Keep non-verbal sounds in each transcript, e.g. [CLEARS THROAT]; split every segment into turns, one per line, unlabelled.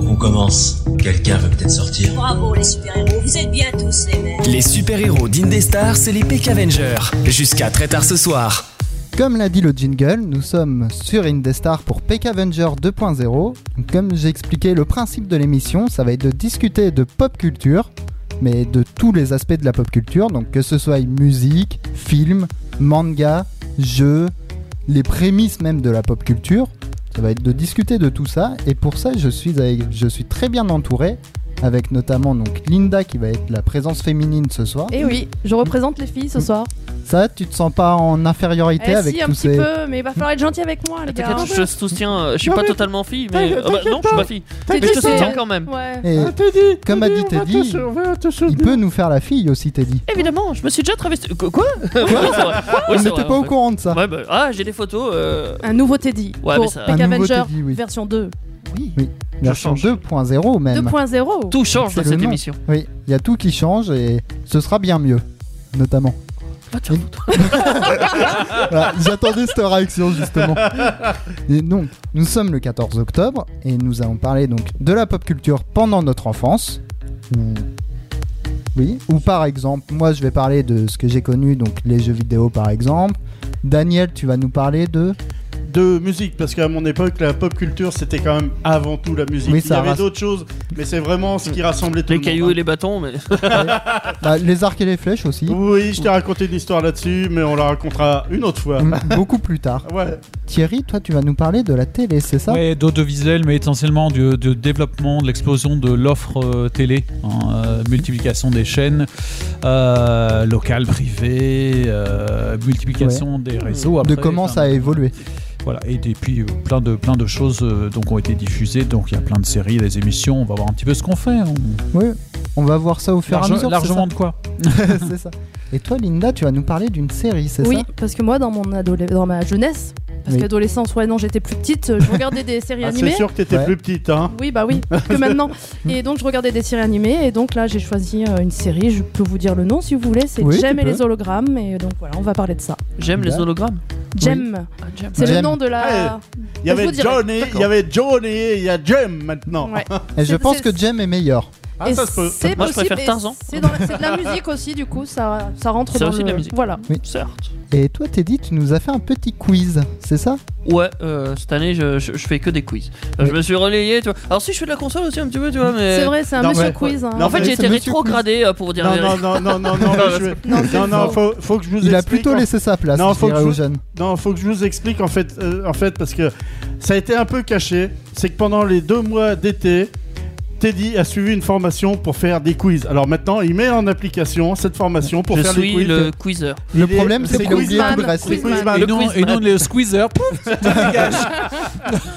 silence. Quelqu'un veut peut-être sortir.
Bravo les super-héros, vous êtes bien tous les mêmes.
Les super-héros d'Indestar, c'est les Peck Avengers. Jusqu'à très tard ce soir.
Comme l'a dit le jingle, nous sommes sur Indestar pour Peck Avenger 2.0. Comme j'ai expliqué, le principe de l'émission, ça va être de discuter de pop culture, mais de tous les aspects de la pop culture, donc que ce soit musique, film, manga, jeux, les prémices même de la pop culture. Ça va être de discuter de tout ça et pour ça je suis, avec- je suis très bien entouré avec notamment donc Linda qui va être la présence féminine ce soir.
Et Eh oui, je représente les filles ce soir.
Ça, tu te sens pas en infériorité
Eh
avec
si, un
tous
petit
ces...
peu, mais il va falloir être gentil avec moi, les gars.
T'inquiète, je te soutiens. euh, Je suis
Non,
pas
mais-
totalement fille, mais.
T'inquiète,
Ah bah, non, je suis pas fille.
T'es
Mais je te
déçu.
soutiens quand même.
Ouais.
Et
Teddy
Oh, Comme a Ah, dit Teddy, il peut nous faire la fille aussi Teddy.
Évidemment, je me suis déjà travesti. Qu- [LAUGHS] Quoi Oui, c'est vrai. Eh Oui,
On
c'est
n'était
vrai,
pas
en
au
fait.
courant de ça.
Ouais, bah, ah, j'ai des photos. euh,
Un nouveau Teddy
Ouais, mais
pour
ça-
Peck
Un nouveau
Avenger
Teddy, oui.
version 2.
Version
change.
2.0 même.
2.0.
Tout change dans
C'est le
cette
nom.
émission.
Oui, il y a tout qui change et ce sera bien mieux, notamment.
Va te faire [LAUGHS] foutre.
[LAUGHS] Voilà, J'attendais cette réaction justement. Et donc, nous sommes le 14 octobre et nous allons parler donc de la pop culture pendant notre enfance. Ou- Oui, ou par exemple, moi je vais parler de ce que j'ai connu, donc les jeux vidéo par exemple. Daniel, tu vas nous parler de.
de musique parce qu'à mon époque la pop culture c'était quand même avant tout la musique.
Oui,
Il y
ça
avait
rass-
d'autres choses mais c'est vraiment ce qui rassemblait tout
Les
le
cailloux et
monde.
les bâtons, mais. [LAUGHS]
Bah, les arcs et les flèches aussi.
Oui, je t'ai raconté une histoire là-dessus mais on la racontera une autre fois.
Mm, Beaucoup plus tard.
Ouais. Ah,
Thierry, toi tu vas nous parler de la télé, c'est ça
Ouais, d'audiovisuel, mais essentiellement du, du développement, de l'explosion de l'offre euh, télé, hein, euh, multiplication des chaînes euh, locales, privées, euh, multiplication des réseaux.
De
après,
comment
enfin,
ça a évolué.
Voilà, et des- puis euh, plein de, plein de choses euh, donc, ont été diffusées, donc il y a plein de séries, des émissions, on va voir un petit peu ce qu'on fait. hein.
Oui, on va voir ça au fur et à
Large-
mesure. c'est
largement de quoi
ça [LAUGHS] C'est ça. Et toi, Linda, tu vas nous parler d'une série, c'est
Oui,
ça
parce que moi, dans, mon adole- dans ma jeunesse, parce
Oui.
qu'adolescence, ouais, non, j'étais plus petite, je regardais
[LAUGHS]
des séries
Ah, c'est
animées.
sûr que t'étais
Ouais.
plus petite hein.
Oui, bah oui, que maintenant. Et donc, je regardais des séries animées, et donc là, j'ai choisi euh, une série, je peux vous dire le nom si vous voulez, c'est
Oui, tu
Jem et
peux.
les hologrammes, et donc voilà, on va parler de ça.
J'aime les hologrammes.
Jem,
Ah, j'aime.
c'est le
Jem.
nom de la.
Il y
Je vous
avait
dirai.
Johnny, il
D'accord.
y avait Johnny, et il y a Jem maintenant.
Ouais.
Et je
C'est-
pense
c'est-
que Jem est meilleur.
[LAUGHS] Ah
Et
ça se peut.
c'est
Moi, je
possible,
préfère
et
Tarzan.
C'est dans la- c'est de la musique aussi, du coup, ça, ça rentre
C'est
dans
aussi de
le-
la musique.
Voilà.
Certes.
Et toi, Teddy, tu nous as fait un petit quiz, c'est ça
Ouais, euh, cette année, je, je- je fais que des quiz. Euh, Je me suis relayé, tu vois. Alors, si je fais de la console aussi un petit peu, tu vois, Euh, mais.
C'est vrai, c'est un
Non,
monsieur
ouais.
quiz. hein.
Non,
En fait,
mais
j'ai
c'est
été
monsieur
rétrogradé euh, pour dire. la
Non non
vérité.
non non
[LAUGHS]
non non
Non,
mais je- non non, faut faut que je vous
Il a
explique, hein.
plutôt
en
laissé sa place,
Non,
je
faut que
dirais
je-
aux jeunes.
Non, faut que je vous explique en fait, euh, en fait, parce que ça a été un peu caché. C'est que pendant les deux mois d'été, Teddy a suivi une formation pour faire des quiz. Alors maintenant, il met en application cette formation pour
Je
faire des
suis
quiz. euh.
le quizzer.
Le
Il est-
problème, c'est
c'est
qu'il a oublié
Quizman.
tout le reste.
C'est
Quizman.
Quizman.
Et
Ah, Le
non,
quiz,
et non
man.
le squeezer. pouf,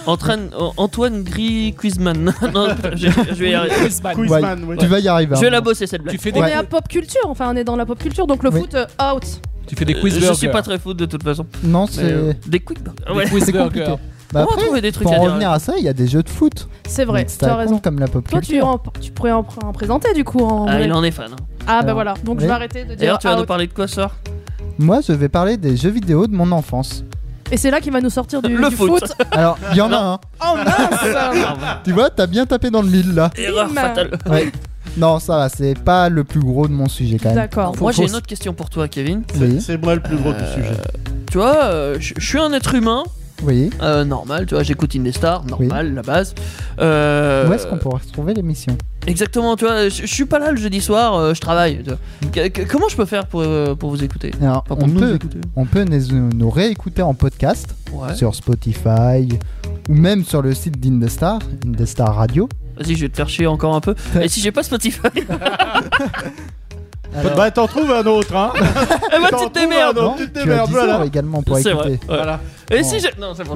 Entraîne euh, Antoine Gris Quizman. [LAUGHS] non, putain, je, je vais y arriver.
Quizman.
Quizman, oui.
Tu vas y arriver.
Je vais la
hein.
bosser cette blague.
Tu fais des,
On
Ouais.
est à pop culture, enfin on est dans la pop culture, donc le
Oui.
foot euh, out.
tu fais des
Euh,
quiz
je suis
burgers.
pas très foot de toute façon.
Non,
mais, euh,
c'est.
des quiz. burgers.
Des
Ouais.
quiz
[LAUGHS]
C'est
burgers.
compliqué.
On
Bah
Oh,
va
après,
trouver des trucs
pour
à
en
dire. hein.
revenir à ça, il y a des jeux de foot.
C'est vrai,
Donc, ça
tu as
compte
raison.
Comme la pop
Toi, tu,
culture.
en- tu pourrais en, pr- en présenter du coup en.
Ah,
vrai.
il en est fan. hein.
Ah, bah
Alors,
voilà, donc
oui.
je vais arrêter de dire.
D'ailleurs, tu vas nous
out.
parler de quoi, sort
Moi, je vais parler des jeux vidéo de mon
[LAUGHS]
enfance.
Et c'est là qu'il va nous sortir du,
Le
du
foot.
Alors, il y en a un. Ah,
Oh mince
Tu vois, t'as bien tapé dans le mille là.
[LAUGHS] Erreur
Bim.
fatale.
Ouais. Non, ça va, c'est pas le plus gros de mon sujet quand même.
D'accord.
Moi,
faut-
j'ai une autre question pour toi, Kevin.
Oui,
C'est moi le plus gros du sujet.
Tu vois, euh, je je suis un être humain
oui.
euh, normal. Tu vois, j'écoute Indestar, normal, la base. Euh,
Où est-ce qu'on pourrait retrouver l'émission
Exactement. Tu vois, je je suis pas là le jeudi soir. euh, je travaille. tu vois. Que- que- Comment je peux faire pour euh, pour vous écouter
Alors,
Enfin, pour
on
nous
peut,
écouter.
on peut nous nous réécouter en podcast.
Ouais.
sur Spotify ou même sur le site d'Indestar, Indestar Radio.
Vas-y, je vais te faire chier encore un peu. Et si j'ai pas
[LAUGHS]
Spotify, [LAUGHS] eh
Bah t'en trouves un autre, hein
ben
T'en
tu te
trouves
démerdes.
un
Non,
autre, tu te
tu as
démerdes,
Deezer
voilà.
également pour
C'est
écouter.
vrai. ouais.
Voilà.
Et
Bon.
si j'ai. Non, c'est bon.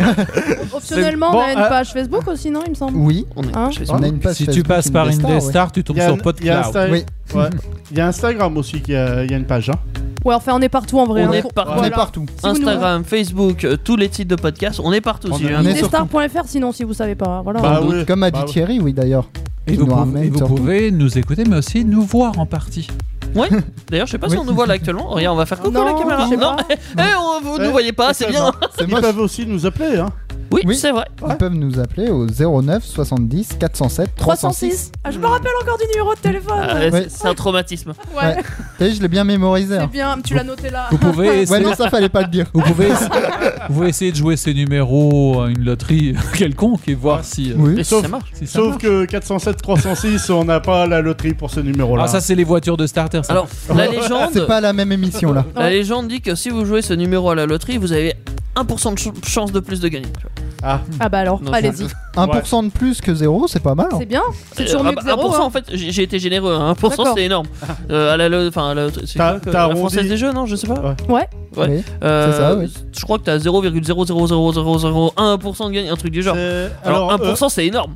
Optionnellement, on a
Bon,
une
euh,
page Facebook aussi, non, il me semble
Oui,
On est.
Hein
je suis-
on a une page
Si tu
Facebook
passes par
Indestar, ouais.
Indestar, tu tombes
Il y a
sur
un- il y a
PodCloud.
Insta-
Oui.
ouais. Il y a Instagram aussi, qui a- il y a une page. hein.
Ouais, enfin, on est partout en vrai.
On
hein.
est partout.
On
Voilà.
est partout.
Si vous nous-
Instagram, Facebook, euh, tous les sites de podcast, on est partout.
On
si
est-
j'ai
on
un-
est-
Destar.fr, sinon, si vous savez pas. hein, Voilà.
Bah
doute.
oui.
Comme a dit
Bah oui.
Thierry, oui d'ailleurs.
Et
Qui
vous,
nous
pouvez-
ramène
et vous
surtout.
pouvez nous écouter, mais aussi nous voir en partie.
D'ailleurs, je sais pas si
Oui.
on nous voit là actuellement. Regarde, on va faire coucou à la
Non,
caméra.
je sais
Non,
pas.
[LAUGHS] eh, on- vous nous
Ouais.
voyez pas, c'est
Ouais,
bien.
non. Ils peuvent aussi nous appeler, hein
Oui, Oui,
Oui.
c'est vrai.
Ils peuvent nous appeler au 09 70 407 306.
306 Ah, je me rappelle encore du numéro de téléphone
Ah, ouais,
Ouais.
c'est- C'est un traumatisme.
Ouais,
Ouais. Et je l'ai bien mémorisé.
c'est
hein.
bien, tu l'as noté là.
Vous pouvez
Ouais,
essayer,
non, ça fallait pas le dire.
vous pouvez, vous pouvez essayer de jouer ces numéros à une loterie [LAUGHS] quelconque et voir si, euh,
Oui.
Et
Sauf-
ça marche.
si ça
Sauf
marche.
que 407 306, on n'a pas la loterie pour ce numéro-là.
Ah, ça, c'est les voitures de starter. ça.
Alors, la légende,
Ah, C'est pas la même émission là.
la légende dit que si vous jouez ce numéro à la loterie, vous avez 1% de ch- chance de plus de gagner. tu vois.
Ah bah alors,
Non,
allez-y.
1% de plus que 0, c'est pas mal. hein.
C'est bien, c'est toujours
Euh,
mieux que
ah bah, 1%
zéro. hein.
en fait, j'ai j'ai été généreux. hein. 1%
D'accord.
c'est énorme. Euh, à la, lo- enfin, à la, loterie, c'est
T'as-
quoi que-
t'as
la
arrondi.
française des jeux, non Je sais pas. Ouais.
Oui.
Euh,
C'est ça, oui.
Je crois que t'as 0,00001% de gagne, un truc du genre.
C'est-
Alors,
Alors, euh,
1% c'est énorme.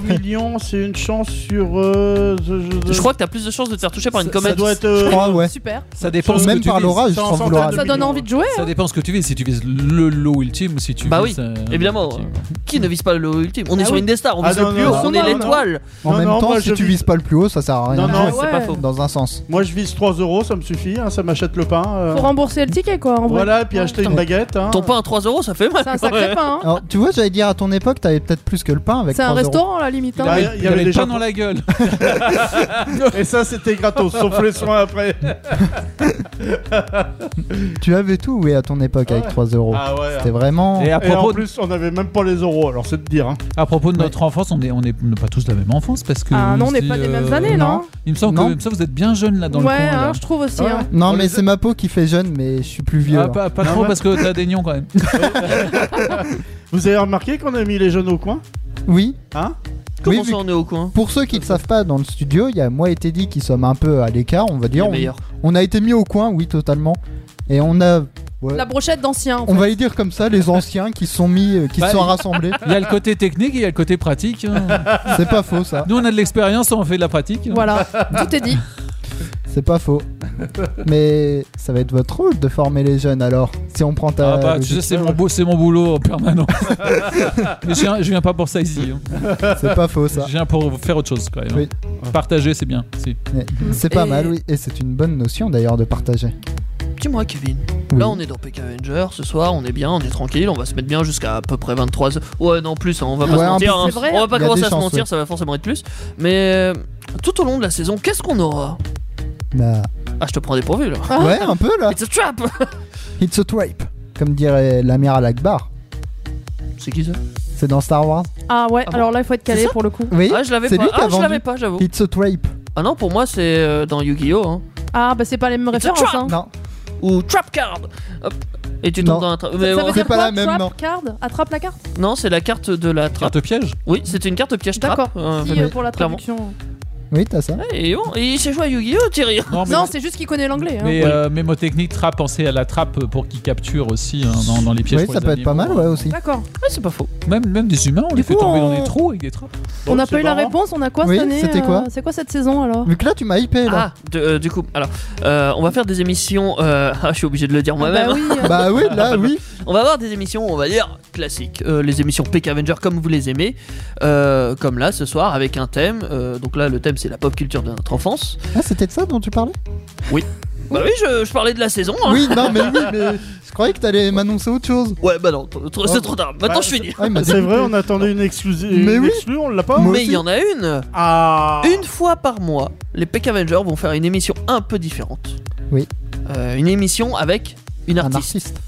[LAUGHS]
million, c'est une chance sur. euh, je-
Je crois que t'as plus de chances de te faire toucher par une
ça-
comète.
Ça doit être.
Je
euh,
crois, ouais.
Super,
ça dépend ce que
Même
tu
par
vises.
l'orage,
C'est en
sans
centaines
vouloir.
de
ça donne
millions.
envie de jouer.
Ça dépend ce que tu vises. Si tu vises le lot ultime ou si tu
Bah
vises.
oui,
euh,
évidemment.
un petit-
Qui ne vise pas le lot ultime On est
Ah
sur
oui.
une des stars, on
Ah
vise
non,
le plus
non,
haut,
non,
on est
non,
l'étoile.
En
Non,
même
non,
temps,
moi,
si
je
tu
vis-
vises pas le plus haut, ça sert à rien.
Non, non,
Ah
c'est pas
ouais.
faux.
Dans un sens.
Moi, je vise 3 euros, ça me suffit, hein, ça m'achète le pain. euh,
Faut rembourser le ticket quoi, en vrai.
voilà, puis acheter une
Ouais.
baguette. hein.
Ton pain à 3 euros, ça fait mal.
C'est un sacré pain, hein.
Alors, tu vois, j'allais dire à ton époque, t'avais peut-être plus que le pain avec
C'est un
3 euros.
restaurant à la limite.
Bah, Il y
Hein.
a-
Il y avait
des
le pain
gens-
dans
[LAUGHS]
la gueule.
Et ça, c'était gratos, sauf les soins après.
Tu avais tout, oui, à ton époque avec
Ah ouais.
3 euros.
Ah ouais.
C'était vraiment.
Et à
Et en
propos, de-
plus, on avait même pas les euros, alors c'est de dire. Hein.
à propos de notre enfance, on n'est on est pas tous de la même enfance parce que.
Ah
on
non, on
se
n'est
dit,
pas des mêmes
euh,
années, non,
Il me semble que
Non.
il me semble que vous êtes bien jeune là dans le
Ouais,
coin. là.
hein, je trouve aussi.
Ouais.
Hein.
Non,
On
mais
les-
c'est ma peau qui fait jeune, mais je suis plus vieux. hein.
Ah,
là.
pas, pas
Non,
trop
ouais.
parce que t'as des nions quand même.
Vous avez remarqué qu'on a mis les jeunes au coin
Oui.
Hein
Comment
Oui,
ça,
vu-
on est au coin
Pour ceux qui ne savent pas, dans le studio, il y a moi et Teddy qui sommes un peu à l'écart, on va
Les
dire. On,
meilleurs.
on a été mis au coin, oui, totalement. Et on a. ouais.
La brochette d'ancien. en
On
fait.
va les dire comme ça, les anciens qui se sont mis, euh, qui
Bah,
se sont
il- [LAUGHS]
rassemblés.
Il y a le côté technique et il y a le côté
[LAUGHS]
pratique. hein.
C'est pas faux, ça.
Nous on a de l'expérience, on fait de la pratique.
Voilà, tout est dit.
C'est pas faux. Mais ça va être votre rôle de former les jeunes alors. Si on prend ta.
Ah bah, tu sais,
logique.
c'est mon, beau- c'est mon boulot
[LAUGHS]
en permanence. Mais je viens, je viens pas pour ça ici. hein.
C'est pas faux
[LAUGHS]
ça.
Je viens pour faire autre chose quand même. hein. Partager, c'est bien. si.
Mais C'est pas
Et-
mal, oui. Et c'est une bonne notion d'ailleurs de partager.
Dis-moi, Kevin.
Oui.
Là, on est dans PK Avenger. Ce soir, on est bien, on est tranquille. On va se mettre bien jusqu'à à peu près 23. Ouais, non, plus, hein, on va pas
Ouais,
se
en
mentir.
plus,
hein.
c'est vrai.
On va pas
Il y a
commencer
des
à se
chances,
mentir,
oui.
ça va forcément être plus. Mais euh, tout au long de la saison, qu'est-ce qu'on aura
Bah,
Ah, je te prends des pourvus là.
Ah.
Ouais, un peu là.
It's a trap
It's a trap. Comme dirait l'amiral Akbar.
C'est qui ça
C'est dans Star Wars.
Ah ouais,
Ah bon
alors là, il faut être
C'est
calé
ça
pour le coup.
Oui,
Ah, je l'avais
c'est
pas.
lui qui
Ah,
a
je l'avais
vendu.
pas, j'avoue.
It's a trap.
Ah non, pour moi, c'est euh, dans Yu-Gi-Oh! hein.
Ah bah c'est pas les mêmes
It's a
références.
trap.
Hein.
Non,
Ou Trap Card Hop. Et tu tombes
Non.
dans un trap.
Ça
Mais
veut
bon,
dire
pas
quoi,
la même,
trap
non.
card Attrape la carte
Non, c'est la carte de la trappe.
Carte piège
Oui, c'était une carte piège trappe.
D'accord.
Euh,
Si,
fait-
euh, pour la
clairement.
traduction.
oui, t'as ça.
Et bon, et il sait jouer à Yu-Gi-Oh!
[LAUGHS]
Thierry
mais,
Non, c'est juste qu'il connaît l'anglais. hein.
mais,
Oui.
euh, mémotechnique, trappe, penser à la trappe pour qu'ils capturent aussi hein, dans, dans les pièges.
Oui,
pour
ça
les
peut être pas mal,
animaux.
ouais, aussi.
D'accord.
Ouais, Ah, c'est pas faux.
Même, même des humains, on les
coup,
fait tomber dans
on-
des trous avec des trappes.
on n'a
c'est
pas eu la
marrant.
réponse, on a quoi
Oui,
cette année
c'était
euh,
quoi
C'est quoi cette saison alors
Vu que là, tu m'as hypé là.
Ah, de- euh, du coup, alors, euh, on va faire des émissions. euh, [LAUGHS] ah, je suis obligé de le dire moi-même.
Bah oui, euh,
Bah oui,
[LAUGHS]
là, oui.
On va avoir des émissions, on va dire, classiques. Euh, les émissions Peck Avenger, comme vous les aimez. Euh, comme là, ce soir, avec un thème. Euh, donc là, le thème, c'est la pop culture de notre enfance.
Ah, c'était de ça dont tu parlais
Bah oui, je, je parlais de la saison. hein. [LAUGHS]
Oui, non, mais oui, mais je croyais que t'allais m'annoncer autre chose.
Ouais, bah non, t- t- c'est
Oh.
trop tard. Maintenant,
Bah,
je finis.
Ah, il m'a
C'est
dégoûté.
vrai, on attendait une exclusive.
Mais
une
oui.
exclue, on l'a pas
Moi
Mais
aussi.
il y en a une.
Ah
Une fois par mois, les Peck Avengers vont faire une émission un peu différente.
Oui.
Euh, une émission avec une
Un
artiste.
artiste.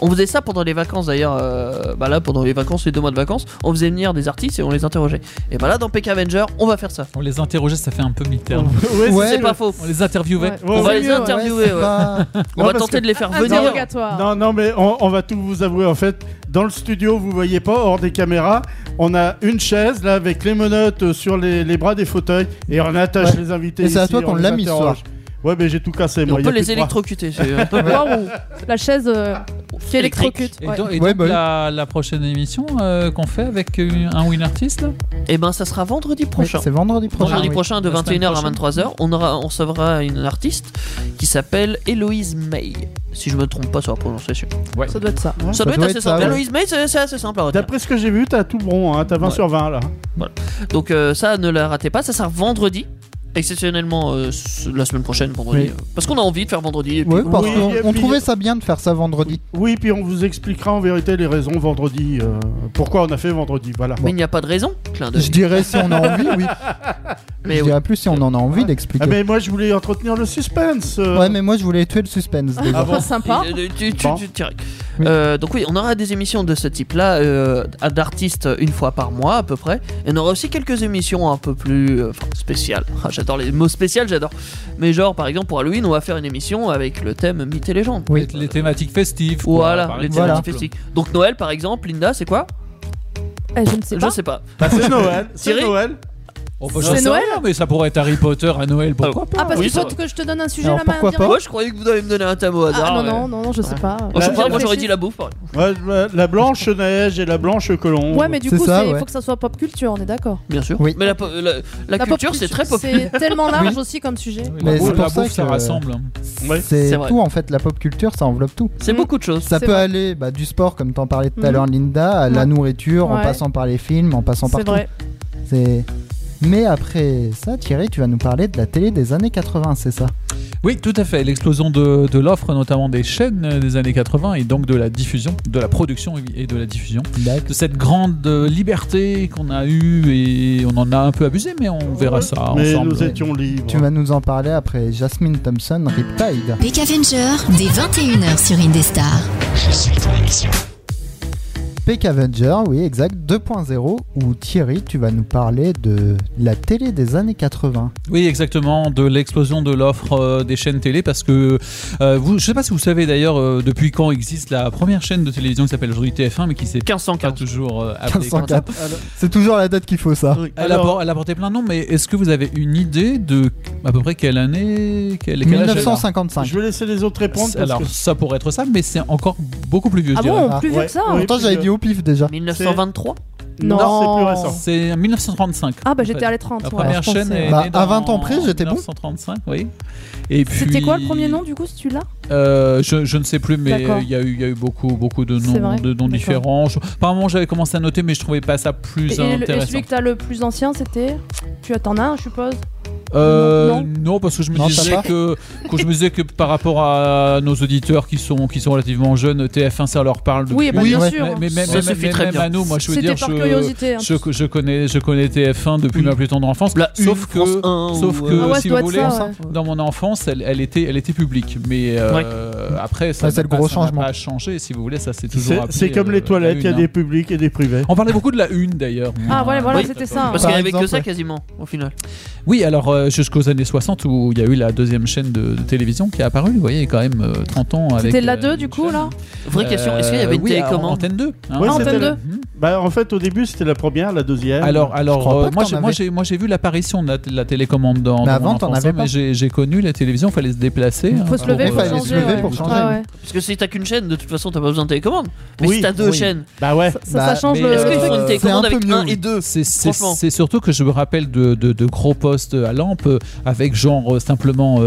On faisait ça pendant les vacances d'ailleurs. euh, bah là, pendant les vacances, les deux mois de vacances, on faisait venir des artistes et on les interrogeait. Et bah là, dans Peck Avenger, on va faire ça.
On les interrogeait, ça fait un peu
[LAUGHS] Ouais,
Oh.
mi-terme.
c'est-
Ouais,
c'est
le-
pas faux.
On les interviewait.
ouais.
On
ouais,
va
C'est
les
mieux, ouais,
interviewer.
c'est
ouais.
[LAUGHS]
pas-
On
Non,
va
parce
tenter
que- Ah,
de les faire venir.
Interrogatoire.
Non, non, mais on, on va tout vous avouer en fait. Dans le studio, vous voyez pas, hors des caméras, on a une chaise là avec les menottes euh, sur les, les bras des fauteuils et on attache
Ouais.
les invités.
Et c'est à
ici,
toi qu'on
on les
l'a mis ce
interroge.
soir.
Ouais, mais j'ai tout cassé
Et
moi.
on
y
peut
a plus
les
de bras.
électrocuter. c'est-
[LAUGHS]
Waouh, la chaise euh, qui
Électrique.
électrocute.
Et
ouais.
donc, et
Ouais,
donc
bah oui.
la, la prochaine émission euh, qu'on fait avec euh, un ou une artiste là
Et ben, ça sera vendredi
Oui,
prochain.
C'est vendredi prochain.
Vendredi
oui.
prochain de
La semaine
21h à
prochaine.
23h, on aura on recevra une artiste qui s'appelle Héloïse May. Si je me trompe pas sur la prononciation.
Ça doit être ça. hein.
Ça, doit être assez
ça,
simple.
ouais.
Héloïse May, c'est c'est assez simple à retenir.
D'après ce que j'ai vu, t'as tout bon, hein, t'as 20
Ouais.
sur 20 là.
Donc euh, ça, ne la ratez pas, ça sera vendredi. exceptionnellement euh, ce- la semaine prochaine, vendredi.
Oui.
euh, Parce qu'on a envie de faire vendredi. et puis
Ouais,
voilà.
parce
Oui,
qu'on
et
on
puis-
trouvait ça bien de faire ça vendredi.
Oui, puis on vous expliquera en vérité les raisons vendredi. euh, pourquoi on a fait vendredi, voilà.
Mais il n'y a pas de raison, clin d'œil.
Je dirais si on a envie, oui.
Mais
je
oui.
dirais plus si on en a envie
Ah,
d'expliquer.
mais moi je voulais entretenir le suspense. euh.
Ouais, mais moi je voulais tuer le suspense déjà.
Ah bon
sympa.
Et, euh, tu- tu-
Bon.
tu- direct.
Oui.
Euh, donc oui, on aura des émissions de ce type-là, euh, à- d'artistes une fois par mois à peu près. Et on aura aussi quelques émissions un peu plus euh, enfin, spéciales. [LAUGHS] Ah, j'adore les mots spéciales, j'adore. Mais genre, par exemple, pour Halloween, on va faire une émission avec le thème mythe et légende.
Oui.
Les thématiques festives. quoi,
Voilà,
par
les
exemple.
thématiques festives. Donc Noël, par exemple, Linda, c'est quoi
Eh, je ne sais pas.
Je sais pas.
Bah,
[LAUGHS]
c'est Noël, c'est
Thierry
Noël.
Oh, bah,
C'est
j'en sais
Noël
rien, Mais ça pourrait être Harry Potter à Noël, pourquoi pas
Ah, parce
Oui,
qu'il
ça
faut
va.
que je te donne un sujet
Alors,
là main
pourquoi
indirecte.
Moi, je croyais que vous alliez me donner un thème au hasard.
Ah non,
mais-
non, non, non, je sais pas.
Moi, je
Ouais,
sais pas, moi,
réfléchis.
j'aurais dit la bouffe. par exemple.
Ouais, la- la blanche neige et la blanche colombe.
Ouais, mais du
C'est
coup,
ça,
c'est- il
ouais.
faut que ça soit pop culture, on est d'accord.
Bien sûr.
Oui.
Mais la, po- la- la
La pop
culture, c'est très populaire.
C'est tellement large aussi comme sujet.
Mais
La
c'est
bouffe-
pour
la
ça
bouffe, ça
que-
rassemble.
Ouais.
C'est
C'est vrai.
tout en fait, la pop culture ça enveloppe tout.
C'est
Mm.
beaucoup de choses.
Ça
C'est
peut
vrai.
aller bah, du sport, comme t'en parlais tout à
Mhm.
l'heure, Linda, à la
Ouais.
nourriture, en
Ouais.
passant par les films, en passant par
C'est
tout.
vrai.
C'est- Mais après ça, Thierry, tu vas nous parler de la télé des années 80, c'est ça
Oui, tout à fait. L'explosion de, de l'offre, notamment des chaînes euh, des années 80 et donc de la diffusion, de la production et de la diffusion. De cette grande euh, liberté qu'on a eue et on en a un peu abusé, mais on verra ça
Mais
ensemble.
nous étions libres.
Tu vas nous en parler après Jasmine Thompson, Riptide.
Peck Avenger, dès 21h sur Indestar.
Peck Avenger, oui, exact, 2.0, où Thierry, tu vas nous parler de la télé des années 80.
Oui, exactement, de l'explosion de l'offre euh, des chaînes télé, parce que euh, vous, je sais pas si vous savez d'ailleurs euh, depuis quand existe la première chaîne de télévision qui s'appelle aujourd'hui TF1, mais qui s'est pas
1540.
toujours euh, appelée comme ça.
1504. C'est toujours la date qu'il faut ça.
Ah, Elle, a por- elle a porté plein de noms, mais est-ce que vous avez une idée de à peu près quelle année quelle, quel âge elle a
1955.
Je vais laisser les autres répondre. Parce
Alors
que...
ça pourrait être ça, mais c'est encore beaucoup plus vieux.
Ah
je dirais.
bon, plus vieux
Ouais.
que ça
Oui.
Pourtant, j'avais dit au pif déjà.
1923
Non.
c'est plus récent.
C'est en 1935.
Ah, bah
en fait.
j'étais à les 30.
La
ouais,
première
je pensais.
chaîne est
Bah,
née
à
dans-
20 ans près, j'étais bon.
1935, oui. Et puis,
C'était quoi le premier nom du coup, si tu l'as
Euh, je, je ne sais plus, mais
D'accord.
il y, a eu- il y a eu beaucoup, beaucoup de
C'est
noms,
vrai
de noms
D'accord.
différents. Je- par un moment, j'avais commencé à noter, mais je trouvais pas ça
Et,
plus
et le- et
intéressant.
celui que t'as le plus ancien, c'était. Tu attends un, je suppose
Euh,
Non,
parce que je me
Non, ça
disais
va.
que, que je me disais que par rapport à nos auditeurs qui sont qui sont relativement jeunes, TF1 ça leur parle. Depuis.
Oui, bah,
Oui,
bien
ouais.
sûr.
Mais,
hein.
mais- mais-
Ça
mais-
suffit
mais-
très
même
bien.
à nous, moi je veux
C'était
dire,
par
je,
curiosité. hein.
je, je connais je connais TF1 depuis
Oui.
ma plus tendre enfance.
La
sauf
une,
que
France un,
sauf
ou,
que
euh,
Ah ouais,
si
ça
vous
doit
voulez,
être ça, ouais.
dans mon enfance, elle, elle était elle était publique, mais euh, après ça
Ouais, c'est
n'a
le
pas-
gros
ça
changement.
n'a pas changé. Si vous voulez, ça c'est toujours.
C'est-
appelé,
C'est comme
euh,
les
la
toilettes, il y a
une,
des
hein.
publics et des privés.
On parlait beaucoup de la une d'ailleurs.
Ah, voilà, voilà,
Oui.
c'était ça.
Parce
Par
qu'il n'y avait que
exemple,
ça
ouais.
quasiment au final.
Oui, alors euh, jusqu'aux années 60 où il y a eu la deuxième chaîne de, de télévision qui est apparue, vous voyez, quand même euh, 30 ans avec.
C'était la
euh,
2
une
du coup,
chaîne.
là
Vraie question, est-ce qu'il y
Euh,
avait une
oui, alors,
télécommande
Antenne 2. hein.
Ouais,
Ah,
c'était
Antenne 2
Mhm.
Bah, en fait, au début, c'était la première, la deuxième.
Alors, alors
crois pas
euh,
que
moi,
t'en
j'ai- moi,
avais.
j'ai, moi j'ai vu l'apparition de la, la télécommande dans.
Mais
dans
avant,
mon
t'en
enfance,
avais
hein,
pas.
Mais j'ai, j'ai connu la télévision, fallait se déplacer. hein,
Faut se
pour,
lever,
euh,
faut
fallait se
changer.
lever
ouais.
pour changer.
Ah ouais.
Parce que si t'as qu'une chaîne, de toute façon, t'as pas besoin de télécommande. Mais
Oui,
si t'as deux
oui.
chaînes,
Bah ouais.
Ça,
Bah,
ça change
mais
le.
est-ce qu'il faut
Euh,
une
c'est un
télécommande
peu
avec
mieux,
un
oui.
et deux
C'est, c'est,
Franchement.
c'est surtout que je me rappelle de, de- de gros postes à lampe euh, avec genre euh, simplement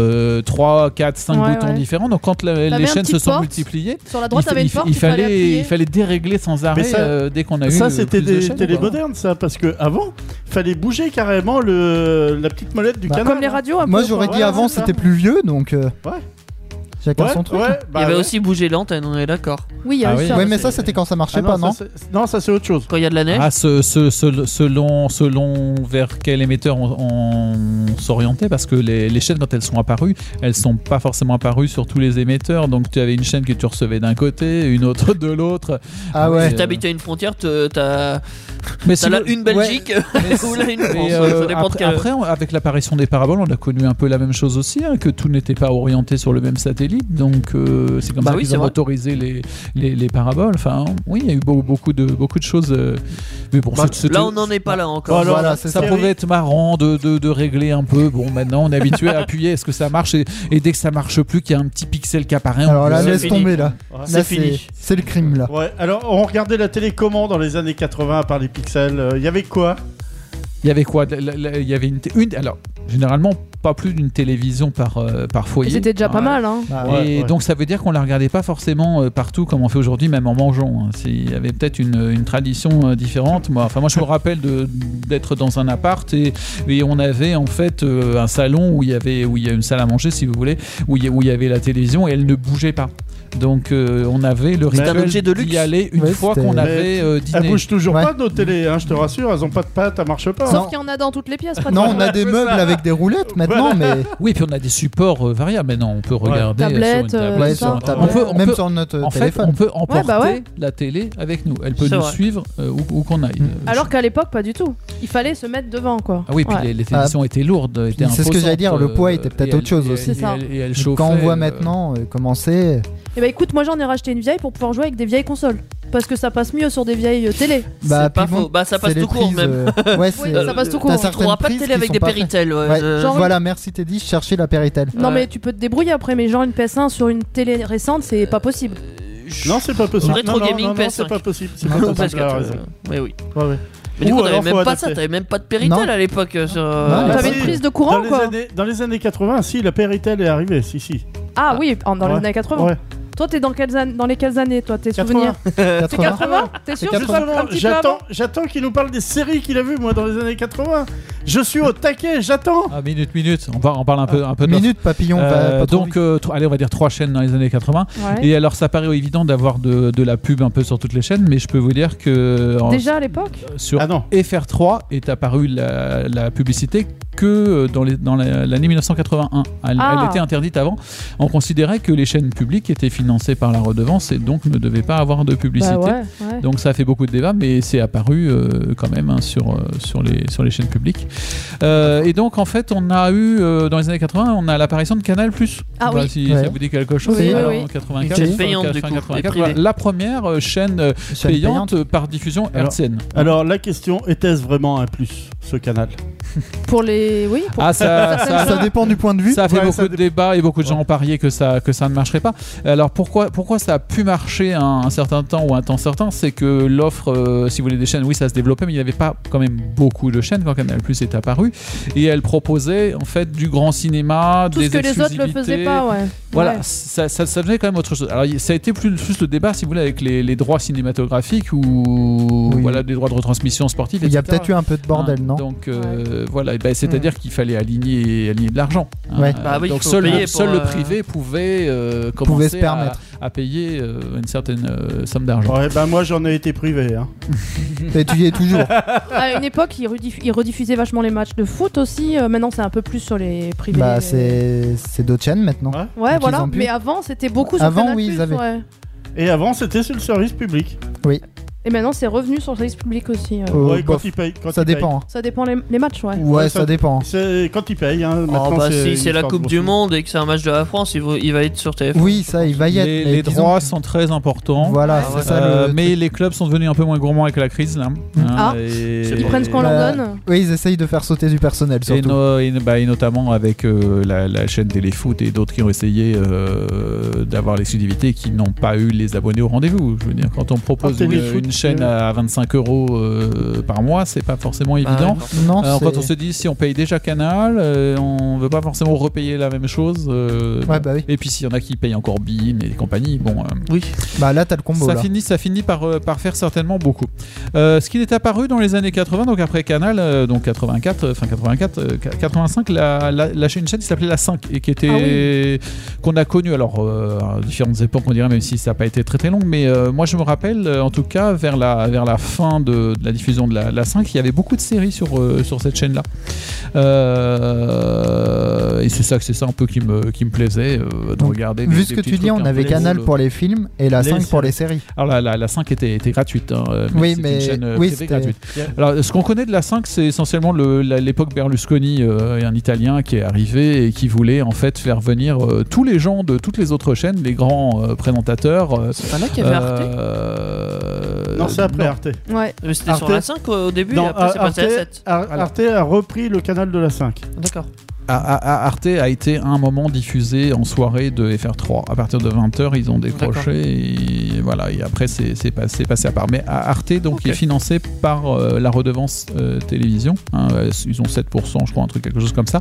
3, 4, 5
Ouais,
boutons
ouais.
différents. Donc quand la-
T'avais
les
un
chaînes
petit
se sont
porte.
multipliées,
Sur la droite,
il, fa-
t'avais une
il fa-
porte,
il
il fallait
fallait,
appuyer.
il fallait dérégler sans arrêt
ça-
euh, dès qu'on a eu.
Ça,
euh,
c'était
plus de
des
chaînes,
télés
quoi.
modernes, ça, parce que avant, fallait bouger carrément le... la petite molette du
Bah,
canal.
Comme les radios, un peu.
Moi, j'aurais
ouais,
dit avant,
c'est ça.
c'était plus vieux, donc. euh,
Ouais.
Chacun
Ouais,
son truc.
ouais,
il
bah
y avait
ouais.
aussi bouger l'antenne, on est d'accord.
Oui, il y
Ah
a
oui.
eu ça.
Ouais, mais
c'est-
ça, c'était quand ça marchait
Ah
pas, non
ça, c'est- Non, ça, c'est autre chose.
Quand il y a de la neige,
Ah, ce, ce- ce- selon, selon vers quel émetteur on, on s'orientait, parce que les, les chaînes, quand elles sont apparues, elles sont pas forcément apparues sur tous les émetteurs. Donc tu avais une chaîne que tu recevais d'un côté, une autre de l'autre.
Ah ouais.
euh,
t'habites à une frontière, te- t'as
Mais
t'as
sinon-
là une Belgique [LAUGHS]
Mais-
ou là une France.
Et, euh,
ça dépend de
après,
quel.
après, on- avec l'apparition des paraboles, on a connu un peu la même chose aussi, hein, que tout n'était pas orienté sur le même satellite. Donc euh, c'est comme
Bah
ça
oui,
qu'ils
c'est
ont
vrai.
autorisé les, les, les paraboles. Enfin, oui, il y a eu beau- beaucoup de, beaucoup de choses. euh, mais bon,
Bah,
c'est- c'était-
là, on n'en est pas là encore.
Voilà,
alors,
c'est ça.
ça
Thierry-
pouvait être marrant de, de, de régler un peu. Bon, maintenant, on est habitué à appuyer. Est-ce que ça marche et, et dès que ça marche plus, qu'il y a un petit pixel qui apparaît, on
Alors là,
dit,
laisse
fini.
tomber là.
Ouais.
Là,
C'est fini.
C'est le crime là.
Ouais, alors on regardait la télé comment dans les années 80 par les pixels euh, Il y avait quoi
il y avait quoi La- la- la- Il y avait une, t- une- alors généralement pas plus d'une télévision par, euh, par foyer.
C'était déjà pas
Ouais.
mal, hein.
Bah,
Ah,
Et
ouais, ouais.
donc ça veut dire qu'on la regardait pas forcément euh, partout comme on fait aujourd'hui, même en mangeant. hein. C'est- Il y avait peut-être une, une tradition euh, différente. Moi, enfin moi je me rappelle de- d'être dans un appart et, et on avait en fait euh, un salon où il y avait où il y a une salle à manger si vous voulez où il y, où il y avait la télévision et elle ne bougeait pas. Donc euh, on avait le
C'était un
rituel
objet de luxe.
d'y aller une
Ouais,
fois
c'était-
qu'on avait euh,
Elles
dîné.
bougent toujours
Ouais.
pas nos télés, hein, je te rassure, elles ont pas de pattes, elles marchent pas. hein.
Non.
Sauf qu'il y en a dans toutes les pièces,
Non,
pratiquement.
on a des meubles avec des roulettes maintenant, mais
Oui, puis on a des supports euh, variables maintenant. On peut regarder
Tablette,
sur une
euh,
tablette,
ouais,
ça,
sur un-
sur
tablette.
On peut, on
même
peut-
sur notre
en fait,
téléphone.
on peut emporter
bah ouais.
la télé avec nous. Elle peut
C'est
nous
vrai.
suivre euh, où, où qu'on aille.
Mm.
Euh,
Alors qu'à l'époque, pas du tout. Il fallait se mettre devant, quoi.
Ah oui, puis
Ouais.
les, les télévisions étaient lourdes. étaient
c'est ce que j'allais
imposantes,
dire, le
euh,
poids était peut-être
et elles-
autre chose
et elles-
aussi.
C'est ça.
Et elles, et elles
Quand on
chauffaient,
voit
euh,
maintenant euh, comment c'est,
Et bah écoute, moi j'en ai racheté une vieille pour pouvoir jouer avec des vieilles consoles. Parce que ça passe mieux sur des vieilles euh, télé.
bah,
pas
puis bon,
faux. Bah, ça
c'est
passe
les
tout court,
prises,
même.
euh,
[LAUGHS]
ouais, c'est-
Oui,
euh,
ça passe tout court.
t'as
On
certaines
trouvera pas de
prises
télé
qui
avec
sont
des Euh,
pas
péritels.
Ouais,
Genre-
Voilà, merci Teddy, je cherchais la Péritel.
Non
Ouais.
mais tu peux te débrouiller après, mais genre une PS1 sur une télé récente, c'est pas possible.
Non, c'est pas possible.
Rétro
Non, non,
gaming
non, non, c'est
PS5.
pas possible. C'est
Ou
pas possible. elle a
PS4,
raison.
euh, Oui, oui.
Ouais, ouais.
Mais du
Ou
coup,
alors,
t'avais
faut
même pas
adapter.
ça, t'avais même pas de Péritel
Non.
à l'époque. euh, Sur...
Non,
T'avais
bah,
une
si.
prise de
Dans
courant,
les,
quoi.
années, dans les années 80, si, la Péritel est arrivée, si, si.
Ah oui, en- dans les
Ouais.
années 80.
Ouais.
Toi, t'es dans, quelles an- dans les quelles années, toi, tes
80.
souvenirs
Euh,
C'est
80.
80 T'es sûr que c'est pas un
Justement,
petit peu
j'attends,
avant
j'attends qu'il nous parle des séries qu'il a vues, moi, dans les années 80. Je suis au taquet, j'attends.
Ah, minute, minute. On, par- on parle un peu, un peu de l'offre.
Minute papillon, va
Euh,
pas trop
donc,
vite.
euh, tro- allez, on va dire trois chaînes dans les années 80.
Ouais.
Et alors, ça paraît évident d'avoir de, de la pub un peu sur toutes les chaînes, mais je peux vous dire que en-
Déjà à l'époque
sur
Ah non.
FR3 est apparue la, la publicité que euh, dans les- dans la- l'année 1981. Elle,
Ah.
elle était interdite avant. On considérait que les chaînes publiques étaient financées par la redevance et donc ne devaient pas avoir de publicité.
Bah ouais, ouais.
Donc ça a fait beaucoup de débats, mais c'est apparu euh, quand même hein, sur, euh, sur, les, sur les chaînes publiques. Euh, et donc en fait, on a eu, euh, dans les années 80, on a l'apparition de Canal ⁇
Ah oui.
Si
Ouais.
ça vous dit quelque chose,
Oui, oui,
Alors,
oui.
en 84,
Une chaîne payante,
enfin,
du coup,
84,
et privée.
voilà, la première euh, chaîne euh,
Chaîne
payante, euh, par diffusion
Alors,
hertzienne.
Alors, la question, était-ce vraiment un plus, ce canal
Pour les. Oui, pour
Ah ça, ça,
Ça dépend du point de vue.
Ça a fait
Ouais,
beaucoup
ça
de
dépend.
débats et beaucoup de gens ont parié que ça, que ça ne marcherait pas. Alors pourquoi, pourquoi ça a pu marcher un, un certain temps ou un temps certain C'est que l'offre, euh, si vous voulez, des chaînes, oui, ça se développait, mais il n'y avait pas quand même beaucoup de chaînes quand Canal Plus est apparu. Et elle proposait en fait du grand cinéma,
tout
des
ce que les autres ne
exclusivités.
faisaient pas, ouais.
Voilà,
Ouais.
ça, ça, ça devenait quand même autre chose. Alors y- ça a été plus, plus le débat, si vous voulez, avec les, les droits cinématographiques ou
Oui.
voilà, des droits de retransmission sportive.
Il y a
etc.
peut-être eu un peu de bordel,
Hein,
non
Donc euh, voilà, et ben,
Mm.
c'est-à-dire qu'il fallait aligner, aligner de l'argent. hein.
Ouais.
Bah oui,
donc
faut
seul,
payer
le,
pour,
seul le
euh,
privé pouvait, euh, commencer
Pouvait se
à-
permettre.
À, payer euh, une certaine euh, somme d'argent.
Ouais, ben moi, j'en ai été privé. Hein.
Et tu y es
[LAUGHS]
toujours.
À une époque, ils, rediff- ils rediffusaient vachement les matchs de foot aussi. euh, maintenant, c'est un peu plus sur les privés. euh,
bah, c'est c'est d'autres chaînes maintenant.
Ouais.
Ouais,
qu'ils
voilà.
ont pu.
Mais avant, c'était beaucoup sur
Avant,
Canal+,
oui, ils avaient.
ouais.
Et avant, c'était sur le service public.
Et maintenant, c'est revenu sur le service public aussi. euh.
Euh,
ouais, quand
bof,
ils payent. quand
ça
ils payent.
dépend. hein.
Ça dépend les, les matchs, ouais.
Ouais,
Ouais,
ça
ça-
dépend.
C'est quand ils payent. Hein.
Ah
Maintenant,
bah si, c'est
une
la
histoire
Coupe
de
du
gros
Monde et que c'est un match de la France, il va, il va être sur TF1.
Oui, ça, il va y être.
les
mais
les
disons-
droits sont très importants.
Voilà,
Ah
c'est
ouais.
ça
Euh,
le.
mais
truc. Mm.
les clubs sont devenus un peu moins gourmands avec la crise là. Hein,
Ah.
et,
Ils prennent ce qu'on
Bah,
leur donne.
Oui, ils essayent de faire sauter du personnel
et,
surtout.
no- et- bah, et notamment avec euh, la, la chaîne Téléfoot et d'autres qui ont essayé euh, d'avoir l'exclusivité et qui n'ont pas eu les abonnés au rendez-vous. Je veux dire, quand on propose
Ah,
une,
Téléfoot,
une chaîne
euh.
à 25 euros euh, par mois, c'est pas forcément
Bah,
évident.
d'accord.
Non,
Alors,
c'est-
quand on se dit si on paye déjà Canal, euh, on veut pas forcément repayer la même chose. euh,
Ouais, bah oui.
Et puis s'il y en a qui payent encore Bean et compagnie, bon, euh,
Oui.
Bah là, t'as le combo.
ça
là.
finit, ça finit par, euh, par faire certainement beaucoup. Euh, ce qu'il est apparu dans les années 80, donc après Canal, euh, donc 84, euh, enfin 84, euh, 85, la, la, la chaîne, une chaîne qui s'appelait La 5 et qui était
Ah
qu'on a connue alors euh, à différentes époques, on dirait, même si ça n'a pas été très très long. Mais euh, moi, je me rappelle, euh, en tout cas, vers la vers la fin de, de la diffusion de la, la 5, il y avait beaucoup de séries sur euh, sur cette chaîne là. Euh, et c'est ça que c'est ça un peu qui me qui me plaisait euh, de
Donc,
regarder. des-
Vu ce
des
que
petits
tu dis,
trucs
on
un
avait
peu
Canal
drôles.
pour les films et la
Les
5 pour les séries.
Alors la, la, la 5 était, était gratuite, hein, euh,
Oui,
c'est
mais-
une chaîne euh,
oui,
privée
c'était-
gratuite. Alors ce qu'on connaît de la 5, c'est essentiellement le- la- l'époque Berlusconi, euh, et un Italien qui est arrivé et qui voulait en fait faire venir euh, tous les gens de toutes les autres chaînes, les grands euh, présentateurs. euh,
C'est pas là qu'il y avait Arte
euh,
Non, c'est après Arte.
Ouais.
Mais C'était sur
Arte.
la 5 au début et
Non, euh,
après c'est
Arte,
passé à la 7.
Ar- Arte a repris le canal de la 5.
D'accord.
A- A- A- Arte a été à un moment diffusé en soirée de FR3. À partir de 20h, ils ont décroché et voilà. Et après, c'est c'est pas- c'est passé à part. Mais à Arte, donc,
Ok.
il est financé par euh, la redevance euh, télévision. hein, euh, ils ont 7%, je crois, un truc, quelque chose comme ça.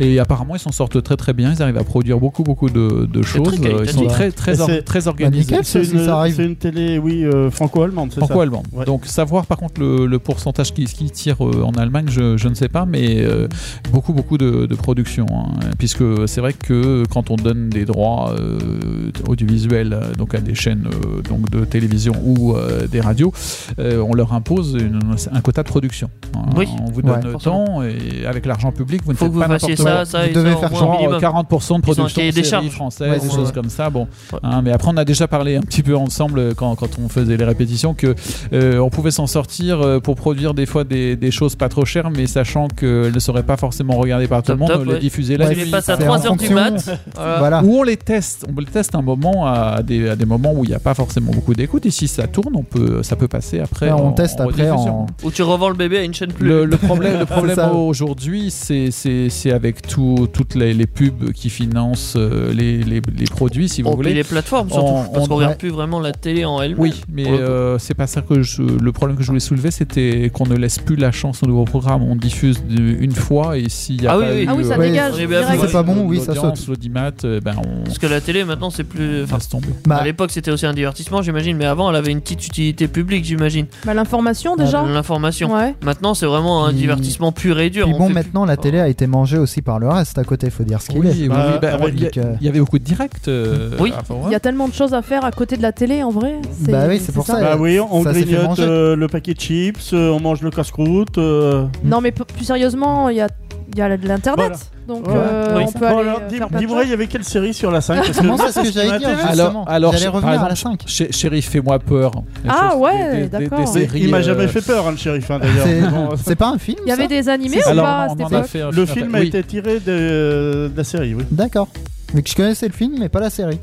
Et apparemment, ils s'en sortent très très bien. Ils arrivent à produire beaucoup beaucoup de, de choses.
très
Euh, Ils sont
qualitatif.
très très,
Et
or-
c'est-
très organisés.
nickel.
C'est
Ça, si
une,
ça arrive.
c'est une télé, oui, euh, franco-allemande, c'est ça
Franco-allemand.
Ouais.
Donc savoir par contre le, le pourcentage qui, qui tire euh, en Allemagne, je, je ne sais pas, mais euh, beaucoup beaucoup de, de production, hein. puisque c'est vrai que quand on donne des droits euh, audiovisuels euh, donc à des chaînes euh, donc de télévision ou euh, des radios, euh, on leur impose une- un quota de production. hein.
Oui.
On vous donne
Ouais.
le temps et avec l'argent public, vous ne
Faut que vous
faites pas
fassiez
n'importe
ça,
quoi.
ça
Vous
et
devez
ça, au
faire
moins,
Genre
au
euh,
minimum.
40%
Ils ont
de
un
production
cahier
de
des
séries
charges.
françaises,
Ouais,
des
c'est
choses
ça.
comme ça. Bon,
Ouais.
Hein, mais après, on a déjà parlé un petit peu ensemble euh, quand, quand on faisait les répétitions que euh, on pouvait s'en sortir euh, pour produire des fois des, des choses pas trop chères, mais sachant qu'elles ne seraient pas forcément regardées par tout
Top,
le monde,
top,
les
ouais.
diffuser là.
Ouais,
Tu les passes à
c'est en
3h du
fonction.
mat. Ah. voilà.
Voilà.
Ou on les teste, on les teste un moment à des, à des moments où il n'y a pas forcément beaucoup d'écoute et si ça tourne, on peut, ça peut passer après.
Ouais, on
en-
teste
en
après
rediffusion.
en-
Ou tu revends le bébé à une chaîne plus.
Le, le problème, le problème
ça.
aujourd'hui, c'est- c'est c'est avec tout- toutes les, les pubs qui financent euh, les, les- les produits, si vous
Oh,
voulez.
puis les plateformes surtout,
On-
parce
on-
qu'on regarde
ouais.
plus vraiment la télé en elle-même.
Oui, mais
Pour le coup.
euh, c'est pas ça que je. Le problème que je voulais soulever, c'était qu'on ne laisse plus la chance au nouveau programme. On diffuse du- une fois et s'il y a
Ah oui,
pas
oui.
eu,
Ah oui, ça
euh,
Ouais,
dégage.
c'est bien,
direct.
c'est pas bon, oui, ça
l'audience,
saute.
l'audimat, euh, ben on
Parce que la télé maintenant c'est plus. Enfin,
laisse tomber.
Bah,
à l'époque c'était aussi un divertissement j'imagine, mais avant elle avait une petite utilité publique j'imagine.
Bah, L'information déjà.
L'information.
Ouais.
Maintenant c'est vraiment un
Puis-
divertissement pur et dur.
puis
On
bon,
fait
maintenant la
plus- Oh.
télé a été mangée aussi par le reste à côté, faut dire ce qu'il
Oui,
est.
oui,
Bah,
oui, ben,
avec-
il y a-
donc, euh,
il y avait beaucoup de directs. euh,
Oui.
avant, hein.
Il y a tellement de choses à faire à côté de la télé en vrai.
Bah oui, c'est pour ça.
Bah oui, on
Ça s'est fait
grignote
manger.
euh, le paquet de chips, euh, on mange le casse-croûte. euh,
Non, mais p- plus sérieusement, il y a, il y a l'internet. Donc
Voilà.
euh,
Oui.
on peut
Bon,
aller.
alors,
euh,
dis-
faire plein de
dis-moi, il y avait quelle série
[LAUGHS]
sur la 5 Parce que
Comment
moi,
c'est ce que
qui
j'allais dire
m'intéresse.
Alors-
justement
alors,
J'allais
par
revenir à la
exemple,
5.
Ché- hein. Chéri, fais-moi peur. Des
Ah
choses-
ouais,
des- des-
d'accord.
des
Mais
séries,
Il m'a
euh,
jamais fait peur, hein, le shérif. hein, d'ailleurs.
C'est-
Bon,
C'est pas un film
Il y avait
ça
des animés ou
Alors,
Ah, pas à
on
cette
en a
époque
fait un
Le film a
oui.
été tiré euh, de, de la série, oui.
D'accord. Mais que je connaissais le film, mais pas la série.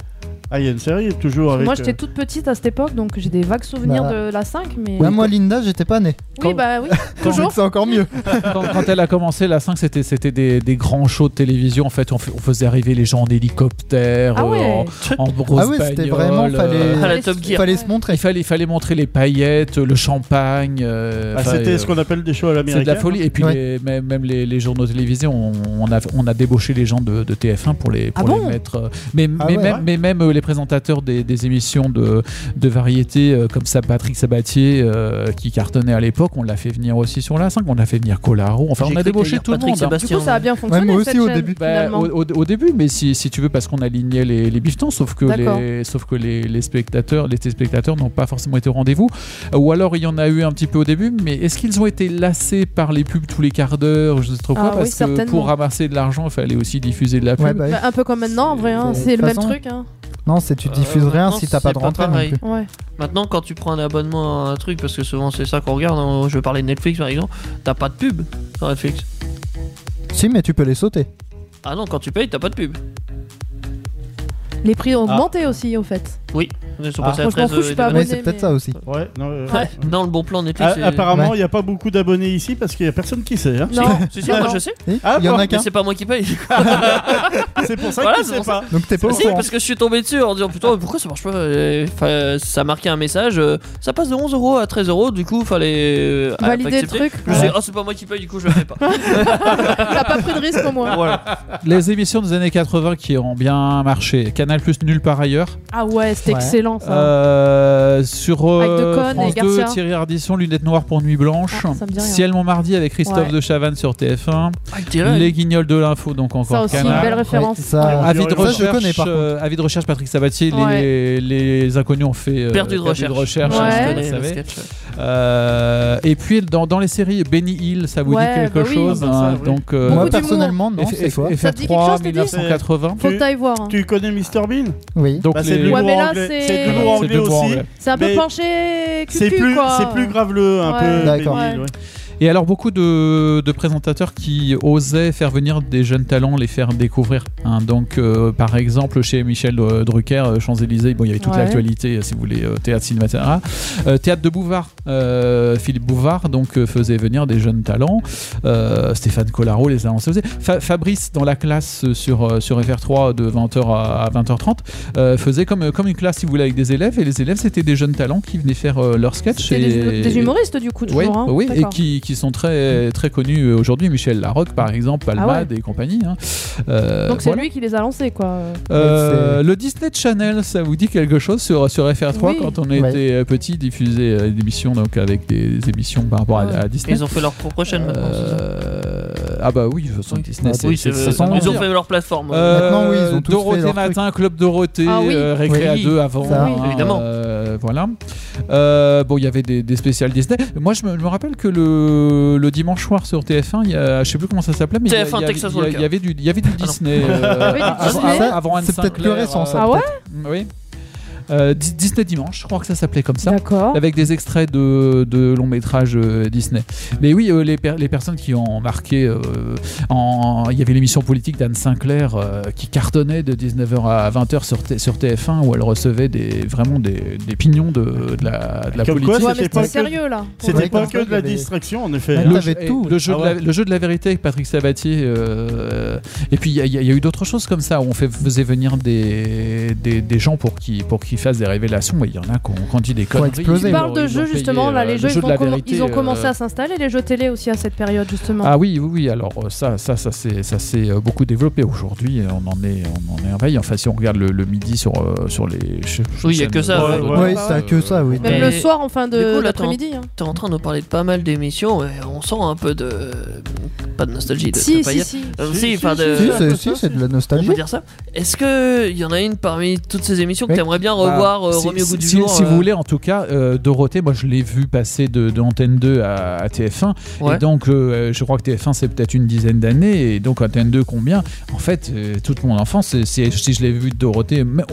Ah, il y a une série toujours avec.
Moi
euh,
j'étais toute petite à cette époque donc j'ai des vagues souvenirs
Bah.
de la 5 mais
Ouais, moi, Linda, j'étais pas né.
oui bah
[LAUGHS] Donc
oui toujours
C'est encore mieux.
quand, quand elle a commencé, la 5, c'était, c'était des, des grands shows de télévision. En fait, on, fait- on faisait arriver les gens en hélicoptère,
ah
euh,
ouais
en, en grosse
Ah ouais, c'était
bagnole,
vraiment,
euh,
fallait-
Ah, la Top
Il
Gear.
fallait se
Il
montrer.
fallait, il fallait montrer les paillettes, le champagne. euh,
ah,
enfin,
C'était
euh,
ce qu'on appelle des shows à
c'est
l'américaine.
de la
hein.
folie. Et puis
Ouais.
les- même, même les, les journaux télévisés, on, on a, on a débauché les gens de, de TF1 pour les, pour
Ah
les
bon
mettre. euh, Mais,
Ah
mais,
ouais.
même, mais même euh, les présentateurs des, des émissions de, de variété euh, comme ça, Patrick Sabatier euh, qui cartonnait à l'époque, on l'a fait venir aussi sur la 5, on l'a fait venir Colaro. Enfin,
J'ai
on a
cru
débauché
lire
tout le
Patrick
monde.
du
hein.
Sébastien.
coup ça a bien
Ouais,
fonctionné
moi aussi
cette
au
chaîne,
début.
Bah,
finalement.
au, au- au début, mais si, si tu veux, parce qu'on alignait les, les bifetons, sauf que,
D'accord.
les, sauf que les, les spectateurs, les téléspectateurs n'ont pas forcément été au rendez-vous. Euh, Ou alors il y en a eu un petit peu au début, mais est-ce qu'ils ont été lassés par les pubs tous les quarts d'heure, je sais trop quoi,
Ah oui,
parce que
certainement.
pour ramasser de l'argent, il fallait aussi diffuser de la pub.
Ouais, bah oui.
Bah, un peu comme maintenant en vrai hein,
C'est-
c'est le
de
même
façon-
truc hein.
Non, c'est tu
Euh,
diffuses rien
maintenant,
si t'as
c'est
pas de
pas
rentrée non
pareil.
plus.
ouais
Maintenant quand tu prends un abonnement à un truc, parce que souvent c'est ça qu'on regarde, hein, je vais parler de Netflix par exemple, t'as pas de pub sur Netflix.
euh, Si, mais tu peux les sauter.
Ah non, quand tu payes, t'as pas de pub.
les prix ont augmenté aussi au fait
Oui, ils sont
Ah.
passés à
Moi, je m'en
13
fous, je suis pas
euh,
Ouais,
abonné.
c'est peut-être
mais-
ça aussi.
Ouais, non, euh,
Ouais. Non, le bon plan Netflix.
Ah,
c'est-
apparemment, il
Ouais.
n'y a pas beaucoup d'abonnés ici parce qu'il n'y a personne qui
[LAUGHS]
sait. hein.
non
Si, si, moi
Non.
je sais,
Il
Ah,
y en
bon,
a
mais
mais
qu'un.
c'est pas moi qui paye.
C'est pour ça
Voilà,
qu'il
c'est
sait
pour
pas.
Donc t'es pas hein. au
Si,
courant.
parce que je suis tombé dessus en disant putain, pourquoi ça marche pas Et, enfin, Ça marquait un message, euh, ça passe de 11 euros à 13 euros, du coup, fallait euh,
valider le
accepter.
truc
Je sais, oh, c'est pas moi qui paye, du coup, je le fais pas.
t'as pas pris de risque au moins
voilà.
Les émissions des années 80 qui ont bien marché, Canal Plus nulle part ailleurs.
ah ouais c'était
Ouais.
excellent ça
Euh, sur euh,
Avec Decaune et
France 2,
Garcia.
Thierry Ardisson, Lunettes noires pour Nuit Blanche.
Ah, ça me dit rien.
Ciel Montmardi avec Christophe
Ouais.
de Chavannes sur TF1.
Ah, t'es là,
Les Guignols de l'info, donc
ça
encore
aussi une
Canal.
belle référence
Ouais, ça-
Avis de,
Ça, je
Ah, recherche,
connais, par
euh, avis de recherche, Patrick Sabatier, les,
Ouais.
les inconnus ont fait euh,
Perdu de recherche.
Ouais.
hein,
Ouais.
vous le
Le
savez.
sketch, ouais.
Euh, et puis dans, dans les séries, Benny Hill, ça vous
Ouais,
dit quelque
bah oui.
chose
Ah, bah ça,
hein,
oui.
Donc, euh,
Moi
Beaucoup d'humour.
personnellement, non,
F-
c'est
F-
quoi
Ça te dit quelque
FR3
chose, Teddy
1980.
faut
tu-
que t'ailles voir hein.
Tu connais Mr Bean
Oui.
Donc
Bah,
les-
C'est du
Ouais,
lourd
mais là,
anglais.
c'est-
C'est
Voilà,
du lourd
c'est
anglais
deux mots
aussi.
anglais.
c'est un peu
Mais
penché
C'est
cucu,
plus,
quoi.
c'est plus graveleux, un
Ouais.
peu.
D'accord.
Benny Hill,
Ouais.
ouais.
Et alors beaucoup de, de présentateurs qui osaient faire venir des jeunes talents, les faire découvrir. hein. Donc euh, par exemple chez Michel euh, Drucker, euh, Champs-Élysées, bon, il y avait toute
Ouais.
l'actualité, euh, si vous voulez, euh, théâtre, cinéma, etc. Euh, théâtre de Bouvard, euh, Philippe Bouvard donc euh, faisait venir des jeunes talents. Euh, Stéphane Collaro les a lancés. Fa- Fabrice dans la classe euh, sur, euh, sur FR3 de 20h à à 20h30 euh, faisait comme, euh, comme une classe si vous voulez avec des élèves et les élèves c'était des jeunes talents qui venaient faire euh, leur sketch.
C'était
et-
des, des humoristes du coup toujours.
oui,
hein.
oui, et
D'accord.
qui, qui sont très, très connus aujourd'hui. Michel Larocque, par exemple, Palmade et compagnie. hein. Euh,
Ah Donc c'est
voilà.
lui qui les a lancés quoi.
Euh, le Disney Channel, ça vous dit quelque chose sur, sur FR3
Oui.
quand on
Ouais.
était euh, petit, diffusait euh, des émissions donc, avec des, des émissions par rapport à, à Disney.
Ils ont fait leur propre chaîne maintenant. c'est ça
Euh, ah bah oui, de toute façon,
Oui.
Disney, c'est-
oui,
c'est-
c'est-
ça s'en
ils ont
vient.
fait leur plateforme.
Euh,
Maintenant, oui, ils ont tous fait
Dorothée
leur truc.
Matin, Club Dorothée,
Ah oui.
euh, Récré
Oui.
à deux avant.
Ça,
hein,
oui.
Évidemment.
euh, voilà. Euh, bon, il y avait des, des spéciales Disney. Moi, je me, je me rappelle que le, le dimanche soir sur TF1, il y a, je sais plus comment ça s'appelait, mais il y a-
TF1
il y a-
Texas
il y a- il y
Walker.
avait du, il y avait du
Ah non.
Disney. euh,
avait du
av-
Disney.
av- avant Anne
C'est peut-être
Sinclair,
plus récent, ça,
euh,
ah ouais
Oui. Euh, Di- Disney Dimanche, je crois que ça s'appelait comme ça
D'accord.
Oh.
avec des extraits de, de longs métrages euh, Disney. Mais oui, euh, les, per- les personnes qui ont marqué, euh, en, il y avait l'émission politique d'Anne Sinclair euh, qui cartonnait de 19h à 20h sur, T- sur TF1 où elle recevait des, vraiment des, des pignons de, de la, de la
Comme
politique.
quoi,
Ouais, mais
c'était
c'était
pas que-
sérieux là. pour
C'était
Ouais,
pas
comme
que
ça,
de la
il y avait-
distriction, en effet.
Ouais.
hein.
Le,
T'avais
et
tout.
le jeu
Ah
de la,
ouais.
le jeu de la vérité avec Patrick Sabatier. euh, et puis il y, a- il y a- il y a eu d'autres choses comme ça où on fait, faisait venir des, des, des gens pour qu'ils pour qu'ils fassent des révélations. Et Il y en a qui ont qui ont dit des conneries.
exploser.
Tu
ils
parles
ont-
de
ils ont
jeux justement,
payé,
là
euh,
les
le
jeux, ils,
jeu de
vont
la
commen-
vérité,
ils ont commencé
euh,
à s'installer, les jeux télé aussi à cette période justement.
Ah oui, oui, oui. Alors euh, ça, ça, ça, s'est- ça s'est euh, beaucoup développé aujourd'hui. euh, On en est, on en est merveille. Enfin, si on regarde le, le midi sur euh, sur les. je- je-
Oui, il y a que ça,
chaînes,
ouais,
euh,
ouais.
Oui, ça, que ça, oui.
Même
Mais-
le soir en fin
Du coup,
de
là,
l'après-midi. hein.
T'es en train de nous parler de pas mal d'émissions et on sent un peu de. Pas de nostalgie, de, de
Si, si,
paillettes.
si.
Euh,
Si,
si,
si,
enfin
si,
de.
Si,
Euh,
c'est-
ça,
si, c'est de la
On
nostalgie.
peut dire ça. Est-ce que il y en a une parmi toutes ces émissions que
Oui.
t'aimerais bien
Bah,
revoir, euh,
si-
remis au
si-
goût du
si-
jour
Si
euh,
vous voulez, en tout cas, euh, Dorothée, moi je l'ai vu passer de, de Antenne 2 à, à TF1.
Ouais.
Et donc, euh, je crois que TF1, c'est peut-être une dizaine d'années. Et donc, Antenne 2, combien En fait, euh, toute mon enfance, c'est- c'est- si je l'ai vu de Dorothée, même,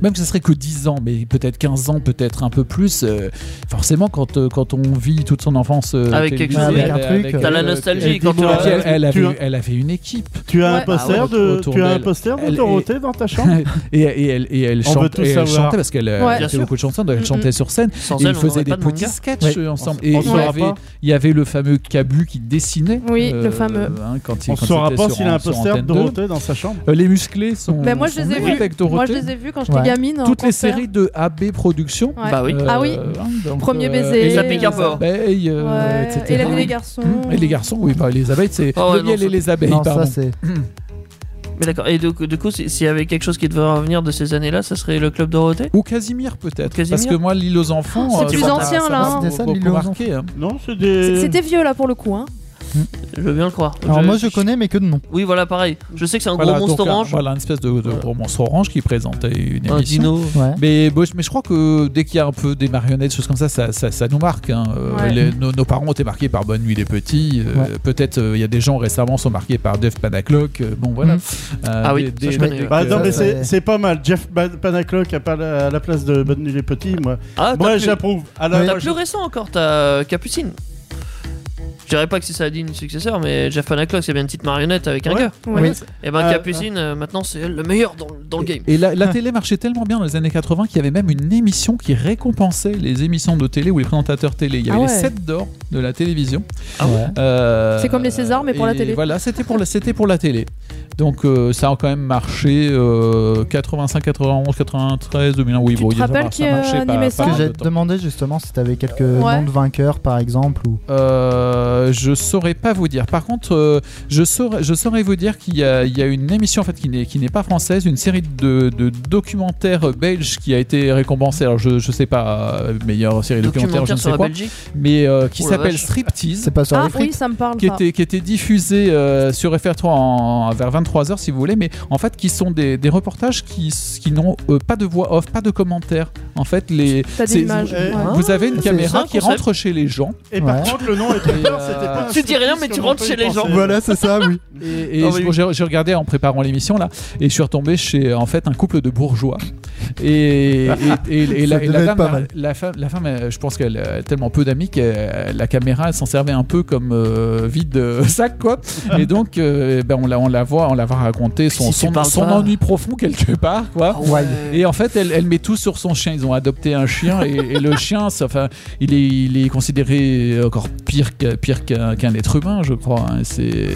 même que ce serait que 10 ans, mais peut-être 15 ans, peut-être un peu plus. euh, forcément, quand, euh, quand on vit toute son enfance euh,
Avec quelque
télévisée,
chose.
Avec un truc.
T'as la
euh,
nostalgie
et
quand tu
dis-moi,
et puis,
l'as.
elle, elle
Tu
avait,
as-
elle avait une équipe
Tu as un
Ouais.
poster
Ah ouais,
de,
autour
tu as un
d'elle.
poster de
Elle est-
Dorothée dans ta chambre
[LAUGHS] et, et elle, et elle,
On veut
chante-
tout
et elle
savoir.
chantait parce qu'elle euh,
Ouais.
elle
Bien
faisait
sûr.
beaucoup de chansons, elle
Mm,
chantait sur scène.
Sans
Et
elle,
ils
on
faisaient
n'aurait
des
pas de manga.
petits sketchs
Ouais.
euh, ensemble.
On
Et
se
il y,
saura
avait,
pas.
il y avait le fameux Cabu qui dessinait.
Oui, le fameux.
hein, quand il,
On
quand il
saura
était
pas
sur-
s'il a un
sur
poster de
Antenne 2.
Dorothée dans sa chambre.
Euh, les musclés sont.
Mais Ben, moi je
sont
les ai
nés
vus.
avec
Moi je
Dorothée.
les ai vus quand j'étais
Ouais.
gamine. en
Toutes les
concert.
séries de AB Productions.
Ouais.
Bah oui.
Euh,
Ah oui.
hein, donc,
Premier
euh,
baiser.
Et
Ça pique un peu.
abeilles, euh,
Ouais,
etc.
Et la vie des garçons.
Mmh. Et les garçons, oui, bah, les abeilles, c'est
Ah ouais,
le miel
non,
et les abeilles,
Non,
pardon.
ça, c'est.
Mais d'accord. Et du coup, du coup, si- s'il y avait quelque chose qui devait revenir de ces années-là, ça serait le club Dorothée
Ou Casimir peut-être,
Casimir
parce que moi l'île aux enfants,
Oh, c'est
euh,
plus
ça-
ancien, là,
ça m'a
hein.
beaucoup-
C'était ça,
beaucoup
l'île aux
marqué, hein.
Non, c'est
C'est-
des.
C'était vieux là pour le coup. hein.
Je veux bien le croire.
Alors, moi, je connais, mais que de nom.
Oui, voilà, pareil. Je sais que c'est un
Voilà,
gros monstre
donc, un-
orange.
Voilà, une espèce de, de
Voilà.
gros monstre orange qui présentait une
Un
émission.
dino.
Ouais.
Mais, bon, je- mais je crois que dès qu'il y a un peu des marionnettes, choses comme ça, ça, ça, ça nous marque. hein. Euh,
Ouais.
les- nos, nos parents ont été marqués par Bonne Nuit des Petits. Euh,
Ouais.
Peut-être euh, il y a des gens récemment sont marqués par Def Panaclock. Euh, bon, voilà.
Mm.
Euh,
Ah oui,
des-
ça,
des-
je connais.
des-
Bah non,
euh,
mais
ça,
c'est
ouais.
c'est pas mal. Jeff Ban- Panaclock à pas la- à la place de Bonne Nuit les Petits. Moi,
Ah,
moi
t'as plus-
j'approuve. À la-
Oui.
t'as plus récent encore, t'as euh, Capucine. Je dirais pas que c'est Sadine successeur, mais Jeff Panaclock, c'est bien une petite marionnette avec un
Ouais.
gars.
Ouais.
Oui.
Et ben
Euh,
Capucine, euh, maintenant, c'est elle le meilleur dans, dans le game.
Et la, la télé marchait tellement bien dans les années 80 qu'il y avait même une émission qui récompensait les émissions de télé ou les présentateurs télé. Il y
Ah
avait
ouais.
les 7 d'or de la télévision.
Ah ouais.
Euh,
C'est comme les Césars, mais pour la
et
télé.
Voilà, c'était pour, la- c'était pour la télé. Donc euh, ça a quand même marché euh, 85, 91, 93, 2001. Oui,
Tu
bon,
te
il y a-
rappelles qui, euh,
marchait pas-
animait
pas
ça
Que
mal de
j'ai
temps.
demandé justement si t'avais quelques noms de vainqueurs, par exemple, ou.
Euh, je saurais pas vous dire. Par contre, euh, je, saurais, je saurais vous dire qu'il y, a il y a une émission en fait qui n'est qui n'est pas française, une série de, de documentaires belges qui a été récompensée. Alors je, je sais pas euh, meilleure série documentaire, je ne
Documentaire sur
sais
la
quoi,
Belgique.
mais euh, qui
Oh la
s'appelle
vache.
Striptease.
C'est pas sur
Ah
les frites.
oui, ça me parle.
qui
ça.
était, qui était diffusé euh, sur FR3 en- vers 23h si vous voulez, mais en fait qui sont des, des reportages qui, s- qui n'ont euh, pas de voix off, pas de commentaires. En fait, les,
T'as
c'est-
des images.
eh,
ouais.
hein
vous avez une
C'est
caméra
Ah, ça,
qui
concept.
rentre chez les gens.
Et par
Ouais.
contre, le nom était
Et,
peur,
euh,
c'était pas un
Tu dis rien, mais
sophiste
tu
comme on
rentres
peut
chez
y
les gens.
penser.
Voilà, c'est ça, oui.
Et, et
Ah
ce
oui,
que
oui.
j'ai j'ai regardé en préparant l'émission là, et je suis retombé chez en fait un couple de bourgeois. Et, et- et- et la,
Ça
et la
devait être
femme,
pas
la,
mal.
femme, la femme, euh, je pense qu'elle a tellement peu d'amis que euh, la caméra elle s'en servait un peu comme euh, vide euh, [LAUGHS] sac quoi. Et donc euh, ben on la on la voit, on la va raconter son
Si tu
son,
parles
son
pas.
ennui profond quelque part quoi.
Ouais.
Et en fait, elle, elle met tout sur son chien. Ils ont adopté un chien et,
[LAUGHS]
et le chien, ça, enfin, il est, il est considéré encore pire que- pire qu'un qu'un être humain, je crois. hein. C'est,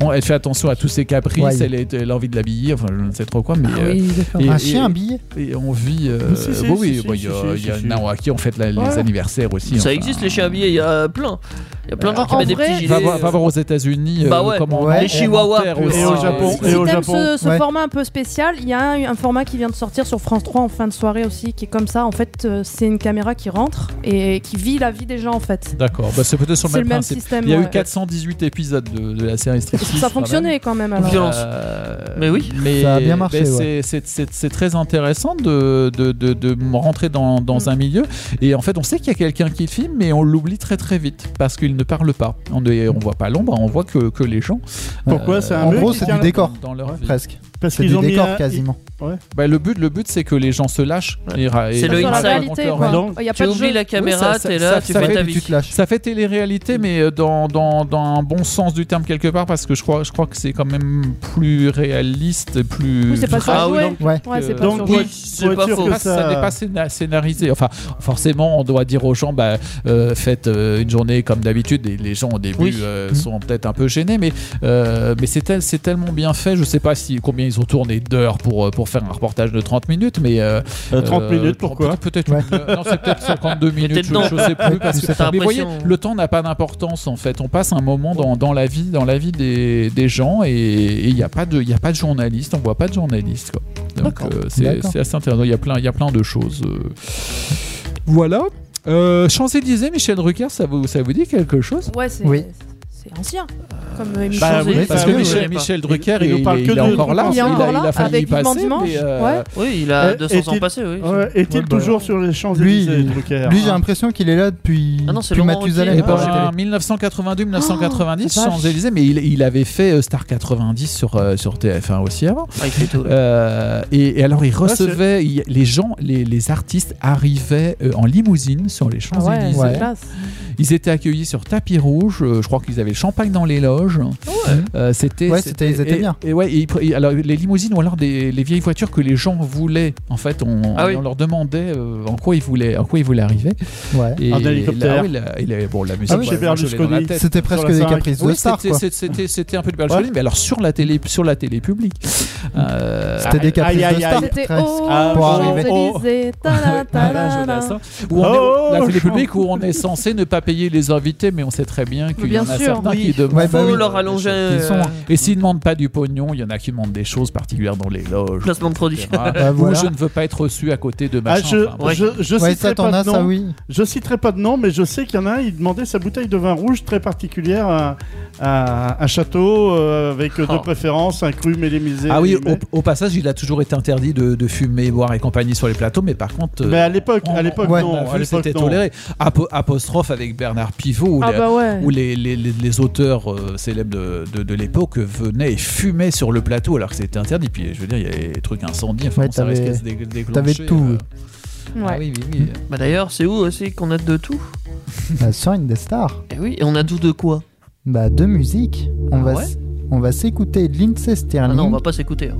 on- elle fait attention à tous ses caprices.
Ouais.
Elle, est- elle a envie de l'habiller. Enfin, je ne sais trop quoi,
Ah
mais. euh, et-
Un
et-
chien, un billet
Et on vit. euh,
Si, si,
oui,
si,
oui,
si,
bon, il
si,
y a,
si,
il y a
si, si.
Nawaki, en fait, là, les
Voilà.
anniversaires
Ça
aussi. enfin. Euh,
existe les chiens à billets, il y a plein. Il y a plein de gens qui
En
mettent des
vrai,
petits
Va,
gilets.
voir- va voir aux États-Unis. euh,
Bah ouais.
comment on
Ouais.
en-
Les
Chihuahuas.
on en terre
Et
aussi.
au Japon.
Et
Si
au
t'aimes
Japon,
ce, ce
ouais.
format un peu spécial, il y a un, un format qui vient de sortir sur France 3 en fin de soirée aussi, qui est comme ça. En fait, euh, c'est une caméra qui rentre et qui vit la vie des gens en fait.
D'accord. Bah, c'est peut-être sur
C'est
le
le
même
même
principe.
système.
Il y a
ouais.
eu 418 épisodes de, de la série Striptease.
Ça
quand même.
fonctionnait quand même alors.
Violence.
Euh,
Mais oui.
mais-
Ça a bien marché,
mais
ouais.
c'est- c'est- C'est c'est très intéressant de, de, de, de rentrer dans, dans
Mm.
un milieu. Et en fait, on sait qu'il y a quelqu'un qui le filme, mais on l'oublie très très vite parce qu'il ne parle pas. On ne on voit pas l'ombre, on voit que, que les gens.
Pourquoi
Euh,
c'est un
En
mec
gros,
qui
c'est
tient
du
la-
décor,
Dans leur vie.
presque.
Parce
C'est
qu'ils
du
ont mis
décor
un-
quasiment.
Bah, le but, le but c'est que les gens se lâchent.
Ouais.
Et ra- et-
C'est
Ça,
le
sur la
inside.
réalité
Ouais.
quoi.
Donc,
Il y a
Tu
pas de jeu.
oublies la caméra,
Oui, ça- ça-
t'es
ça-
là, tu
ça
fais
fait
ta
que
tu
vie.
te lâches.
Ça fait télé-réalité, mais euh, dans, dans, dans un bon sens du terme quelque part, parce que je crois, je crois que c'est quand même plus réaliste, plus.
Oui, c'est pas
Ah
ça.
oui,
ouais.
donc-
Ouais.
Ouais, c'est pas
Donc,
sur-
oui,
C'est
Faut
pas
être sûr
faux.
que
Ah, ça,
ça-
n'est pas scéna- scénarisé. Enfin, forcément, on doit dire aux gens, bah, euh, faites euh, une journée comme d'habitude. Et les gens au début
Oui.
euh, sont peut-être un peu gênés, mais euh, mais c'est tel- c'est tellement bien fait. Je sais pas si combien ils ont tourné d'heures pour euh, pour faire un reportage de 30 minutes, mais euh,
Euh, 30
euh,
minutes, pourquoi
Peut-être
Ouais.
une heure. non, c'est peut-être 52 minutes.
peut-être
Je,
non.
je
[LAUGHS]
sais plus parce que.
T'as
Mais voyez,
l'impression-
le temps n'a pas d'importance en fait. On passe un moment dans, dans la vie, dans la vie des, des gens, et et il n'y a pas de, il y a pas de journaliste. On voit pas de journaliste. Quoi. Donc
D'accord.
euh, c'est
D'accord.
c'est assez intéressant. Il y a plein, il y a plein de choses. euh. Voilà. Euh, Champs-Élysées, Michel Drucker, ça vous, ça vous dit quelque chose
Ouais, c'est
Oui.
c'est ancien comme euh, émission.
Bah,
Changer.
oui,
Parce
bah
que
oui,
Michel,
oui.
Michel Drucker,
Il
il,
nous parle
il
que
est
de-
encore là.
Il est encore
a-
là,
a failli y
avec Vivement
passer.
Dimanche.
mais, euh,
Oui, il a
Et-
200 ans
est-il-
passés, oui.
Ouais, Est-il
bah,
toujours sur les
Lui,
Champs-Élysées, Drucker
lui j'ai l'impression qu'il est là depuis,
Ah non, c'est
depuis
Laurent
Eh
Mathusalem.
Ruquier.
ben,
Ah, j'ai pas
1982-1990,
vache.
Champs-Élysées, mais il, il avait fait euh, Star 90 sur, euh, sur TF1 aussi avant.
Ah, il fait tout.
Euh, et, et alors, il recevait, il- les gens, les, les artistes arrivaient euh, en limousine sur les
Ah ouais,
Champs-Élysées.
c'est
Ouais.
classe.
Ils étaient accueillis sur tapis rouge. euh, je crois qu'ils avaient le champagne dans les loges. Euh, c'était,
Ouais, c'était- ils étaient
et-
bien.
Et ouais, et ils pre- et alors les limousines ou alors des, les vieilles voitures que les gens voulaient. En fait, on,
Ah oui.
on leur demandait euh, en quoi ils voulaient, en quoi ils voulaient arriver.
Ouais.
Et
Un hélicoptère.
là, oui, la- il avait- bon, la musique.
Ah oui,
ouais,
chez
moi, je l'ai dans la
Berlusconi.
tête.
C'était
Sur
presque
la
des
cinq.
caprices de
Oui,
star
c'était-
quoi.
c'est- c'était c'était un peu de Berlusconi, mais alors sur la télé sur la télé publique. Euh,
C'était des caprices
Aïe,
de
aïe, aïe.
star
C'était
presque.
oh,
Ah,
pour
arriver.
Champs-Élysées, ta-da,
[LAUGHS] Ah,
ta-da,
là, je la sens. Où on est-
Oh,
la télé
je-
publique où on est censé ne pas payer les invités, mais on sait très bien qu'il y
Bien
en a
sûr.
certains
Oui.
qui demandent.
Ouais, bah
Faut
oui.
leur allonger
Ils sont-
euh,
Et s'ils ne demandent pas du pognon, il y en a qui demandent des choses particulières dans les loges.
placement de produit.
etc. Ou
voilà.
je ne veux pas être reçu à côté de
Ah,
machin.
je,
enfin,
ouais.
je, je
hein. Ouais, ça
citerai
t'en
pas de
as, ça
nom.
oui.
Je citerai pas de nom, mais je sais qu'il y en a un, il demandait sa bouteille de vin rouge très particulière à, à un château euh, avec euh,
Oh.
de préférence un cru mélémisé.
Ah oui,
mais,
au, au passage, il a toujours été interdit de, de fumer, boire et compagnie sur les plateaux, mais par contre, euh,
mais à l'époque,
on-
à l'époque
on a
non,
vu
à
que
l'époque
Ah, c'était
non.
toléré. Apo- apostrophe avec Bernard Pivot, où,
Ah
les,
bah ouais.
où les, les- les- les auteurs euh, célèbres de, de- de l'époque venaient et fumaient sur le plateau alors que c'était interdit. Puis je veux dire, il y avait des trucs incendies, enfin,
Ouais,
ça
t'avais-
risquait de se dé- déclencher.
t'avais tout.
euh.
Ouais.
Ah oui, oui, oui.
Bah d'ailleurs, c'est où aussi qu'on a de tout
Bah, sur une des stars.
Et oui, et on a tout de quoi
Bah, de musique. On
Ah
va
ouais
s- on va s'écouter Lindsay
Ah
Sterling.
non, on va pas s'écouter. hein.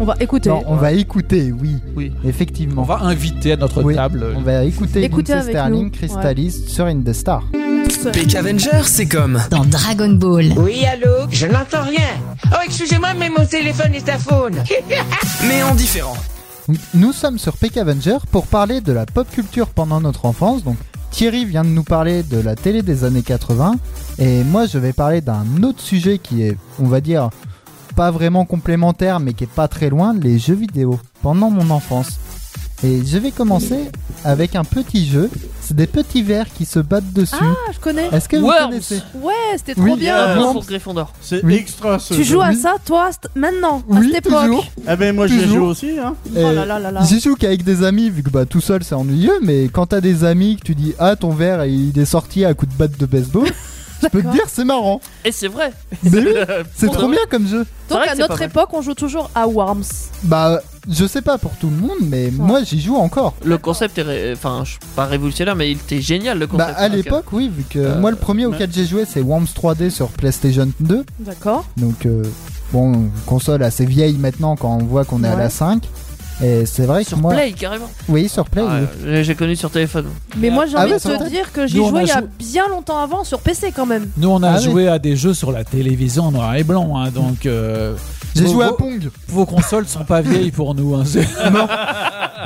On va écouter.
Non, on va écouter, oui.
Oui.
Effectivement.
On va inviter à notre
Oui,
table.
on va écouter
Écoutez
Lindsay
avec
Sterling,
nous.
Crystallis sur In The Star.
PK Avenger, c'est comme
dans Dragon Ball,
Oui, allô Je n'entends rien. Oh, excusez-moi, mais mon téléphone est à faune.
[LAUGHS] mais en différent.
Donc, Nous sommes sur Peck Avenger pour parler de la pop culture pendant notre enfance. Donc Thierry vient de nous parler de la télé des années 80 et moi je vais parler d'un autre sujet qui est, on va dire, pas vraiment complémentaire mais qui est pas très loin, les jeux vidéo pendant mon enfance. Et je vais commencer avec un petit jeu. C'est des petits vers qui se battent dessus.
Ah, je connais.
Est-ce que vous
Worms.
connaissez
Ouais, c'était trop
Oui,
bien.
euh,
Avant
non.
pour Gryffondor.
C'est
Oui.
extra ce
Tu
jeu.
joues à
oui.
ça, toi, c't- maintenant, à
Oui,
cette époque.
toujours.
Ah ben moi j'y
Toujours.
joue aussi. Hein.
Oh là là là là.
J'y joue qu'avec des amis, vu que bah, tout seul c'est ennuyeux, mais quand t'as des amis que tu dis Ah, ton verre il est sorti à coup de batte de baseball, [LAUGHS] je peux te
D'accord.
dire c'est marrant.
Et [LAUGHS] c'est vrai.
Mais oui, c'est
Pour de
trop
vrai.
bien comme jeu.
Donc
vrai que
à
c'est pas
notre
mal.
époque, on joue toujours à Worms.
Bah, je sais pas pour tout le monde, mais moi j'y joue encore.
Le concept est, ré- enfin, je suis pas révolutionnaire, mais il était génial le
Bah,
concept.
à l'époque, oui, vu que
Euh,
moi le premier auquel j'ai joué c'est Worms 3D sur PlayStation 2,
D'accord.
donc euh, bon, console assez vieille maintenant quand on voit qu'on est à
Ouais.
la 5. Et c'est vrai que
Sur
moi.
Play carrément.
Oui, sur Play.
Ah,
oui.
j'ai- j'ai connu sur téléphone.
Mais moi, j'ai
Ah
envie
ouais,
de
sur
te
Internet
dire que j'y
Nous, on
jouais
a
il y a
joué-
bien longtemps avant sur PC quand même.
Nous, on a
Ah oui.
joué à des jeux sur la télévision en noir et blanc, hein, donc euh,
J'ai
Vos-
joué à
vos-
Pong.
vos consoles sont pas vieilles pour
[LAUGHS]
nous. hein, c'est-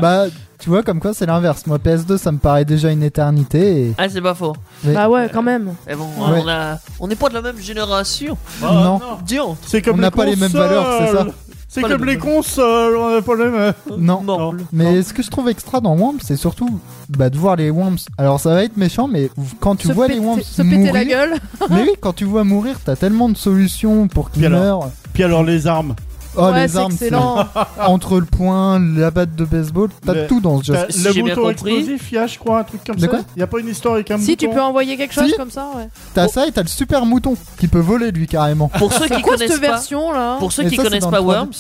Bah, tu vois, comme quoi c'est l'inverse. Moi, PS2, ça me paraît déjà une éternité. Et...
Ah, c'est pas faux.
Oui.
Bah ouais, quand même.
Mais bon,
Ouais.
on a, on n'est pas de la même génération.
Ah,
Non.
Dion.
C'est comme
On
les
n'a pas les mêmes valeurs, c'est ça
consoles. C'est
Pas
comme
les
les
mêmes
consoles, on n'a pas les mêmes.
Non.
Non.
Mais ce que je trouve extra dans Wamps, c'est surtout bah, de voir les Wamps. Alors, ça va être méchant, mais quand tu
se
vois
péter,
les Wamps
se péter
mourir,
la gueule.
[LAUGHS] mais oui, quand tu vois mourir, t'as tellement de solutions pour qu'ils
Puis alors
meurent.
Puis alors les armes.
Oh,
ouais,
les [LAUGHS]
c'est
armes,
excellent.
c'est- entre le poing, la batte de baseball, t'as
Ah. Mais-
tout dans ce jeu.
T'as-
si
le
j'ai bien
bouton
compris-
explosif, il y a je crois un truc comme
De
ça.
quoi
Il y a pas une histoire avec un
si tu
bouton
peux envoyer quelque chose
Si.
comme ça, ouais.
T'as ça et t'as le super mouton qui peut voler lui carrément.
Ah.
Pour ceux
C'est
qui
quoi cette
connaissent pas,
version là
pour ceux
Mais
qui
ça, c'est
connaissent
dans
pas
le 3D.
Worms,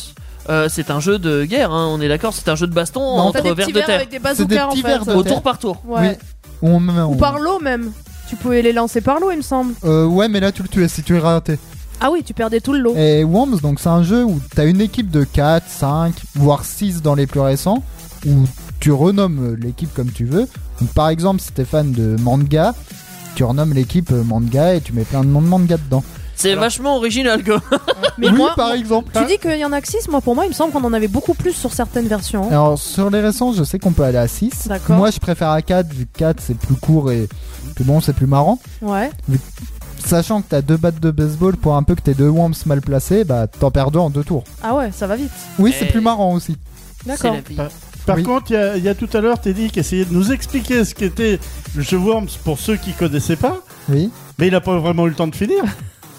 euh, c'est un jeu de guerre. hein, on est d'accord. C'est un jeu de baston
T'as
entre
des
vers
petits
de
verres
terre,
avec des bazookas en
petits
fait.
vers de
au
terre.
tour par tour.
Ouais.
Oui. On, on-
Ou par l'eau même. Tu pouvais les lancer par l'eau, il me semble.
Euh, ouais, mais là tu le tuais si tu es raté.
Ah oui, tu perdais tout le lot.
Et Worms, donc c'est un jeu où t'as une équipe de 4, 5, voire 6 dans les plus récents, où tu renommes l'équipe comme tu veux. Donc, par exemple, si t'es fan de manga, tu renommes l'équipe euh, manga et tu mets plein de noms de manga dedans.
C'est vachement original. Quoi.
[LAUGHS] Mais
oui,
moi, Ah.
par exemple.
tu dis qu'il y en a que 6, moi pour moi, il me semble qu'on en avait beaucoup plus sur certaines versions.
Alors sur les récents, je sais qu'on peut aller à 6.
D'accord.
Moi, je préfère à 4 vu que 4 c'est plus court et puis bon, c'est plus marrant.
Ouais.
Sachant que t'as deux battes de baseball pour un peu que tes deux Worms mal placés, bah t'en perds deux en deux tours.
Ah ouais, ça va vite.
Oui, c'est
Eh.
plus marrant aussi.
D'accord.
C'est la vie.
Par
Oui.
contre, il y a- il y, a tout à l'heure, Teddy qui essayait de nous expliquer ce qu'était le jeu Worms pour ceux qui connaissaient pas,
Oui,
mais il a pas vraiment eu le temps de finir.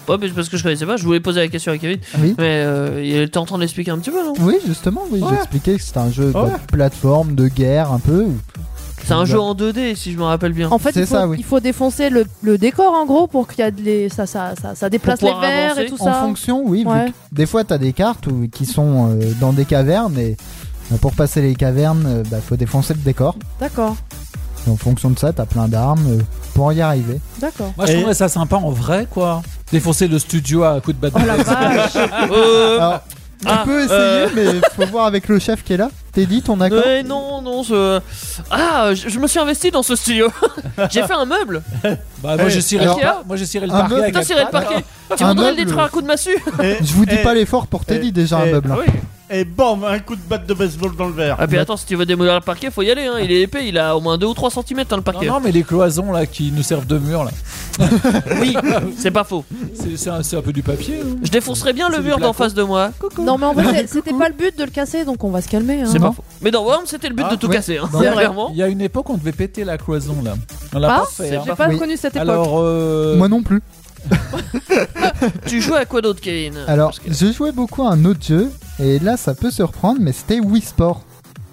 Ouais, mais parce que je connaissais pas. Je voulais poser la question à Kevin,
oui.
mais euh, il était en train d'expliquer un petit peu. Non
Oui, justement, oui,
Ouais.
j'expliquais que c'était un jeu
Ouais.
de plateforme, de guerre, un peu. où-
c'est un jeu en 2D, si je me rappelle bien.
En fait,
C'est
il faut,
ça, oui.
il faut défoncer le, le décor en gros pour qu'il y a de les, ça, ça, ça, ça déplace
Pour
les
pouvoir
verres et
avancer.
tout
En
ça.
fonction, oui. vu
Ouais.
que des fois, t'as des cartes où- qui sont euh, dans des cavernes et euh, pour passer les cavernes, euh, bah, faut défoncer le décor.
D'accord,
Et en fonction de ça, t'as plein d'armes euh, pour y arriver.
d'accord.
Moi, je
Et-
trouvais ça sympa en vrai, quoi. Défoncer le studio à coups de batte.
Oh la vache
Euh,
Alors, tu
ah,
peux essayer,
euh.
mais faut voir avec le chef qui est là. Teddy, ton accord
ouais, non, non, ce- ah, je, je me suis investi dans ce studio. [LAUGHS] J'ai fait un meuble.
Bah, moi,
Eh,
j'ai ciré,
alors-
le par- moi, j'ai ciré le
Un
parquet.
meuble-
avec
Putain,
la-
c'est le parquet. Tu
Un
voudrais le
meuble.
détruire à coup de massue
Et-
[LAUGHS] Je vous dis
et-
pas l'effort pour Teddy,
eh,
déjà un
eh,
meuble. hein.
oui.
Et bam, un coup de batte de baseball dans le verre.
Ah, puis attends, si tu veux démolir le parquet, faut y aller. Hein. Il est épais, il a au moins 2 ou 3 cm le
Non,
parquet.
non, mais les cloisons là qui nous servent de mur là,
Oui, c'est pas faux.
c'est c'est un, c'est un peu du papier. hein.
Je défoncerai bien le
C'est du
mur d'en
placo.
face de moi.
Non mais en vrai, c'est- c'était pas le but de le casser, donc on va se calmer. hein.
C'est
Non.
pas faux. Mais dans Worms, c'était le but
Ah,
de tout
ouais.
casser. Hein.
Dans Worms.
Clairement.
Il y a une époque on devait péter la cloison là. On l'a
Ah,
pas fait. hein.
J'ai pas
Oui.
connu cette époque.
Alors
Ah
euh,
Moi non plus.
Tu joues à quoi d'autre, Kevin
Alors,
Euh, Parce que-
j'ai joué beaucoup à un autre jeu, et là, ça peut surprendre, mais c'était Wii Sport.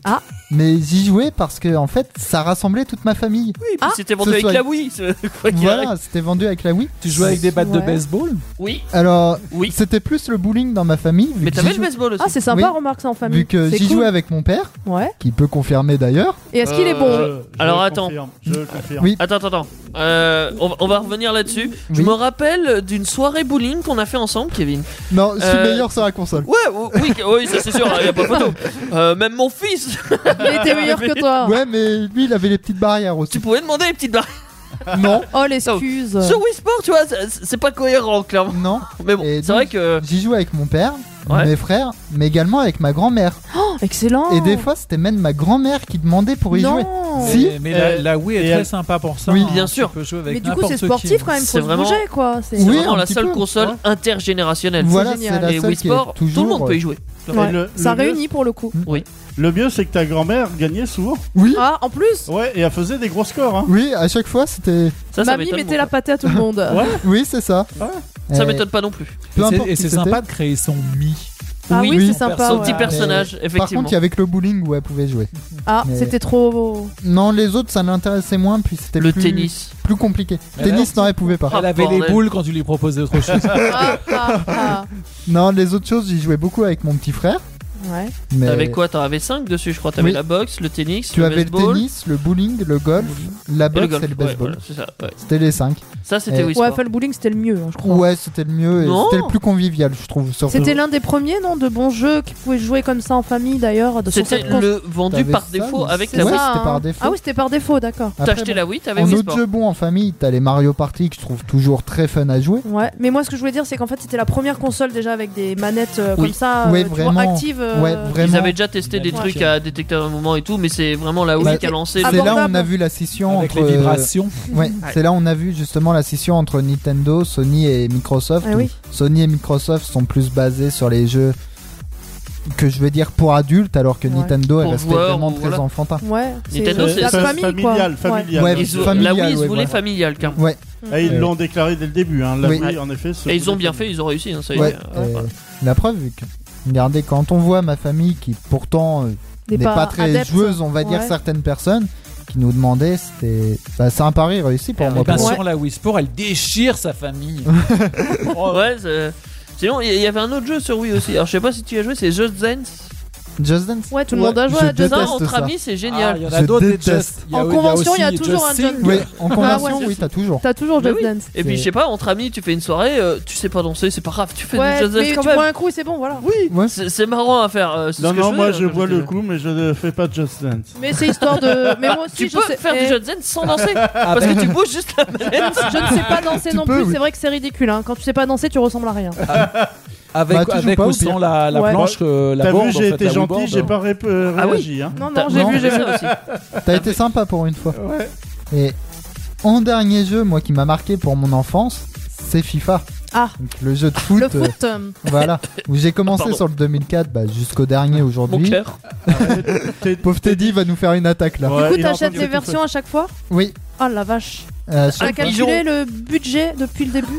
Ah.
Mais j'y jouais parce que, en fait, ça rassemblait toute ma famille.
Oui, puis
Ah,
c'était vendu
ce
avec
soit-
la Wii. c'est- quoi qu'il arrive.
voilà, c'était vendu avec la Wii.
tu jouais avec des battes de
Ouais.
baseball
Oui,
Alors,
oui.
c'était plus le bowling dans ma famille. Vu
Mais
que
t'avais
j'y
le baseball aussi.
ah c'est sympa,
Oui.
remarque ça en
jou-
famille.
Vu que
C'est
j'y
cool.
jouais avec mon père,
Ouais.
qui peut confirmer d'ailleurs.
Et est-ce qu'il est bon
Euh, alors, attends.
confirme, Je confirme.
Oui.
Attends, attends, attends. Euh, on, va- on va revenir là-dessus. Je
Oui.
me rappelle d'une soirée bowling qu'on a fait ensemble, Kevin.
Non, je suis
Euh,
meilleur sur la console.
Ouais, ou- oui, oui, ça c'est sûr, il a pas [LAUGHS] photo. Euh, même mon fils, [LAUGHS]
Il était meilleur
[LAUGHS]
que toi.
Ouais, mais lui, il avait les petites barrières
tu
aussi.
pouvais demander les petites barres.
non,
Oh l'excuse.
Sur Wii Sport, tu vois, c'est- c'est pas cohérent, clairement.
non.
Mais bon,
Et
c'est
donc-
vrai que.
J'y jouais avec mon père,
Ouais.
mes frères, mais également avec ma grand-mère.
Oh, excellent.
Et des fois, c'était même ma grand-mère qui demandait pour y jouer.
Non.
Si.
Mais, mais la,
Euh,
la Wii est
et
très
elle-
sympa pour ça.
Oui,
hein.
bien
Tu
sûr.
peux jouer avec
Mais du coup,
n'importe
c'est
qui.
sportif quand même.
C'est
Faut
vraiment-
se bouger quoi. C'est-
C'est
Oui,
vraiment
un
la
petit
seule
peu.
console
Ouais.
intergénérationnelle.
Voilà,
génial.
c'est la
Et Wii
seule qui
Sport,
est toujours.
tout le monde peut y jouer.
Et
Ouais.
le-
ça
le mieux-
réunit pour le coup.
Le mieux, c'est que ta grand-mère gagnait souvent.
Oui,
Ah, en plus,
Ouais, et elle faisait des gros scores. Hein.
oui, à chaque fois c'était.
Ça, ça
mamie
m'étonne
mettait
bon.
la pâtée à tout le monde.
Ouais.
Oui, c'est ça.
Ah
Ouais.
Ça
Euh,
m'étonne pas non plus.
peu
Et c'est-
importe
Et
qui
c'est
c'était.
sympa de créer son mi.
Ah
Oui,
oui,
oui,
c'est
son
sympa.
perso-
Son
ouais.
petit personnage,
Par
effectivement.
contre, il y avait que le bowling où elle pouvait jouer.
Ah,
Mais-
c'était trop.
Non, les autres ça l'intéressait moins, puis c'était
le
plus,
tennis.
plus compliqué.
Mais
tennis, non, elle pouvait pas.
Ah,
Elle avait les
bordel.
boules quand tu lui proposais autre chose.
Ah, ah, ah.
Non, les autres choses, j'y jouais beaucoup avec mon petit frère.
[LAUGHS] Ouais.
Mais
T'avais quoi T'en avais 5 dessus, je crois. T'avais
Oui.
la boxe, le tennis,
Tu
le
avais le
baseball.
tennis, le bowling, le golf, la
et le
boxe
golf.
et le
Ouais,
baseball.
voilà, c'est ça, ouais.
C'était les 5.
Ça, c'était
Euh,
Wii
Ouais,
Sport.
enfin, le bowling c'était le mieux, hein, je crois.
Ouais, c'était le mieux et
Oh. Non.
c'était le plus convivial, je trouve. surtout.
C'était l'un des premiers, non, de bons jeux qui pouvaient jouer comme ça en famille d'ailleurs. de- sur
C'était
cette console.
le vendu
T'avais
par
ça,
défaut
mais
avec
C'est
la
ouais,
ça,
Wii.
c'était par
hein.
défaut.
Ah oui, c'était par défaut, d'accord.
T'as
Après,
acheté
bon,
la Wii, t'avais
En
Wii
autre
Sport.
jeu bon en famille, t'as les Mario Party que je trouve toujours très fun à jouer.
Ouais, mais moi ce que je voulais dire c'est qu'en fait c'était la première console déjà avec des manettes euh,
Oui.
comme ça, euh,
Ouais,
tu vois,
vraiment.
actives. euh,
ouais, vraiment.
Ils avaient déjà testé
Il
des
avait
trucs
marché.
à détecteur de mouvement et tout, mais c'est vraiment la
Bah,
Wii qui a lancé.
Ah
C'est
bon
le-
là où on
abordable.
a vu la scission
Avec
entre. euh,
les vibrations.
Ouais, c'est là où on a vu justement la scission entre Nintendo, Sony et Microsoft.
Ah oui.
où Sony et Microsoft sont plus basés sur les jeux que je vais dire pour adultes, alors que
Ouais.
Nintendo est
Pour
resté
joueurs,
vraiment
ou
très
voilà.
enfantin.
Ouais,
Nintendo,
c'est
c'est
la
ça,
famille
familial,
quoi. Ouais. Mm.
familial.
Ouais,
ils- La
familial,
Wii, ils
ouais,
voulaient
voilà.
familial, car
Ouais,
Et ils
Euh,
l'ont déclaré dès le début. Hein. La
oui.
Wii, en effet. se
Et ils ont
voulait
bien
familial.
fait, ils ont réussi. hein, ça y
ouais.
est.
euh,
Ouais.
La preuve, vu que. Regardez, quand on voit ma famille qui pourtant euh,
Des
n'est pas très
adeptes.
joueuse, on va dire
Ouais. certaines
certaines personnes qui nous demandaient, c'était bah, c'est un pari réussi pour
Ah,
moi.
Et ben,
Ouais.
sur la Wii Sport, elle déchire sa famille.
Oh, [LAUGHS] ouais, c'est- Sinon, il y avait un autre jeu sur Wii aussi. Alors, je sais pas si tu y as joué, c'est Just Dance.
Just Dance.
Ouais, tout le monde a joué
Je
à Just
Ça,
déteste
Dance.
entre
ça.
amis, c'est
Ah,
génial.
il y en
Je
a d'autres.
déteste.
Just- il y a-
En
il y a
convention, il y a
aussi
toujours
Just
un Just
Sing.
Oui,
[LAUGHS]
en convention,
Ah ouais,
oui, t'as toujours.
T'as toujours
Bah
Just
oui.
Dance.
Ah,
Et puis,
C'est-
je sais pas, entre amis, tu fais une soirée, euh, tu sais pas danser, c'est pas grave, tu fais
Ouais,
du Just Dance
mais tu
quand même.
bois un coup et c'est bon, voilà.
Ouais.
C'est c'est marrant à faire. euh, c'est
Non,
ce que
non,
je
moi
fais,
je
euh, quand
bois
j'étais
le
jeune.
coup, mais je ne fais pas Just Dance.
Mais c'est histoire de. Mais moi aussi,
[LAUGHS] Tu
je
peux
sais-
faire
Eh,
du Just Dance sans danser
Ah,
parce
ben.
que tu bouges juste la manette.
[LAUGHS] Je ne sais pas danser
Tu
non
peux,
plus,
oui.
c'est vrai que c'est ridicule. hein. Quand tu sais pas danser, tu ressembles à rien.
Ah,
Avec,
Bah, tu joues
avec
pas
ou
au pire.
sans la, la
Ouais.
planche, euh, la
T'as
board,
vu,
en
j'ai
fait,
été
la Wii
gentil,
board.
j'ai pas ré- euh,
Ah oui.
réagi. hein.
Non, non, j'ai
Non,
vu, j'ai vu.
ça aussi.
T'as été sympa pour une fois.
Ouais.
Et en dernier jeu, moi qui m'a marqué pour mon enfance, c'est FIFA.
Ah.
Donc, le jeu de foot,
Le
euh,
foot. euh,
voilà, où j'ai commencé
Pardon.
sur le 2004 bah, jusqu'au dernier
Mon
aujourd'hui.
cœur.
T'es-
Pauvre Teddy va nous faire une attaque là.
Ouais,
Du coup,
il a
t'achètes
entendu
les
tout ça.
versions à chaque fois
Oui,
Ah la vache.
euh,
T'as
chaque-
calculé le budget depuis le début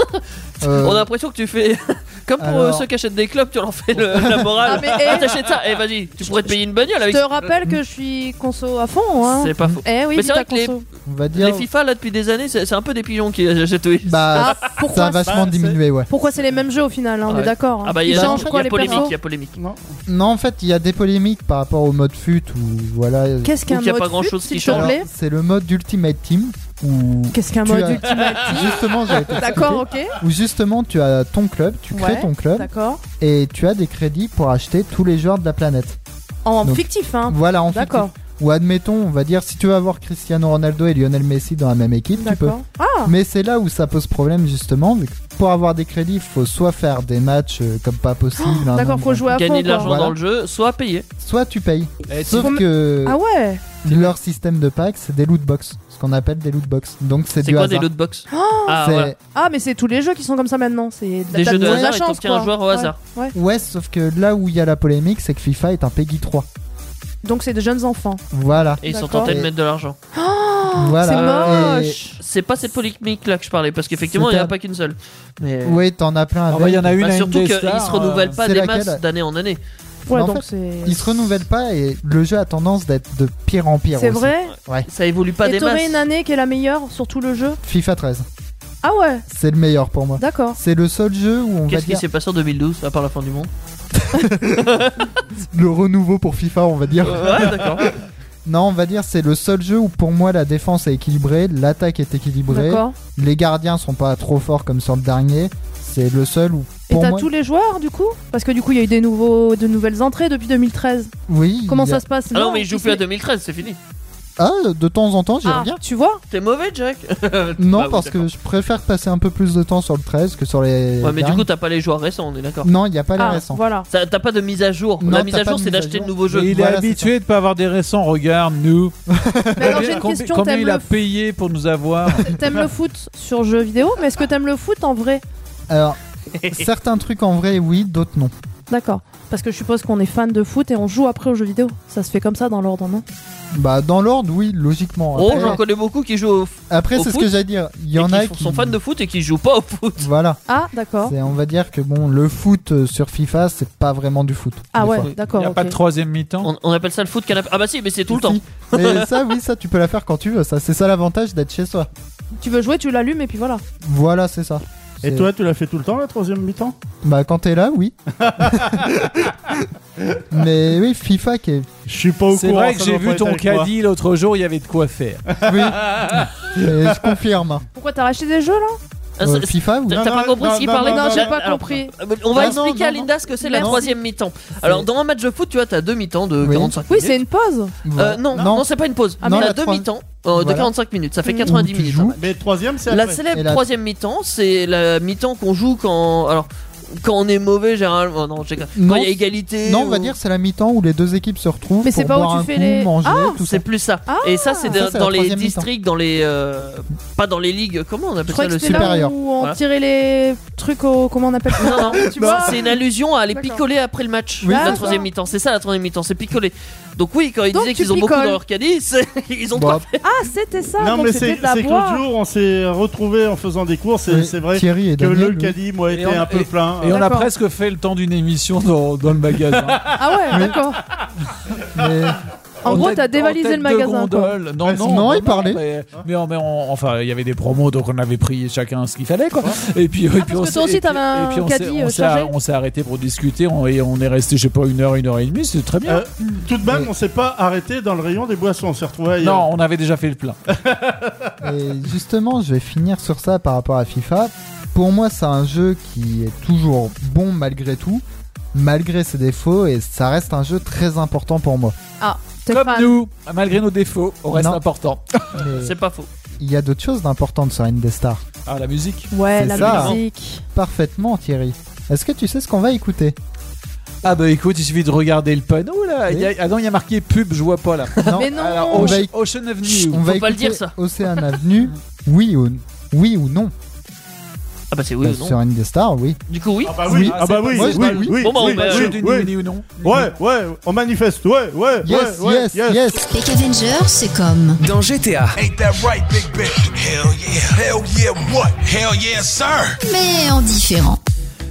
euh,
On a l'impression que tu fais. [LAUGHS] Comme pour euh,
Alors.
ceux qui achètent des clubs, tu leur
[LAUGHS]
fais le- la
Ah,
morale.
mais
Ah,
eh,
t'achètes ça, et vas-y, tu pourrais te payer une bagnole
je
avec
te
ça.
rappelle que je suis conso à fond. Hein.
C'est pas faux.
Eh oui,
Mais c'est
Vita
vrai que les-
conso.
on va dire.
Les FIFA là depuis des années, c'est c'est un peu des pigeons qui achètent oui.
Bah,
Ah,
ça a
pourquoi
vachement
Bah,
diminué, ouais.
Pourquoi c'est les mêmes jeux au final hein, On
Ouais.
est d'accord. hein.
Ah bah il y
Ils
a, il
changent
y a
quoi les
polémique, il
persos
y a polémique.
Non.
Non, en fait, il y a des polémiques par rapport au mode fut ou voilà.
Qu'est-ce qu'un
Donc, il y a pas
mode
grand-chose
fut,
qui
s'il te
change.
plaît
C'est le mode Ultimate Team où
Qu'est-ce qu'un
Tu
mode
as-
[LAUGHS]
ultimate
[LAUGHS] justement
[LAUGHS]
j'avais été
D'accord, ok.
où justement tu as ton club, tu crées
Ouais,
ton club
D'accord.
et tu as des crédits pour acheter tous les joueurs de la planète.
En
Donc,
fictif, hein.
Voilà en fait.
D'accord,
Ou admettons, on va dire si tu veux avoir Cristiano Ronaldo et Lionel Messi dans la même équipe, tu peux.
d'accord. Ah,
Mais c'est là où ça pose problème justement, vu que pour avoir des crédits, faut soit faire des matchs euh, comme pas possible, un
Oh, d'accord,
nombre-
faut jouer à fond.
Gagner de
quoi.
l'argent
Voilà.
dans le jeu, soit payer.
soit tu payes.
Et
Sauf
tu-
que
Ah ouais
leur système de pack, c'est des loot box, ce qu'on appelle des loot box. Donc c'est
C'est
du
quoi des
hasard.
loot box
Oh,
Ah
C'est-
ouais.
Ah, mais c'est tous les jeux qui sont comme ça maintenant. C'est
Des jeux de
la
hasard, ils
chance,
t'obtiennent un
quoi.
joueur au
Ouais.
hasard.
Ouais.
Ouais, sauf que là où il y a la polémique, c'est que FIFA est un PEGI 3.
Donc c'est de jeunes enfants.
Voilà.
Et ils sont
D'accord.
tentés de
Et-
mettre de l'argent.
voilà.
Ah, C'est
Et-
moche.
C'est pas cette polémique là que je parlais, parce qu'effectivement il n'y en a
C'était-
pas qu'une seule. Mais
Oui, t'en as plein
Ah
avec.
bah, il y en a une
Bah,
à
surtout qu'ils
Indestar,
se
euh,
renouvellent pas
euh, c'est
des
laquelle
masses d'année en année.
Ouais,
Mais en
donc
fait,
c'est.
Ils se renouvellent pas et le jeu a tendance d'être de pire en pire.
C'est
aussi.
vrai
Ça évolue pas
Et
des
t'aurais une
masses.
année qui est la meilleure sur tout le jeu
FIFA 13,
Ah ouais,
c'est le meilleur pour moi.
d'accord.
C'est le seul jeu où on va
Qu'est-ce qui
dire
s'est passé en 2012 à part la fin du monde
le renouveau pour FIFA, on va dire.
Ouais, d'accord.
Non, on va dire c'est le seul jeu où pour moi la défense est équilibrée, l'attaque est équilibrée,
D'accord.
les gardiens sont pas trop forts comme sur le dernier. C'est le seul où
Et
pour
t'as
moi
tous les joueurs du coup Parce que du coup il y a eu des nouveaux, de nouvelles entrées depuis 2013.
oui.
Comment
il y a-
ça se passe
Ah non, mais ils jouent
il
plus à
se-
2013, c'est fini.
Ah, de temps en temps, j'y
Ah,
reviens.
tu vois
T'es mauvais, [LAUGHS] Jack
Non,
Bah oui,
parce
d'accord.
que je préfère passer un peu plus de temps sur le 13 que sur les
Ouais, mais du
derniers.
coup, t'as pas les joueurs récents, on est d'accord.
Non, il n'y a pas les
Ah,
récents. [LAUGHS]
voilà.
Ça- T'as pas de mise à jour.
Non,
la mise
t'as
à
pas
jour,
de
c'est
mise à
d'acheter de
jour.
nouveaux
Et
jeux.
il est
Voilà,
habitué de pas avoir des récents. Regarde, nous.
Mais alors, j'ai une
Combien-
question.
combien
T'aimes
il a
le,
payé pour nous avoir
t'aimes le foot sur jeux vidéo, mais est-ce que t'aimes le foot en vrai
[LAUGHS]
Alors, certains trucs en vrai, oui, d'autres non.
D'accord. Parce que je suppose qu'on est fan de foot et on joue après aux jeux vidéo. Ça se fait comme ça dans l'ordre, non
Bah, dans l'ordre, oui, logiquement.
Oh,
Après,
j'en connais beaucoup qui jouent au foot.
après,
au
c'est ce
foot
que j'allais dire. Il y en a qui
sont fans de foot et qui jouent pas au foot. hein
Voilà.
Ah, d'accord.
C'est- On va dire que bon, le foot euh, sur FIFA, c'est pas vraiment du foot.
Ah
des
ouais,
fois.
Il
d'accord.
n'y a pas
ok.
de troisième mi-temps.
On, on appelle ça le foot canapé. Ah bah si, mais c'est tout le temps.
Si. Mais ça, oui, ça, tu peux la faire quand tu veux. Ça, c'est ça l'avantage d'être chez soi.
Tu veux jouer, tu l'allumes et puis voilà.
Voilà, c'est ça.
Et
C'est-
toi, tu l'as fait tout le temps, la troisième mi-temps
Bah, quand t'es là,
[LAUGHS]
oui. Mais oui, FIFA qui est.
Je suis pas au courant.
C'est vrai que
ça
j'ai
doit pas
vu
être
ton
avec moi.
caddie l'autre jour, il y avait de quoi faire.
Oui. Et je confirme. hein.
Pourquoi t'as racheté des jeux là
Ah,
Euh,
c'est-
FIFA, oui.
T'as
Non,
pas
non,
compris
non,
ce qu'il
non,
parlait
non,
Non,
non,
j'ai
non,
pas
Alors, euh,
compris.
On va
Ah, non,
expliquer à
non,
Linda ce que c'est la
Merci.
troisième mi-temps. Alors, dans un match de foot, tu vois, t'as deux mi-temps de
Oui.
45
Oui,
minutes.
c'est une pause.
Euh, non, non,
Non.
c'est pas une pause.
Ah, mais
t'as
la
deux
trois-
mi-temps euh, de
Voilà. Mmh,
45 minutes. Ça fait
Où
90
tu
minutes. hein.
joues.
un match.
Mais troisième, c'est
La
après.
célèbre
Et la-
troisième mi-temps, c'est la mi-temps qu'on joue quand. Alors, quand on est mauvais, généralement. oh non, j'ai- quand
Non,
il y a égalité.
Non, on
ou-
va dire c'est la mi-temps où les deux équipes se retrouvent
Mais
pour
c'est pas où
boire
tu
un
fais
coup,
les- Ah,
manger, tout ça.
C'est plus ça. et ça, c'est
Ça,
dans-
c'est la
dans les
troisième mi-temps.
districts, dans les. euh, Pas dans les ligues. Comment on
Je
appelle ça
crois que
le
c'était là
supérieur.
où on
Voilà.
tirait les trucs au. Comment on appelle ça
Non, non,
[LAUGHS] Tu vois
c'est une allusion à aller
D'accord.
picoler après le match.
Oui,
la
d'accord.
troisième mi-temps, c'est ça la troisième mi-temps, c'est picoler. Donc oui, quand ils
Donc
disaient
tu
qu'ils ont beaucoup dans
picoles.
leur caddie, c'est- [LAUGHS] ils ont
Bah,
pas
Ah, c'était ça.
Non,
donc
mais
c'était
c'est
de la
c'est que
boire.
l'autre jour, on s'est retrouvés en faisant des courses. et
Oui,
C'est vrai
Euh, Thierry et
que
Daniel,
le
oui.
caddie, moi,
Et
était
on-
un peu
et-
plein.
Et on a
D'accord.
presque fait le temps d'une émission dans, dans le magasin.
Ah ouais, d'accord.
Mais-
En gros,
tête-
t'as dévalisé
tête
le
de
magasin. quoi.
gondole. Non,
Ouais,
non,
sinon,
non,
il
non,
parlait.
Mais, mais, mais on- enfin, il y avait des promos, donc on avait pris chacun ce qu'il fallait, quoi. Et puis, et puis
Ah, parce
on
que
s'est-
toi aussi,
et puis-
t'avais un
et puis on s'est-
caddie,
on
euh,
s'est-
chargé.
On s'est arrêté pour discuter, on, et on est resté, je sais pas, une heure, une heure et demie, c'était très bien.
Euh, tout de même, on s'est pas arrêté dans le rayon des boissons. On s'est retrouvés ailleurs.
non, on avait déjà fait le plein.
Et justement, je vais finir sur ça par rapport à FIFA. Pour moi, c'est un jeu qui est toujours bon malgré tout, malgré ses défauts, et ça reste un jeu très important pour moi.
Ah, t'es
Comme
fan.
nous, malgré nos défauts, on reste
Non.
important.
Mais
C'est pas faux.
il y a d'autres choses d'importantes sur Indestar.
Ah, la musique.
Ouais,
C'est
la
ça.
musique.
Parfaitement, Thierry. Est-ce que tu sais ce qu'on va
[LAUGHS]
écouter
Ah, bah écoute, il suffit de regarder le panneau là. Il y a- ah non, il y a marqué pub, je vois pas là.
Non.
Mais non.
Alors,
on
Ocean,
va-
Ocean Avenue.
On va
Faut pas le
écouter
dire, ça. [LAUGHS]
Océan Avenue, oui ou, oui ou non
Ah bah c'est oui
Bah,
ou non
Sur Indestar, oui.
Du coup, oui.
Ah bah oui,
Oui.
ah bah oui,
Moi,
oui,
je
oui,
parle-
oui,
Bon, bah, on
oui,
va-
oui,
Jeu d'une
oui.
minute ou non
Ouais, ouais, on manifeste, ouais, ouais,
Yes,
ouais, ouais,
yes, yes.
Peck Avenger, c'est comme
Dans GTA,
mais en différent.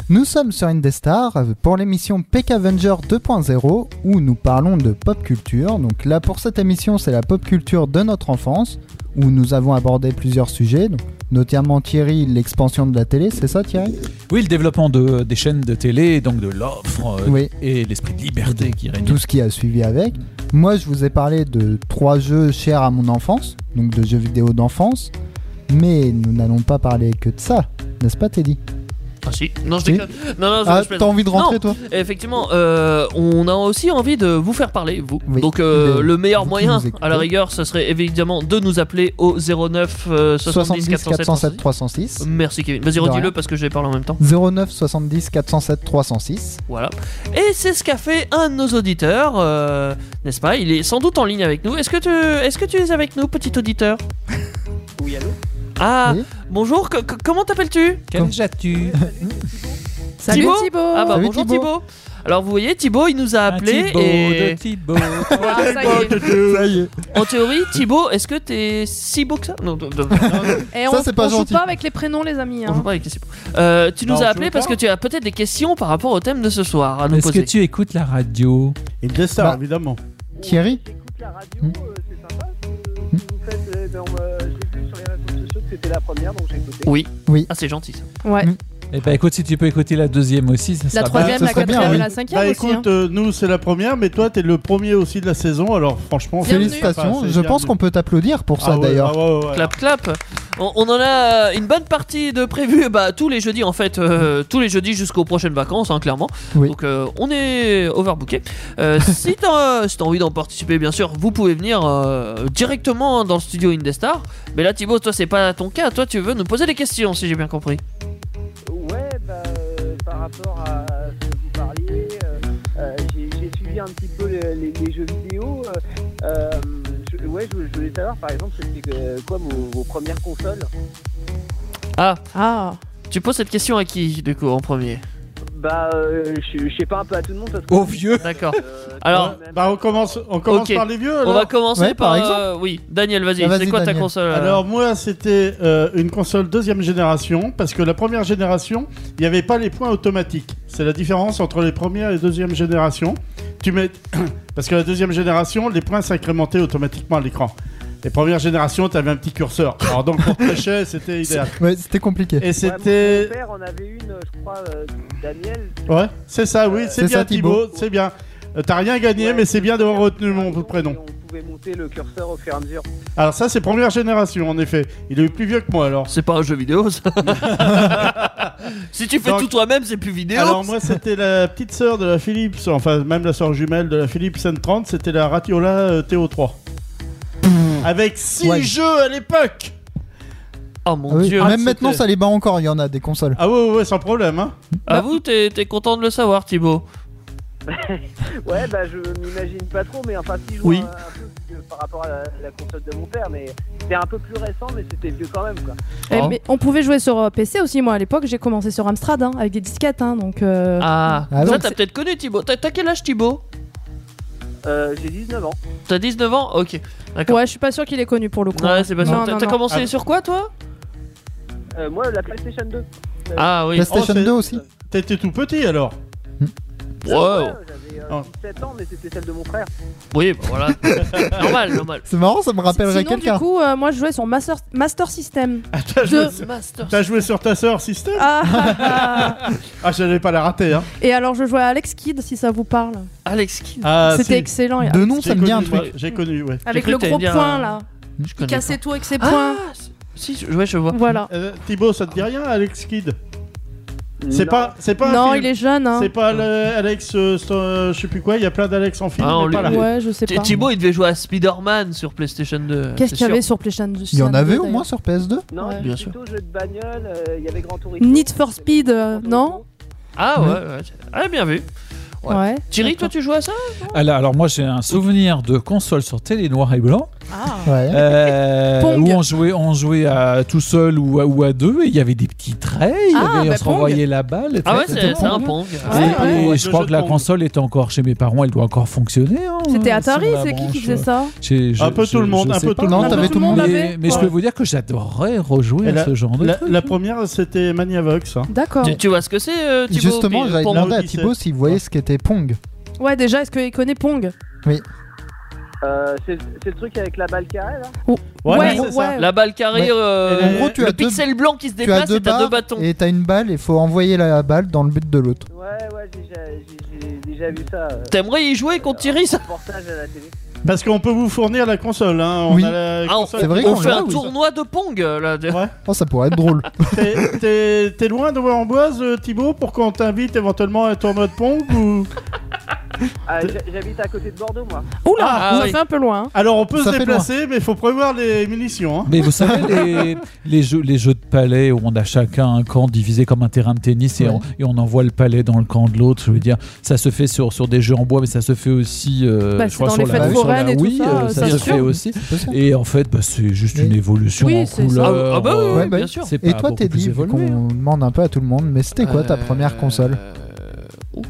Nous sommes sur Indestar euh, pour l'émission Peck Avenger 2.0 où nous parlons de pop culture. Donc là pour cette émission c'est la pop culture de notre enfance où nous avons abordé plusieurs sujets, donc, notamment Thierry l'expansion de la télé, c'est ça Thierry
Oui, le développement de, des chaînes de télé, donc de l'offre euh,
Oui.
et l'esprit de liberté qui règne.
Tout ce qui a suivi avec. Moi je vous ai parlé de trois jeux chers à mon enfance, donc de jeux vidéo d'enfance, mais nous n'allons pas parler que de ça, n'est-ce pas Teddy
Ah si. Non, je
Si.
déconne. Non, non, je-
Ah
je
t'as
plaisante.
envie de rentrer
Non.
toi
Effectivement, euh, on a aussi envie de vous faire parler, vous.
Oui.
Donc euh,
Mais
le meilleur
vous qui
moyen,
nous écoutez.
à la rigueur, ce serait évidemment de nous appeler au 09 euh, 70 407
407 306.
Merci Kevin. Vas-y,
De
redis-le
rien.
parce que je vais parler en même temps.
09 70 407 306.
Voilà. Et c'est ce qu'a fait un de nos auditeurs, euh, n'est-ce pas Il est sans doute en ligne avec nous. Est-ce que tu, est-ce que tu es avec nous, petit auditeur
Oui, allô
Ah,
Oui.
bonjour. co- co- comment t'appelles-tu
Quel jatu
Salut
Thibaut
Thibaut.
Ah bah
Salut,
bonjour
Thibaut.
Thibaut. Alors vous voyez, Thibaut, il nous a [LAUGHS] appelé et
Ah, Thibaut,
Ah, ça y est.
Ça y est.
en théorie, Thibaut, est-ce que t'es si beau que ça Non, non, non,
Et
Ça,
on,
c'est pas
on joue
gentil.
pas avec les prénoms, les amis.
on
hein.
peut pas avec les Thibaut. Euh, tu nous
Non,
as
tu
appelé
veux
parce
pas
que tu as peut-être des questions par rapport au thème de ce soir à nous
Est-ce que
poser.
tu écoutes la radio
Il le star,
Bah.
évidemment.
Thierry
J'écoute la radio,
Hmm.
euh, c'est sympa. Ce que vous faites, euh, ben, on m'a- j'ai vu sur les réseaux sociaux que c'était la première, donc j'ai écouté.
Oui.
Oui.
Ah c'est gentil. Ça.
Ouais.
Mm.
Eh ben écoute, si tu peux écouter la deuxième aussi, ça
La
sera
troisième,
ce
la
serait bien,
quatrième et
oui.
la cinquième
Bah
aussi. hein.
écoute, euh, nous c'est la première, mais toi t'es le premier aussi de la saison, alors franchement,
Bienvenue.
Félicitations.
Enfin, c'est
Je pense
bienvenue.
qu'on peut t'applaudir pour ça
Ah ouais,
d'ailleurs.
ah ouais, ouais, ouais.
Clap clap. On, on en a euh, une bonne partie de prévu [LAUGHS] bah, tous les jeudis en fait, euh, tous les jeudis jusqu'aux prochaines vacances hein, clairement.
Oui.
Donc euh, on est overbooké. Euh, [LAUGHS] si t'as si t'as envie d'en participer bien sûr, vous pouvez venir euh, directement dans le studio Indestar. Mais là Thibaut, toi c'est pas ton cas, toi tu veux nous poser des questions si j'ai bien compris.
Ouais, bah, euh, par rapport à ce que vous parliez, euh, euh, j'ai j'ai suivi un petit peu les, les- les jeux vidéo. euh, euh, je- ouais, je, je voulais savoir, par exemple, c'était euh, quoi vos, vos premières consoles
Ah
Ah,
Tu poses cette question à qui, du coup, en premier
Bah, euh, je je sais pas un peu à tout le monde parce que.
Au vieux. D'accord. Alors,
bah on commence, on commence
Ok.
par les vieux.
On
alors
va commencer par, euh, oui, Daniel, vas-y.
Ah, vas-y,
c'est quoi ta
Daniel.
console euh,
Alors moi, c'était euh, une console deuxième génération parce que la première génération, il n'y avait pas les points automatiques. C'est la différence entre les premières et deuxième génération. Tu mets [COUGHS] parce que la deuxième génération, les points s'incrémentaient automatiquement à l'écran. Les premières générations, tu avais un petit curseur. Alors donc pour [LAUGHS] prêcher, c'était idéal.
Ouais, c'était compliqué.
Et
Mon
c'était
père en avait une, je crois, euh, Daniel.
ouais, c'est ça, oui, c'est
c'est
bien
ça,
Thibaut,
Thibaut.
c'est bien. Euh, T'as rien gagné, mais c'est bien d'avoir retenu mon prénom.
On pouvait monter le curseur au fur et à mesure.
Alors ça, c'est première génération, en effet. Il est plus vieux que moi, alors.
C'est pas un jeu vidéo, ça. Si tu fais
Donc-
tout toi-même, c'est plus vidéo.
Alors moi, c'était la petite sœur de la Philips, enfin même la sœur jumelle de la Philips N30, c'était la Ratiola euh, TO3. Avec 6
Mmh. Ouais.
jeux à l'époque
Oh
Ah
mon
oui,
dieu.
Même maintenant, ça les bat encore. Il y en a des consoles.
Ah ouais, ouais, ouais, sans problème, hein
Ah, vous, t'es t'es content de le savoir, Thibaut.
[LAUGHS] Ouais, bah je m'imagine pas trop, mais enfin, si je
Oui.
vois un, un peu vieux par rapport à la, la console de mon père, mais c'était un peu plus récent, mais c'était vieux quand même, quoi.
Eh,
Oh.
mais on pouvait jouer sur euh, PC aussi, moi à l'époque j'ai commencé sur Amstrad hein, avec des disquettes, hein, donc euh,
Ah,
Ah
ça,
donc,
t'as peut-être connu Thibaut. T'as t'as quel âge, Thibaut
Euh, J'ai 19 ans.
T'as 19 ans Ok. D'accord.
ouais je suis pas sûr qu'il est connu pour le coup.
Ouais, c'est pas
Non,
ça.
non,
T'as- T'as
non.
commencé
Ah.
sur quoi, toi
Euh, moi, la PlayStation 2.
Ah oui.
PlayStation
Oh, c'est-
2 aussi.
T'étais tout petit, alors
Ouais,
Oh, Wow.
J'avais
Ah.
euh, 17 ans, mais c'était celle de mon frère.
Oui, bah
[LAUGHS]
voilà. normal, normal.
C'est marrant, ça me rappellerait
Sinon du
quelqu'un.
coup euh, moi je jouais sur Master, Master System.
Ah, T'as joué,
Deux.
Master.
t'as joué sur ta sœur, System
Ah, ah, ah.
Ah, j'allais pas la rater, hein
Et alors je jouais à Alex Kidd si ça vous parle.
Alex Kidd.
ah,
C'était
si.
excellent.
De nom,
J'ai
ça me dit un
connu, moi,
truc.
J'ai connu, ouais.
Avec
cru
le
que
gros
t'allais dire,
point
euh,
là,
Je
qui
connais
cassait tout avec ses
pas.
poings.
Ah, si, je- ouais, je vois.
Voilà.
Euh, Thibaut, ça te dit rien, Alex Kidd C'est
Non.
pas, c'est pas un
Non,
film.
il est jeune. Hein.
C'est pas le- Alex, euh, sto- euh, je sais plus quoi, il y a plein d'Alex en film,
Ah, on
mais pas
le-
là.
Ouais, je sais
Thi-
pas.
Thibaut, il devait jouer à Spider-Man sur PlayStation 2.
Qu'est-ce
c'est
qu'il y
sûr.
avait sur PlayStation 2
Il y en avait au moins sur PS2
Non,
Ouais.
c'était
Bien
plutôt jeu de bagnole, euh, il y avait Grand Turismo.
Need for Speed,
il y avait
euh,
Gran
non
Turismo.
Ah ouais, ouais. Ah, bien vu. Ouais.
Ouais.
Thierry, toi, tu joues à ça
Alors, alors, moi, j'ai un souvenir de console sur télé noir
[LAUGHS]
et blanc
Ah.
Ouais.
euh,
Pong.
où on jouait, on jouait à, tout seul ou à, ou à deux et il y avait des petits traits, il y
Ah,
avait-
bah,
on se renvoyait la balle.
Ah ouais,
etc.
c'est c'est un pong.
Et,
Ouais, ouais.
et
Ouais,
je
le
crois
jeu
que
de
la
pong.
console est encore chez mes parents, elle doit encore fonctionner. hein,
C'était
euh,
Atari,
sur la
c'est qui qui
branche,
faisait
euh,
ça
j'ai-
Un
je-
peu
je-
tout le
je
monde, un
sais
peu
pas.
tout le
Non,
Un peu
t'avais
tout
tout le monde.
avait.
Mais, mais je
Ouais.
peux vous dire que j'adorerais rejouer
Et
à ce genre de
La,
truc.
la première, c'était Maniavox. hein.
D'accord.
Tu, tu vois ce que c'est, euh, Thibaut
Justement,
puis-
j'avais
pong.
demandé à
Odyssey.
Thibaut s'il voyait ce qu'était Pong.
Ouais, déjà, est-ce qu'il connaît Pong
Euh, c'est c'est le truc avec la balle carrée, là
Ouais,
Ouais,
c'est ça.
ouais.
La balle carrée,
Ouais.
euh,
En gros,
tu
le
as deux-
pixel blanc qui se
Tu as
déplace
deux
et t'as
barres
deux bâtons.
et t'as une balle et faut envoyer la balle dans le but de l'autre.
Ouais, ouais, j'ai- j'ai j'ai- j'ai déjà vu ça. euh,
T'aimerais y jouer contre Thierry ça
Reportage à la télé.
Parce qu'on peut vous fournir la console. Hein. On
Oui.
a la
Ah, on,
console.
C'est vrai
on
qu'on
fait
l'a,
un
oui.
tournoi de pong euh, là. de-
Ouais.
Oh, ça pourrait être drôle.
T'es- T'es t'es loin de Warmboise, euh, Thibaut, pour qu'on t'invite éventuellement à un tournoi de pong ou...
Ah, j'ha- J'habite à côté de Bordeaux, moi.
Oula,
Ah,
ça
oui.
fait un peu loin. hein.
Alors, on peut
Ça
se
fait
déplacer, mais il faut prévoir les munitions. hein.
Mais vous savez, les, les jeux, les jeux de palais où on a chacun un camp divisé comme un terrain de tennis et,
Ouais.
on, et on envoie le palais dans le camp de l'autre, je veux dire, ça se fait sur, sur des jeux en bois, mais ça se fait aussi, euh,
Bah,
je
c'est
crois,
dans
sur
les
la,
fêtes
sur la
foraines et tout
Wii,
ça,
euh,
euh,
ça
c'est
se
sûr.
fait [LAUGHS] aussi.
C'est possible.
Et en fait, bah, c'est juste
Oui.
une évolution
Oui,
en
c'est ça.
couleur.
Ah, ah bah oui,
Ouais, bah
bien
oui.
sûr.
C'est
Et
pas
toi,
beaucoup
t'es
plus
dit, vu
évolué, hein.
qu'on demande un peu à tout le monde, mais c'était quoi ta
Euh,
première console
ouf.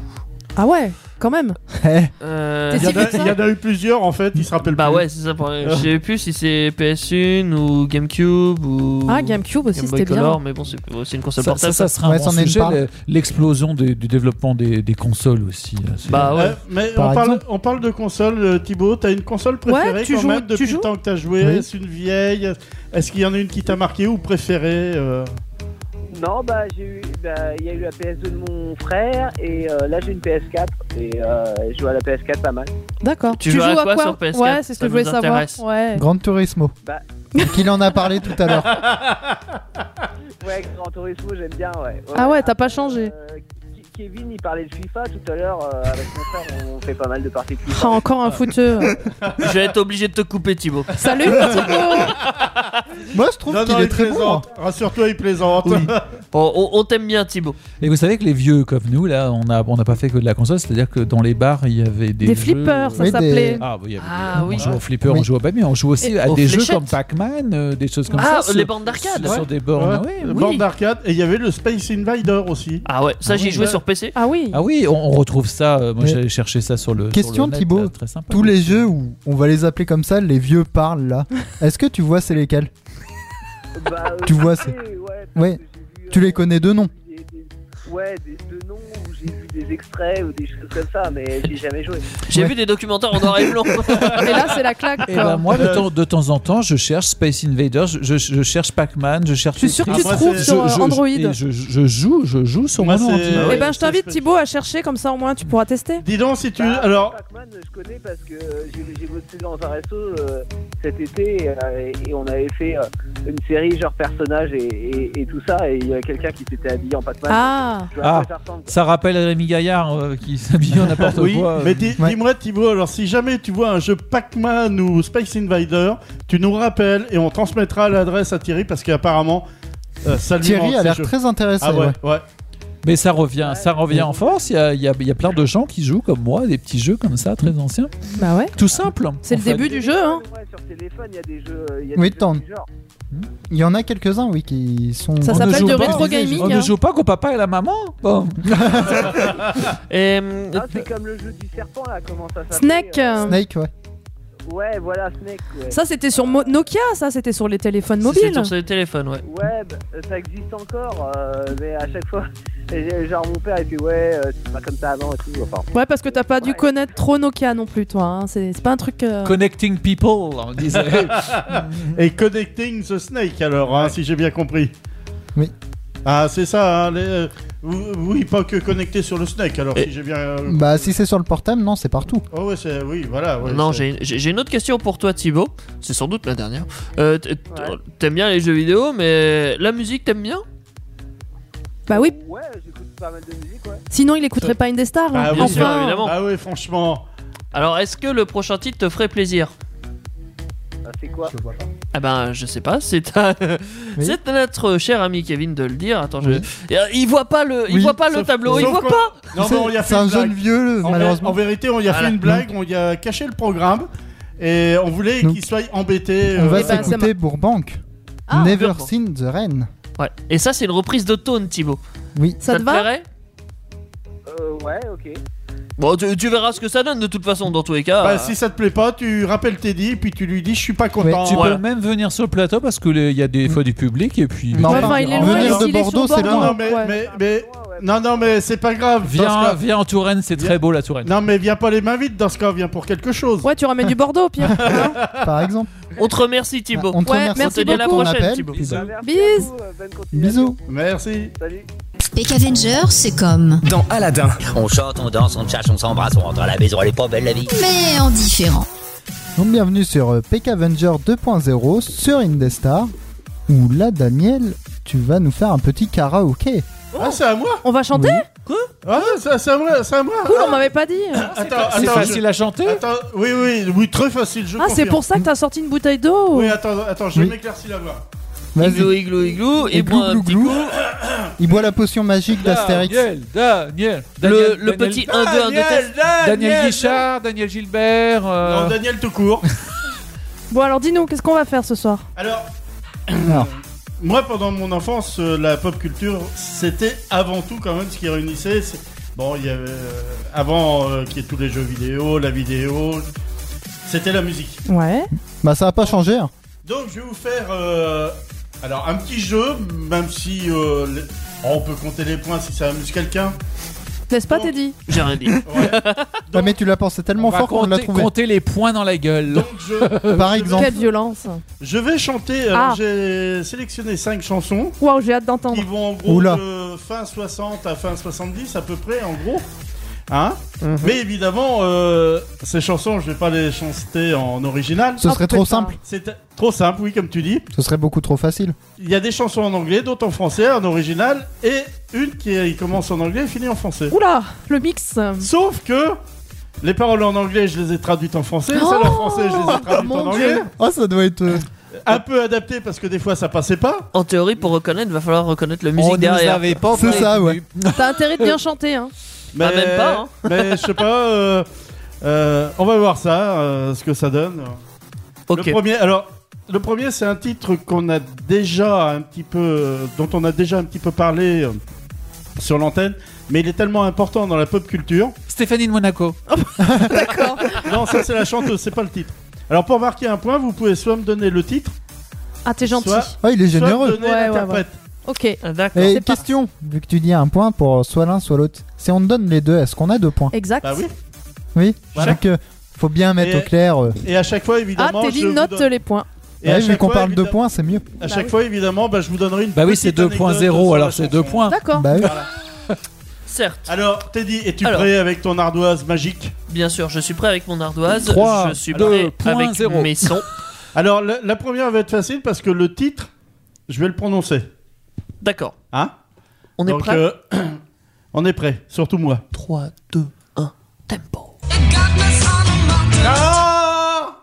Ah ouais, quand même.
Eh,
Euh,
T'es
Il y, en a,
C'est
il y en a eu plusieurs, en fait, ils se rappellent
Bah
plus.
ouais, c'est ça. Pour...
Ah.
Je sais plus si c'est PS1 ou Gamecube ou.
Ah, Gamecube aussi,
Game Boy
c'était bien.
Color, mais bon, c'est c'est une console
Ça, ça,
portable.
ça sera
Ouais,
un
ça,
bon
on en
sujet,
parle.
le- l'explosion des- du développement des, des consoles aussi. là, c'est-
Bah ouais.
Euh, mais
Ah Par
on parle,
exemple.
on parle de console, euh, Thibaut. T'as une console préférée
Ouais, tu
quand
joues-
même
tu
depuis
joues
le temps que t'as joué
Oui.
Est-ce une vieille Est-ce qu'il y en a une qui t'a marqué ou préférée euh
Non, bah, j'ai eu, bah, il y a eu la PS2 de mon frère, et euh, là, j'ai une PS4, et euh, je joue à la PS4 pas mal.
D'accord.
Tu joues à quoi sur PS4?
Ouais, c'est ce
Ça
que je voulais
nous
savoir.
intéresse.
Ouais.
Gran Turismo.
Bah.
Qu'il en a parlé tout à l'heure.
Ouais, Grand Turismo, j'aime bien, ouais.
Ah ouais, t'as pas
[LAUGHS]
changé.
Euh, Ke- Kevin, il parlait de FIFA tout à l'heure, euh, avec mon frère, on fait pas mal de parties de
[LAUGHS]
Ah,
FIFA.
[LAUGHS] encore un fouteux.
Je vais être obligé de te couper, Thibaut.
Salut, Thibaut
Moi, je trouve
Non,
qu'il
non,
est
il
très bon.
plaisante. Rassure-toi, il plaisante. [LAUGHS]
Bon, on, on t'aime bien, Thibaut.
Et vous savez que les vieux comme nous, là, on n'a on a pas fait que de la console, c'est-à-dire que dans les bars, il y avait des.
Des
jeux-
flippers, ça
Oui, des-
s'appelait.
Ah, oui, il y avait des-
Ah, oui.
On jouait aux flippers, on
Oui.
jouait aux Batman, on jouait aussi
Et
à
aux
des jeux
fléchettes.
comme Pac-Man, euh, des choses comme
Ah,
ça.
les
sur-
bandes d'arcade.
Sur des bornes, ah ouais.
Ouais,
oui.
Bande d'arcade. Et il y avait le Space Invader aussi.
Ah ouais, ça
Ah
j'ai
oui,
joué
bah.
ouais.
sur PC.
Ah oui.
Ah oui, on, on retrouve ça. euh, moi,
Mais-
j'allais chercher ça sur le. sur
Question,
le net,
Thibaut.
là, Très sympa.
hein. Tous les jeux où on va les appeler comme ça, les vieux parlent là. Est-ce que tu vois c'est lesquels
Bah, euh,
Tu vois,
tu sais, ouais, parce
ouais.
que j'ai vu,
Tu
euh,
les connais de nom
des- des- Ouais, des, de noms où j'ai vu des extraits ou des choses comme ça, mais j'ai jamais joué.
J'ai
Ouais.
vu des documentaires en noir et
[LAUGHS]
blanc.
Mais là, c'est la claque.
Et
quoi.
ben moi, de, temps, de temps en temps, je cherche Space Invaders, je, je- je cherche Pac-Man, je cherche.
Je suis sûr que
Ah,
tu
moi,
trouves
c'est-
sur
je-
euh,
je-
Android.
et je, je joue, je joue sur
Moi,
mon
c'est-
ordi.
ouais.
Eh ben, je t'invite,
c'est-
Thibaut, à chercher, comme ça au moins tu pourras tester.
Dis donc si tu.
Ah.
Bah,
Alors,
Pac-Man, je connais parce que euh, j'ai j'ai bossé dans un resto euh, cet été euh, et on avait fait euh, une série genre personnages et, et- et tout ça et il y a quelqu'un qui s'était habillé en Pac-Man.
Ah,
Tu vois à
Ah.
quoi ça ressemble.
Ça rappelle Rémi Gaillard euh, qui [LAUGHS] s'habille en
Ah,
n'importe
oui,
quoi.
mais dis-
Ouais.
dis-moi Thibaut, alors si jamais tu vois un jeu Pac-Man ou Space Invader, tu nous rappelles et on transmettra l'adresse à Thierry parce qu'apparemment, euh, ça lui
Thierry
manque,
a
ces
l'air
jeux.
très intéressé.
Ah ouais,
ouais.
ouais.
Mais ça revient, ça revient en force. Il y a, il y a- il y a plein de gens qui jouent comme moi, des petits jeux comme ça, très anciens.
bah ouais.
Tout simple.
C'est
en
le
fait.
début du jeu, hein.
Ouais, sur téléphone, il y a des jeux. il Y a
Oui,
des
tant.
jeux du genre.
Il y en a quelques-uns, oui, qui sont.
Ça
On ne
s'appelle
joue
de
pas.
rétro gaming.
On
hein.
ne joue pas qu'au papa et la maman. Bon.
Et, hum,
Non, Ah, c'est comme le jeu du serpent là, comment ça s'appelle
Snake.
euh,
euh,
Snake, ouais.
Ouais, voilà, Snake. Ouais,
Ça, c'était sur Mo- Nokia, ça, c'était sur les téléphones
c'est
mobiles.
sur les téléphones, ouais.
Ouais, bah, ça existe encore, euh, mais à chaque fois, et, genre mon père il fait ouais, euh, c'est pas comme ça avant et tout. Enfin,
Ouais, parce que t'as pas dû
Ouais.
connaître trop Nokia non plus, toi. hein. C'est c'est pas un truc. euh,
Connecting people, on disait.
Et Connecting the Snake, alors, hein, si j'ai bien compris.
Oui.
Ah, c'est ça, hein, les- euh, oui, pas que connecté sur le Snake, alors,
Et-
si j'ai bien. euh,
Bah, si c'est sur le portable, non, c'est partout.
Oh, ouais, c'est. Oui, voilà. ouais,
non,
c'est-
j'ai j'ai- j'ai une autre question pour toi, Thibaut. C'est sans doute la dernière. Euh, t- t-
Ouais.
T'aimes bien les jeux vidéo, mais la musique, t'aimes bien
Bah oui,
ouais, j'écoute pas mal de musique, ouais.
sinon il écouterait pas une des stars.
Ah,
hein.
bien sûr,
Enfin,
évidemment.
Ah, oui, franchement.
Alors, est-ce que le prochain titre te ferait plaisir
Ah, c'est quoi
Ah ben, je sais pas, c'est à...
Oui.
[LAUGHS] c'est à notre cher ami Kevin de le dire. Attends, je... Euh, Il voit pas le, il
Oui,
voit pas le
sauf-
tableau, il
sauf
voit
qu'on-
pas
Non,
C'est-
mais on y a fait
C'est un
une blague.
jeune vieux,
En,
malheureusement.
en vérité, on y a
Voilà.
fait une blague, on y a caché le programme. Et on voulait
Donc,
qu'il soit embêté.
On
euh,
va
Eh ben, ça
s'écouter Bourbank.
Ah,
Never
Burbank.
Seen the Rain.
Ouais. Et ça, c'est une reprise d'automne, Thibaut.
Oui.
ça te va
plairait
Euh, ouais, ok.
Bon, tu, tu verras ce que ça donne de toute façon, dans tous les cas.
bah,
Euh,
Si ça te plaît pas, tu rappelles Teddy, puis tu lui dis Je suis pas content.
Tu
Voilà.
peux même venir sur le plateau parce qu'il y a des fois du public et puis.
Non,
Ouais,
enfin,
Enfin, il est
en
loin.
venir
s'il
de
est sur
Bordeaux, c'est
Non,
Bordeaux, hein.
non,
loin.
mais,
ouais.
mais, mais-
Ouais, ouais.
non, non, mais c'est pas grave. dans ce
Viens,
cas-
viens en Touraine, c'est très beau la Touraine.
Non, mais viens pas les mains vides dans ce cas, viens pour quelque chose.
Ouais, tu ramènes du Bordeaux au
[LAUGHS]
pire.
Par
Ah.
exemple.
On te remercie, Thibaut.
On te
Ouais,
remercie
merci
beaucoup
On te dit à la
pour
prochaine,
l'appel,
Thibaut.
puis bah,
Bah, merci à
Bis.
vous, euh, bonne continuation.
Bisous.
Merci.
Salut.
Peck Avenger, c'est comme.
Dans Aladdin,
On chante, on danse, on cherche, on s'embrasse, on rentre à la maison, elle est pas belle la vie.
Mais en différent.
Donc bienvenue sur euh, Peck Avenger 2.0 sur Indestar, où là, Daniel, tu vas nous faire un petit karaoké.
Ah, c'est à moi
On va chanter
Ah, c'est c'est à moi, c'est à moi
Cool, on m'avait pas dit.
Attends,
C'est
attends,
facile à chanter
je- attends, oui, oui, oui, très facile, je
Ah, c'est
confirme.
pour ça que t'as sorti une bouteille d'eau
Oui, attends, attends, je
Oui.
m'éclaircis la voix.
Vas-y.
Igloo, igloo, igloo. Et,
Et glou,
bois un
glou,
petit
glou.
coup.
Il boit la potion magique d'Astérix.
Daniel, Daniel,
Le,
Daniel,
le
Daniel-
petit 1, 2, 1, 2, test.
Daniel Guichard, Daniel Gilbert. euh,
Non, Daniel tout court.
Bon, alors dis-nous, qu'est-ce qu'on va faire ce soir
Alors, euh,
Alors,
moi, pendant mon enfance, euh, la pop culture, c'était avant tout quand même ce qui réunissait. c'est- Bon, il y avait euh, avant euh, qu'il y ait tous les jeux vidéo, la vidéo, c'était la musique.
Ouais.
bah ça va pas changer. hein.
Donc je vais vous faire euh, alors un petit jeu, même si euh, les- oh, on peut compter les points si ça amuse quelqu'un.
N'est-ce pas,
Bon.
Teddy
J'ai rien dit.
Ouais.
Bah, mais tu l'as pensé
on
tellement
va
fort qu'on l'a
compter, euh,
trouvé.
compter les points dans la gueule.
Donc je,
Par
je-
exemple.
Quelle violence.
je vais chanter. alors,
Ah.
J'ai sélectionné cinq chansons
Waouh, j'ai hâte
qui
d'entendre.
vont en gros
Oula.
de fin 60 à fin 70 à peu près en gros. Hein Mais évidemment, euh, ces chansons, je vais pas les chanter en original.
Ce
Oh,
serait trop
putain.
simple.
C'est trop simple, oui, comme tu dis.
Ce serait beaucoup trop facile.
Il y a des chansons en anglais, d'autres en français, en original, et une qui commence en anglais et finit en français.
Oula, le mix.
Sauf que les paroles en anglais, je les ai traduites en français.
Oh
Celles en français, je les ai traduites
Mon
en
Dieu.
anglais.
Oh, ça doit être. euh,
un peu adapté parce que des fois ça passait pas.
En théorie, pour reconnaître, va falloir reconnaître la musique
nous
derrière.
avait pas C'est prévenu. ça, ouais.
T'as intérêt
[LAUGHS]
de bien chanter, hein.
Mais,
Ah, même pas, hein.
mais je sais pas. euh, euh, on va voir ça, euh, ce que ça donne. Le premier, alors, le premier, c'est un titre qu'on a déjà un petit peu, euh, dont on a déjà un petit peu parlé euh, sur l'antenne, mais il est tellement important dans la
[LAUGHS]
pop culture.
Stéphanie de Monaco.
non, ça c'est la chanteuse, c'est pas le titre. Alors pour marquer un point, vous pouvez soit me donner le titre,
Ah, t'es gentil.
Soit- Ah, il est généreux. soit donner l'interprète.
Ok.
Ah, D'accord.
Et question, vu que tu dis un point pour euh, soit l'un soit l'autre, si on te donne les deux, est-ce qu'on a deux points
Exact.
Bah oui.
Oui,
Voilà.
donc euh, faut bien mettre
Et-
au clair. euh.
et à chaque fois
Ah,
évidemment.
Teddy
je vous
note
donne-
les points.
Et à
Ouais, vu
chaque
qu'on
fois,
parle de
évidemment-
points, c'est mieux.
À chaque fois évidemment, bah, je vous donnerai une.
Bah oui,
petite
c'est 2.0,
anecdote
alors
sur
c'est
la
2 points.
D'accord.
Bah oui.
Certes,
Alors Teddy, es-tu
Alors.
prêt avec ton ardoise magique
bien sûr, je suis prêt avec mon ardoise.
Trois,
je suis
deux,
prêt
point
avec
zéro.
mes sons.
Alors, la, la première va être facile parce que le titre, je vais le prononcer.
D'accord.
Hein
On est
Donc,
prêt.
euh, [CLEARS THROAT] on est prêt, surtout moi.
3, 2, 1, tempo.
Ah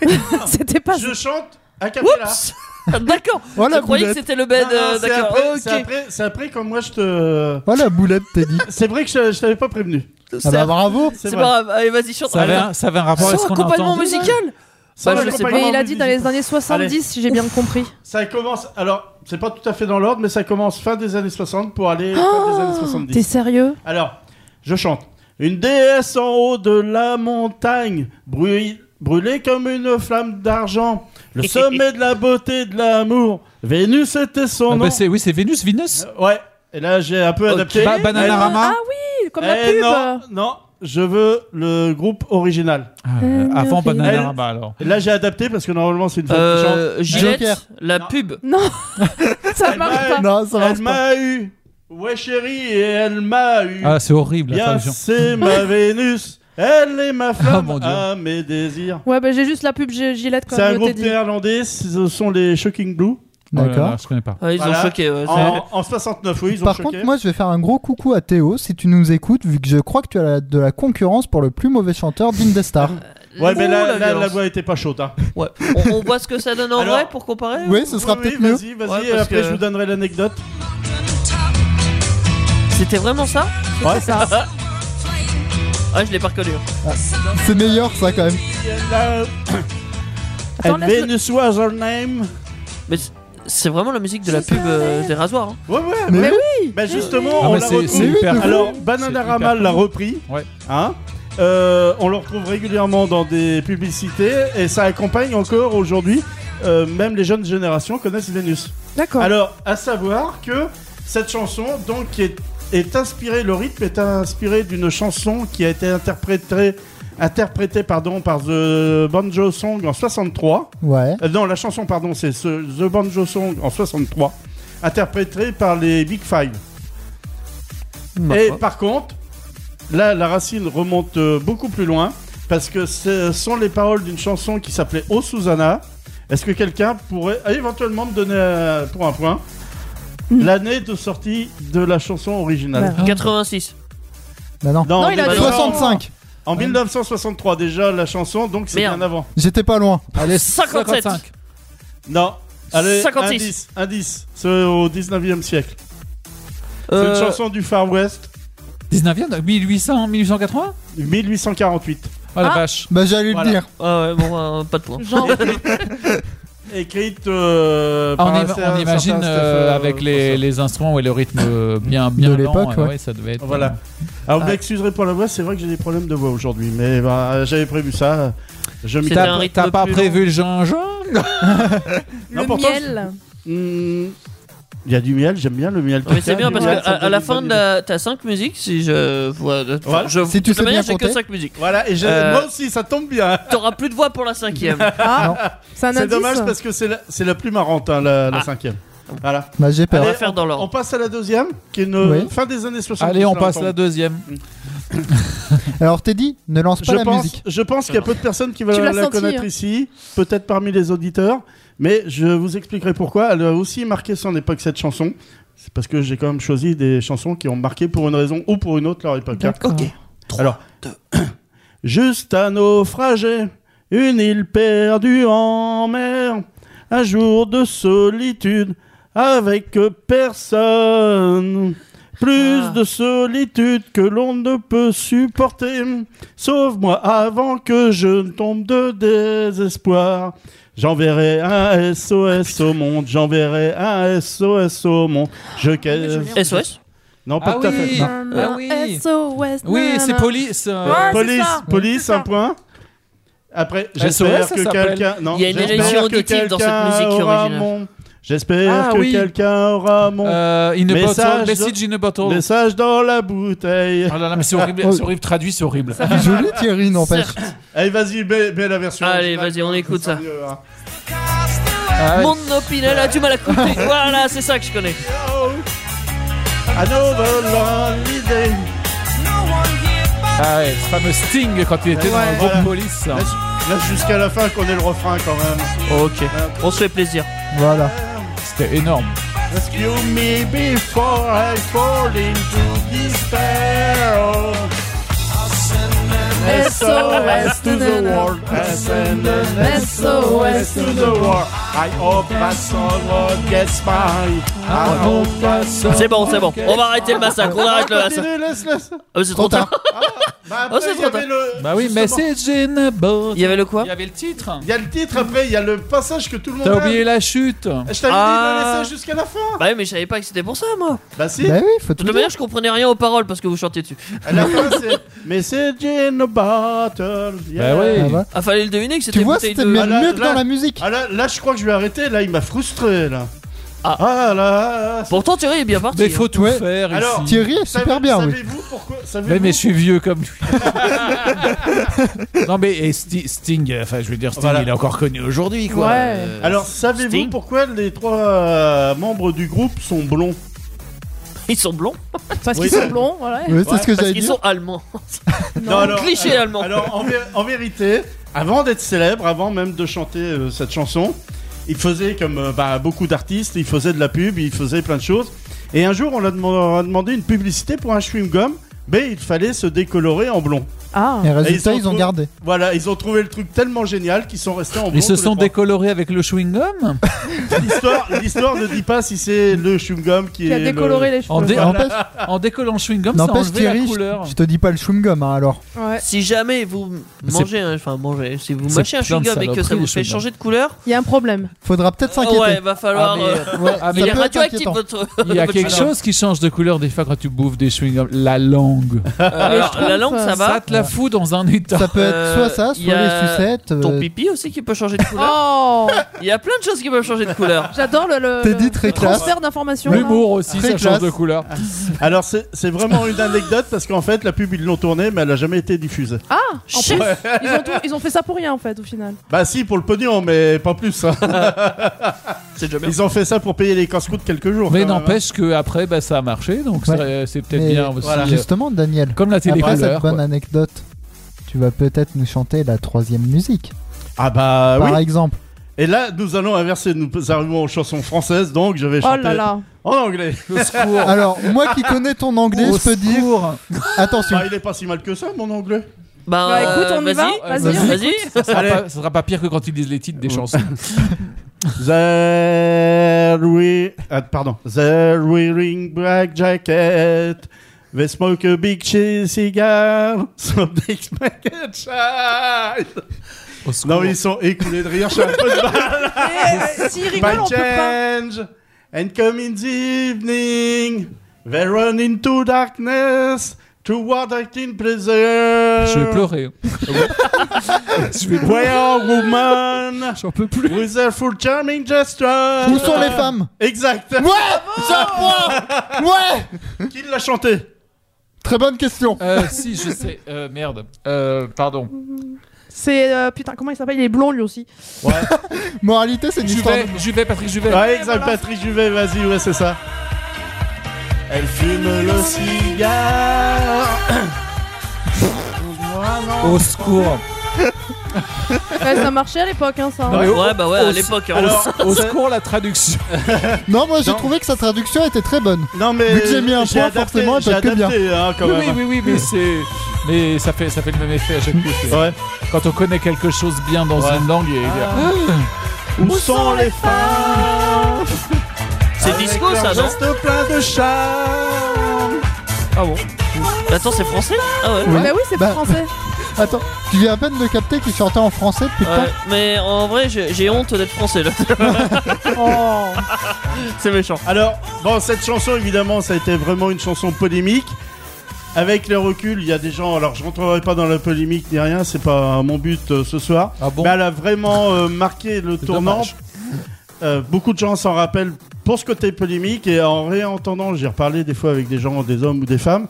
[LAUGHS] C'était pas.
Je chante à cappella.
Oups [LAUGHS] D'accord.
Voilà,
je croyais que
boulette.
c'était le bed.
Non, non,
euh,
c'est
D'accord.
après-
Ok.
C'est après, c'est après quand moi je te.
Voilà, Oh, boulette, t'as
[LAUGHS]
dit.
C'est vrai que je, je t'avais pas prévenu.
ah bah
Certes.
bravo
C'est
C'est
pas
vrai.
grave. Allez, vas-y, chante.
Ça avait,
Allez.
un, ça avait un rapport avec
Sans
ce qu'on Ah a
accompagnement
entendu.
musical
Ça
Bah,
va,
je sais
Mais
pas grave,
il a dit dans les années 70, si j'ai bien compris.
Ça commence. Alors, c'est pas tout à fait dans l'ordre, mais ça commence fin des années 60 pour aller fin des années
Oh, T'es
70.
sérieux
Alors, je chante. Une déesse en haut de la montagne, brû- brûlée comme une flamme d'argent,
[LAUGHS]
le sommet de la beauté et de l'amour. Vénus était son
Ah
nom.
bah c'est- oui, c'est Vénus, Venus.
Euh, ouais. Et là, j'ai un peu
Ok.
adapté.
Ba- Bananarama.
Ah oui, comme
Eh, non, non, je veux le groupe original.
Ah, euh, avant
Elle-
Bananarama alors.
Et là, j'ai adapté parce que normalement, c'est une femme qui chante.
Euh, Gillette,
Joker.
la
Non.
pub.
[LAUGHS]
Ça
Elle
marche
m'a-
pas.
Non, ça marche
Elle
pas.
m'a eu. Ouais, chérie, et elle m'a eu.
Ah, c'est horrible la
Bien,
traduction.
[LAUGHS] c'est ma Vénus. Elle est ma
Ah,
femme
mon Dieu.
à mes désirs.
Ouais, bah j'ai juste la pub G- Gillette quand
C'est un
même.
groupe néerlandais, ce sont les Shocking Blue.
Oh là
D'accord.
là, Je connais pas.
Ah, ils
Voilà.
ont choqué. ouais,
En, en 69, oui, ils ont
Par
choqué.
contre, moi, je vais faire un gros coucou à Théo si tu nous écoutes, vu que je crois que tu as la- de la concurrence pour le plus mauvais chanteur d'Indestar.
c'est-
ouais, mais
Ouh,
là, là, la,
violence.
voix était pas chaude. hein.
Ouais. On, on voit ce que ça donne en
Alors-
vrai pour comparer
oui, ce sera
Oui, oui,
peut-être mieux.
Vas-y, vas-y,
Ouais,
et
parce
après
que-
je vous donnerai l'anecdote.
C'était vraiment ça
Ouais.
[LAUGHS] Ah, je l'ai pas reconnu.
C'est meilleur, ça, quand même.
La-
Attends,
And
laisse-le-
Venus was her name.
Mais c'est- c'est vraiment la musique de la pub euh, des rasoirs. hein.
Ouais, ouais.
Mais Mais
oui. Bah justement,
Ah,
on
mais
la
c'est-
retrouve.
c'est hyper cool.
Alors,
C'est
Bananarama
hyper
l'a repris.
Ouais.
Hein Euh, on le retrouve régulièrement dans des publicités et ça accompagne encore aujourd'hui. euh, même les jeunes générations connaissent Vénus.
D'accord.
Alors, à savoir que cette chanson, donc, qui est, est inspirée, le rythme est inspiré d'une chanson qui a été interprétée, interprétée pardon, par The Banjo Song en 63.
Ouais.
Euh, non, la chanson, pardon, c'est ce- The Banjo Song en 63, interprétée par les Big Five. Et par contre, là, la racine remonte euh, beaucoup plus loin, parce que ce sont les paroles d'une chanson qui s'appelait Oh Susanna. Est-ce que quelqu'un pourrait ah, éventuellement me donner euh, pour un point l'année de sortie de la chanson originale
Mm.
Ah
Bah,
86.
Bah non.
Non,
on
il
est
a
pas
dit-
loin.
65.
En 1963 déjà la chanson, donc c'est
Merde.
bien avant.
J'étais pas loin.
Allez,
57.
Non. Allez,
56.
indice, indice, c'est au 19e siècle. C'est une
Euh,
chanson du Far West,
19e 1800, 1880
1848.
[LAUGHS]
Oh la
Ah.
vache.
Bah, j'allais
Voilà.
le dire.
Ah ouais, bon, euh, pas de point.
[LAUGHS]
Genre,
écrite euh,
Ah,
par
on,
un
im-
cer-
on imagine euh,
certain Stephen, euh,
avec les,
Foster.
les instruments et le rythme euh, bien, bien
De
lent,
l'époque,
euh,
ouais.
ça devait être.
Voilà. Alors, vous
Ah.
m'excuserez pour la voix, c'est vrai que j'ai des problèmes de voix aujourd'hui, mais bah, j'avais prévu ça. Je m'y
C'était
tape.
un
T'as-
rythme
T'as pas
plus
prévu le gingembre
Non,
le
pourtant,
miel.
Hmm, Il y a du miel, j'aime bien le miel.
Ouais, mais
Tiens,
c'est bien
du
parce
miel,
que
ça
à,
me
à la
donne
fin
une
de
bonne
la. T'as 5 musiques si je. Voilà. enfin,
Voilà.
je-
Si tu
de
sais
manière,
bien
j'ai que
compter.
5 musiques.
idée. Voilà, et j'ai-
Euh,
moi aussi, ça tombe bien.
T'auras plus de voix pour la
[LAUGHS]
cinquième.
Ah, c'est un
C'est
indice.
dommage parce que c'est la, c'est la plus marrante, hein, la, la
hein. Ah.
cinquième. Voilà.
Bah, j'ai
On
peur.
va
Allez,
faire dans
On
l'ordre.
passe à la deuxième, qui est une euh,
Oui.
fin des années 60.
Allez, on passe à la deuxième.
Alors, Teddy, ne lance pas
Je
la
pense,
musique.
je pense qu'il y a peu de personnes qui vont
Tu
la
l'as senti,
connaître
hein.
ici, peut-être parmi les auditeurs, mais je vous expliquerai pourquoi. Elle a aussi marqué son époque, cette chanson. C'est parce que j'ai quand même choisi des chansons qui ont marqué pour une raison ou pour une autre leur époque. hein.
D'accord.
Alors, juste un naufragé, Une île perdue en mer, un jour de solitude avec personne. Plus
Ah.
de solitude que l'on ne peut supporter. Sauve-moi avant que je ne tombe de désespoir. J'enverrai un SOS au monde, j'enverrai un SOS au monde.
Ah,
Je
SOS
Non, pas
Ah
tout à
oui,
fait. non.
ah oui.
SOS.
Oui,
nanana.
c'est police. euh,
Ouais, Ah, c'est
Police,
ça.
police, un point. Après,
SOS,
j'espère
ça
que
s'appelle.
quelqu'un. non,
Il y a une
j'espère
énergie
que
auditive dans cette
quelqu'un
musique
aura
originale.
mon- J'espère
Ah
que
oui.
quelqu'un aura mon
euh, in a bottle,
Message-
message in a bottle.
message dans la bouteille.
Oh
Ah.
là là, mais c'est horrible, c'est horrible, traduit, c'est horrible.
Joli Thierry, n'empêche.
Allez, vas-y, mets, mets la version.
Allez,
originale.
vas-y, on écoute ça.
mieux, hein.
Ah ouais.
Mon opinion a du mal à [LAUGHS] couper. voilà, c'est ça que je connais.
Another lonely day.
Ah ouais, ce fameux Sting quand il était dans
Ouais,
le groupe
voilà.
police.
Laisse, laisse jusqu'à la fin qu'on ait le refrain quand même.
Ok. On se fait plaisir.
Voilà.
C'était énorme.
Rescue me before I fall into despair. SOS to the world, I send an SOS to the world. I hope that someone gets by. I hope that someone.
C'est bon, c'est bon. On va arrêter le massacre. On arrête le massacre.
Continue, Ah, laisse, laisse.
Ah, c'est trop tard.
Bah,
Oh, c'est
après, il y
trop
avait le.
Bah oui,
justement,
message in a
Il y
bottle.
avait le quoi
Il y avait le titre.
Il y a le titre après, il y a le passage que tout le monde.
T'as
aime.
oublié la chute.
Je t'avais dit
Ah.
de laisser jusqu'à la fin.
Bah oui, mais je savais pas que c'était pour ça, moi.
Bah si.
Bah oui, faut
De
tout
toute manière, je comprenais rien aux paroles parce que vous chantiez dessus.
À la fin, [LAUGHS] c'est Message in a bottle. yeah.
Bah oui.
dire. Ah bah.
Ah, fallait le deviner que c'était
Tu vois,
bouteille
c'était
de.
même
Ah, là,
mieux que
là.
dans la musique.
Ah là, là, je crois que je vais arrêter. Là, il m'a frustré. Là.
Ah.
Ah là. c'est-
Pourtant, Thierry est bien parti.
Mais faut tout
Ouais.
faire
Alors,
ici.
Thierry est
Savez-
super bien, oui.
Savez-vous pourquoi savez-vous-
Mais, mais je suis vieux comme lui. [LAUGHS] non mais et Sti- Sting, euh, enfin je veux dire Sting,
Voilà.
il est encore connu aujourd'hui quoi.
Ouais.
Euh,
Alors, savez-vous
Sting.
pourquoi les trois euh, membres du groupe sont blonds
hein. Ils sont blonds
Parce
Oui.
qu'ils sont blonds, voilà.
Oui, c'est ce que
parce
j'allais
qu'ils
dire.
sont allemands.
Non,
alors,
cliché
alors-
allemand.
Alors, en, vé- en vérité, avant d'être célèbre, avant même de chanter euh, cette chanson, il faisait comme euh, bah, beaucoup d'artistes, il faisait de la pub, il faisait plein de choses. Et un jour, on l'a dem- on a demandé une publicité pour un chewing-gum, mais il fallait se décolorer en blond.
Ah,
Et résultat,
Et ils
ils ont
sont-
gardé.
Voilà, ils ont trouvé le truc tellement génial qu'ils sont restés en blond.
Ils se
tous les
sont
trois.
décolorés avec le chewing-gum [LAUGHS]
L'histoire- L'histoire ne dit pas si c'est le chewing-gum qui,
qui a
est.
décoloré les
en,
cheveux.
dé-
Ouais.
N'empêche,
en décollant le chewing-gum, ça a
n'empêche,
enlevé la
Thierry, je,
couleur.
je te dis pas le chewing-gum, hein, alors.
Ouais.
Si jamais vous
Mais c'est-
mangez, un- enfin mangez, si vous
C'est
mâchez un
plein de
chewing-gum et que ça
saloperies,
vous
les
fait
chewing-gums.
changer de couleur,
Il y a un problème.
Faudra peut-être
ah
s'inquiéter.
ouais, va falloir.
mais,
euh,
[LAUGHS]
ah, mais
il
il y
est
a-
peut être
radioactif
inquiétant.
[LAUGHS] votre.
il y a quelque chose qui change de couleur des fois quand tu bouffes des chewing-gums. La langue.
Alors,
trouve,
la langue,
euh,
Ah
ça
Ah,
bah.
Ça
va.
te la fout dans un état.
Ça peut être
Euh,
soit ça,
il
soit
y a
les sucettes. euh,
Ton pipi aussi qui peut changer de couleur.
Oh
Il y a plein de choses qui peuvent changer de couleur.
J'adore le, le,
T'es dit très
le
classe.
transfert
hein.
d'informations. là.
L'humour aussi,
Très
ça change de
classe. Ah,
couleur.
Alors, c'est c'est vraiment une anecdote parce qu'en fait, la pub, ils l'ont tournée, mais elle n'a jamais été diffusée.
Ah, en plus, ils ont, tout- ils ont fait ça pour rien en fait au final.
Bah, si, pour le pognon, mais pas
[LAUGHS]
plus. hein.
C'est déjà bien.
Ils ont fait ça pour payer les casse-croûtes quelques jours.
Mais
quand même,
n'empêche que après, bah, ça a marché, donc
Ouais.
ça- c'est peut-être
Mais
bien aussi.
voilà.
euh,
Justement,
[LAUGHS]
Daniel,
Comme la
après
télécouleur.
cette bonne
quoi.
anecdote, tu vas peut-être nous chanter la troisième musique.
hein. Ah, bah
Par
oui.
exemple,
Et là, nous allons inverser. Nous arrivons aux chansons françaises, donc je vais
Oh
chanter
là là.
en anglais.
Au secours.
alors moi qui connais ton anglais,
Au
je peux dire
secours.
attention.
Bah, il est pas si mal que ça, mon anglais.
Bah,
Bah, écoute,
euh,
on y va.
vas-y.
Vas-y, on
Vas-y.
Ça sera,
Allez.
pas, ça sera pas pire que quand ils disent les titres des
[LAUGHS]
Ouais.
chansons.
There we... Ah, pardon. There we ring black jacket. They smoke a big cheese cigar. [LAUGHS] Some dicks make a child.
Au secours.
Non, mais ils sont écoulés de rire. Je suis un peu de
Eh, S'ils rigolent, on peut pas.
change. And come in the evening. They run into darkness. Toward I can preserve.
Je
[LAUGHS]
vais pleurer. je vais pleurer.
Where woman.
J'en peux plus.
With their full charming gesture.
Où sont les femmes
Exact.
Ouais Ça prend Ouais
Qui l'a chanté
Très bonne question.
Euh, si, je sais. Euh, merde. Euh, pardon.
C'est. euh, putain, comment il s'appelle Il est blond lui aussi.
Moralité, c'est une histoire
Juvet, Juvet, Patrick Juvet.
Ouais, exact, Patrick Juvet, vas-y, ouais, c'est ça. Elle fume le cigare.
Au secours.
[LAUGHS] Ouais, ça marchait à l'époque, hein, ça.
Non, mais-
Ouais, bah ouais, à l'époque. hein.
Alors,
Au secours, la traduction.
de... Non, moi j'ai
Non.
trouvé que sa traduction était très bonne.
non mais
Vu que j'ai mis un point,
adapté,
forcément, elle
j'ai
peut être que
adapté, hein, quand
Oui,
même.
oui, oui, oui, mais c'est. Mais ça fait, ça fait le même effet à chaque coup. c'est-
Ouais.
Quand on connaît quelque chose bien dans
Ouais.
une langue, et...
Où sont les femmes euh,
C'est disco ça, non
Reste plein de charme.
Ah bon Attends, c'est français Ah ouais.
Bah oui, c'est
Bah.
français.
Attends, tu viens à peine de capter qu'il chantait en français depuis le
Ouais, mais en vrai, j'ai j'ai honte d'être français là. [LAUGHS]
Oh.
c'est méchant.
Alors, bon, cette chanson, évidemment, ça a été vraiment une chanson polémique. Avec le recul, il y a des gens. Alors, je rentrerai pas dans la polémique ni rien, c'est pas mon but euh, ce soir.
Ah bon
Mais elle a vraiment euh, marqué le tournant.
dommage.
Euh, beaucoup de gens s'en rappellent pour ce côté polémique et en réentendant, j'ai reparlé des fois avec des gens, des hommes ou des femmes,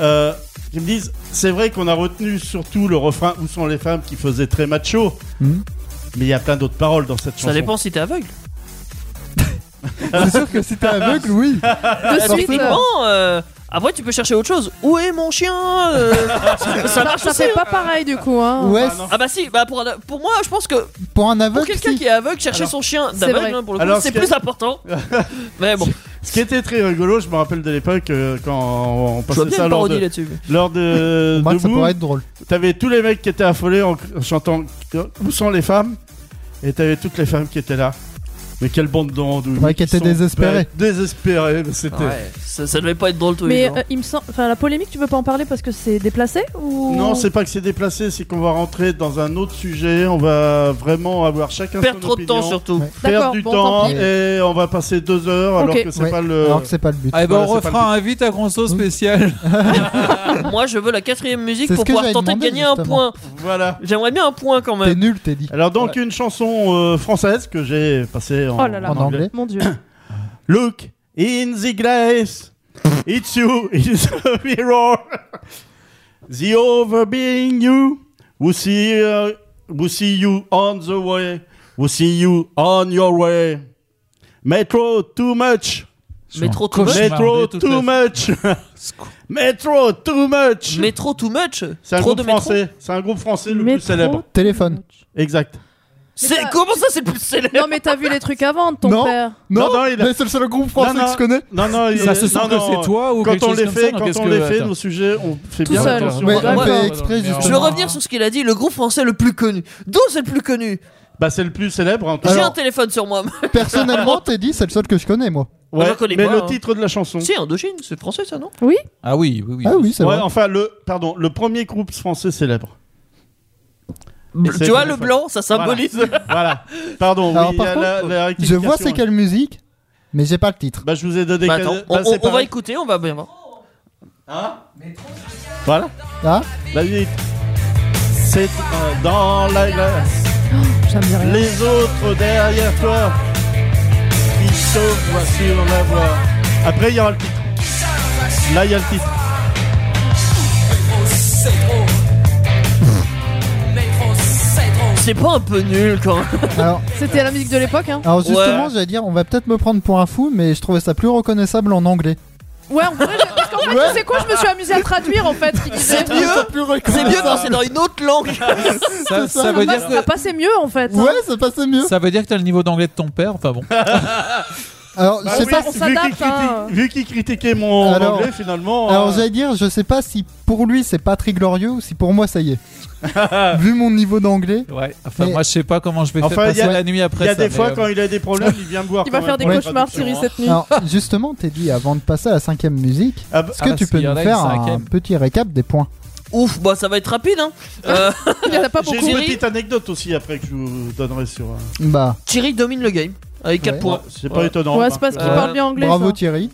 euh, qui me disent c'est vrai qu'on a retenu surtout le refrain Où sont les femmes qui faisait très macho.
Mhm.
Mais il y a plein d'autres paroles dans cette chanson.
Ça dépend si t'es aveugle.
temps. C'est sûr que si t'es aveugle, oui.
De suite, euh,
Techniquement, euh, après tu peux chercher autre chose. Où est mon chien Euh, ça, ça marche
ça
aussi.
fait pas pareil du coup. Hein.
Ouais,
Ah, non.
Ah bah si, bah pour, un- pour moi je pense que
pour un
pour
aveugle,
quelqu'un
si.
qui est aveugle, chercher
Alors-
son chien
C'est
d'aveugle
vrai.
hein, pour le
Alors,
coup c'est
ce que-
plus important. mais bon,
Ce qui était très rigolo, je me rappelle de l'époque euh, quand on
je vois
passait
bien
ça
une
lors
parodie
de,
là-dessus.
[LAUGHS]
lors de,
Moi,
de
ça
Boom.
pourrait être drôle.
T'avais tous les mecs qui étaient affolés en en chantant euh, Où sont les femmes Et t'avais toutes les femmes qui étaient là. Mais quelle bande de rendouilles.
Ouais, qui étaient
sont
désespérées.
bêtes, Désespérées, mais c'était.
Ouais, ça, ça devait pas être drôle tout
Mais
les hein. jours.
euh, il me semble, enfin la polémique, tu veux pas en parler parce que c'est déplacé ou
Non, c'est pas que c'est déplacé, c'est qu'on va rentrer dans un autre sujet. On va vraiment avoir chacun
Perdre
son
trop de temps
opinion,
surtout.
Ouais.
D'accord,
Perdre du
bon,
temps
tant
pis.
et on va passer deux heures alors
Ok.
que c'est
Ouais,
pas le.
Alors que c'est pas le but.
Ah,
Allez, bah,
Voilà,
on
c'est pas le
refera un vite à Gronso spécial.
Moi je veux la quatrième musique
C'est
pour
ce que
pouvoir
j'avais
tenter de
demandé,
gagner un
justement.
point.
Voilà.
J'aimerais bien un point quand
T'es
même.
nul, t'es
Ah,
dit.
Alors donc une chanson euh, française que j'ai passée en,
Oh là là.
En anglais.
Mon dieu.
Look in the glass. It's you in the mirror. The overbeing you who see, uh, who see you on the way. Who see you on your way. Metro too much.
Métro too much.
Metro too much. Metro too much.
Métro too much
C'est un
Trop
groupe
de métro
français. C'est un groupe français le
Métro.
plus célèbre.
Téléphone.
Exact.
C'est-
Mais ça-
Comment ça c'est le plus célèbre
Non mais t'as vu les trucs avant de ton
Non.
père.
Non, non, il a-
mais c'est le seul groupe français
Non, non.
que je connais.
Non, non, il-
Ça se sent
non,
que
non,
c'est toi ou quelque
Quand on
chose
les
comme
fait,
ça, non,
quand
qu'est-ce
on
que-
les fait,
attends.
nos sujets, on fait
Tout
bien
seul.
attention.
Ouais,
Voilà.
on
Voilà.
fait exprès
Mais on-
Je
justement.
veux revenir sur ce qu'il a dit, le groupe français le plus connu. D'où c'est le plus connu
Bah, c'est le plus célèbre. En tout
J'ai
cas.
un téléphone sur
[LAUGHS]
moi.
Personnellement, t'es dit, c'est le seul que je connais, moi.
Moi,
Ouais,
j'en connais
mais
pas,
le
hein.
titre de la chanson.
C'est Indochine, c'est français ça non
Ah oui, oui, oui.
Ah oui, c'est
Ouais,
vrai.
enfin le pardon, le premier groupe français célèbre. c'est
Tu vois le
téléphone.
blanc, ça symbolise.
[LAUGHS] voilà. Pardon, oui,
Alors,
il
par
y a
contre, euh,
la, la
Je
rectification. hein.
vois c'est quelle musique, mais j'ai pas le titre.
Bah je vous ai donné
Bah,
quel-
attends,
bah,
on-
c'est
on, on va
pareil.
écouter, on va bien voir.
Voilà.
Ah,
La musique. C'est euh, dans la glace.
Oh,
Ça me dit rien.
Les autres derrière toi qui se voient sur la voie. Après il y aura le titre. Là il y a le titre.
C'est pas un peu nul
[LAUGHS]
quand même.
alors,
C'était la musique de l'époque hein.
alors justement,
Ouais.
j'allais dire, on va peut-être me prendre pour un fou, mais je trouvais ça plus reconnaissable en anglais.
Ouais, en vrai, j'ai- parce qu'en fait,
Ouais.
tu sais quoi, je me suis amusée à traduire en fait ce qu'il disait.
[LAUGHS] C'est mieux
plus
C'est mieux quand c'est dans une autre
[LAUGHS]
langue.
ça.
Ça, ça veut
Moi,
dire
ça
que...
passait mieux en fait.
[LAUGHS]
hein.
Ouais, ça passait mieux.
Ça veut dire que t'as le niveau d'anglais de ton père, enfin bon.
Alors, je sais
Bah
pas.
Ah oui,
on
vu
s'adapte,
qu'il critique-
hein.
vu qu'il critiquait mon
Alors-
anglais finalement.
Alors,
euh,
j'allais dire, je sais pas si pour lui c'est pas très glorieux ou si pour moi ça y
[LAUGHS]
est. Vu mon niveau d'anglais,
Ouais, enfin
Mais-
moi je sais pas comment je vais
Enfin,
faire
il y a-
passer la nuit après
Il y a
ça,
des
mais,
fois,
euh,
quand il a des problèmes, il
[LAUGHS]
vient me voir.
Il va
quand
faire des
même pour la
cauchemars, Siri,
traduction, hein.
cette nuit.
alors justement, t'es dit avant de passer à la cinquième musique,
Ah bah-
est-ce que
Ah,
tu peux
s'il y en
nous
a
faire
une
un
cinquième.
petit récap des points
Ouf, bah ça va être rapide hein. Euh,
[LAUGHS] Il y en a pas
J'ai
beaucoup.
une
Siri.
petite anecdote aussi après que je vous donnerai sur. euh,
Bah,
Thierry domine le game avec 4
Ouais.
points.
C'est pas
Ouais.
étonnant. hein,
Ouais, c'est parce
que-
qu'il
Euh,
parle bien anglais.
bravo
ça.
Thierry.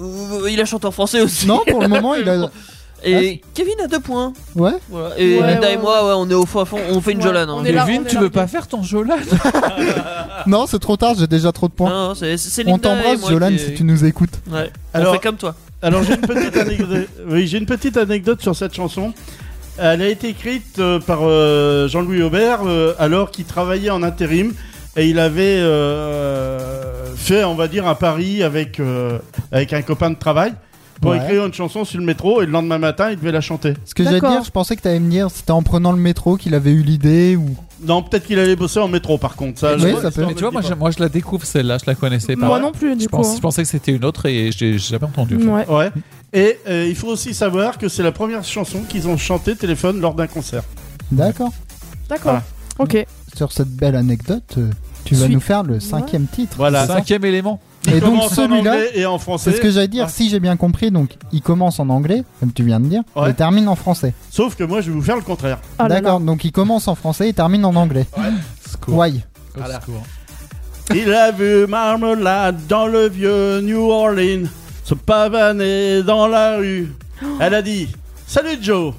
Euh, Il a chanté en français aussi.
Non, Hein pour le moment, il a.
Et Kevin a 2 points.
Ouais.
Voilà. Et
Ouais,
Linda
ouais,
et moi, ouais, on est au fond à fond, on fait une
Ouais,
Jolane. hein.
on est là,
Kevin,
on est
tu
là.
veux pas faire ton Jolan
Non, c'est trop tard, j'ai déjà trop de points.
Non, non, c'est c'est
On
Linda et
t'embrasse,
moi
Jolan,
qui-
si tu nous écoutes.
Ouais, on
Alors-
fait comme toi.
Alors j'ai une petite anecdote. oui, j'ai une petite anecdote sur cette chanson. Elle a été écrite euh, par euh, Jean-Louis Aubert euh, alors qu'il travaillait en intérim et il avait euh, fait, on va dire, un pari avec euh, avec un copain de travail pour
Ouais.
écrire une chanson sur le métro et le lendemain matin il devait la chanter.
Ce que j'allais
D'accord.
dire, je pensais que t'allais me dire, c'était en prenant le métro qu'il avait eu l'idée ou.
Non, peut-être qu'il allait bosser en métro par contre. Ça,
Oui,
je-
ça peut.
on
Mais
me
tu vois,
dit
moi
pas.
je, moi, je la découvre celle-là, je la connaissais pas.
Moi non plus
je,
du coup.
pense- je
hein.
pensais que c'était une autre et j'ai j'ai jamais entendu.
Ouais.
Ouais. Et euh, il faut aussi savoir que c'est la première chanson qu'ils ont chantée téléphone lors d'un concert.
D'accord.
D'accord.
Voilà.
Ok.
Sur cette belle anecdote, euh, tu vas
Suite.
nous faire le cinquième titre.
Voilà.
c'est ça
Cinquième élément.
Il
Et donc
commence en
celui-là,
anglais et en français.
c'est ce que j'allais dire.
Ah.
Si j'ai bien compris, donc il commence en anglais, comme tu viens de dire,
Ouais.
et termine en français.
Sauf que moi, je vais vous faire le contraire.
Ah là
D'accord. Donc il commence en français et termine en anglais. Why
Voilà. Il a vu Marmelade dans le vieux New Orleans se pavaner dans la rue. Elle a dit Salut Joe,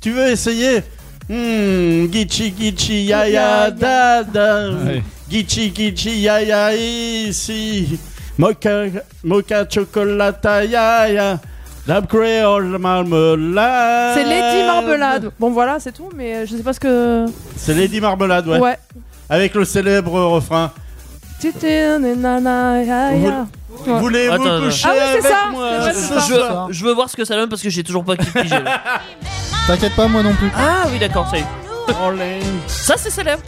tu veux essayer Hmm, Gichi Gichi ya ya da da.
Ouais.
Gichi Gichi ya ya ici. Mocha, mocha chocolata ya ya. La créole marmelade.
C'est Lady Marmelade. Bon voilà, c'est tout, mais euh, je sais pas ce que.
C'est Lady Marmelade, ouais.
Ouais.
Avec le célèbre refrain.
Titi, nanana, ya, ya. Ouais.
Voulez-vous
Attends, attends.
coucher
Ah oui, c'est
avec
ça,
moi
c'est vrai, c'est ça.
Je, veux- je veux voir ce que ça donne parce que j'ai toujours pas cliqué.
T'inquiète pas, moi non plus.
ah oui, d'accord, ça y est.
Orleans
Ça, c'est célèbre.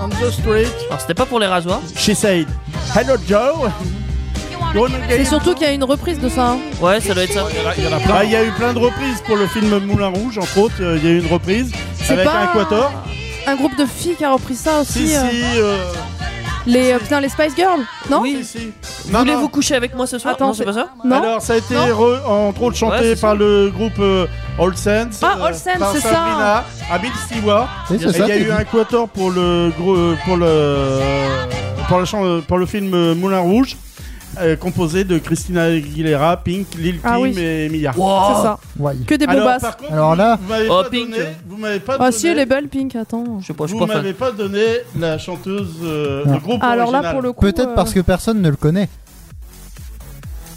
on the street.
Alors, c'était pas pour les rasoirs.
She said, Hello Joe. You wanna
C'est
get-
surtout qu'il y a une reprise de ça. hein.
Ouais, ça doit être ça.
Bah, il y a eu plein de reprises pour le film Moulin Rouge, entre autres. euh, Il y a eu une reprise
C'est
avec
pas
un quator.
Un groupe de filles qui a repris ça aussi.
Si, si.
euh,
euh,
Les euh, putain, les Spice Girls, non
si, si. Non,
Voulez-vous
non.
coucher avec moi ce soir
Attends,
Non, c'est
c'est-
pas ça
Non.
Alors, ça a été,
Non.
re- entre autres, chanté
Ouais, c'est
par le groupe euh, All Saints. euh,
Ah, All Saints,
par
c'est ça.
Sabrina, à Bill Stewart.
Oui,
Et
c'est
Il
ça.
y a
t'es
eu
dit.
un quator pour le, gros- pour le, pour la chan- pour le film euh, Moulin Rouge, euh, composé de Christina Aguilera, Pink, Lil
Ah
Kim
oui.
et Mia.
C'est ça.
Why
Que des
Alors,
bombasses.
par contre,
Alors là-
vous m'avez
Oh,
pas
Pink.
donné, vous m'avez pas
Ah
donné,
si, elle est belle, Pink. Attends.
Je sais pas, je suis
vous
pas fan.
m'avez pas donné la chanteuse, euh,
Non.
le groupe
Alors là,
original.
pour le coup.
Peut-être
euh,
parce que personne ne le connaît.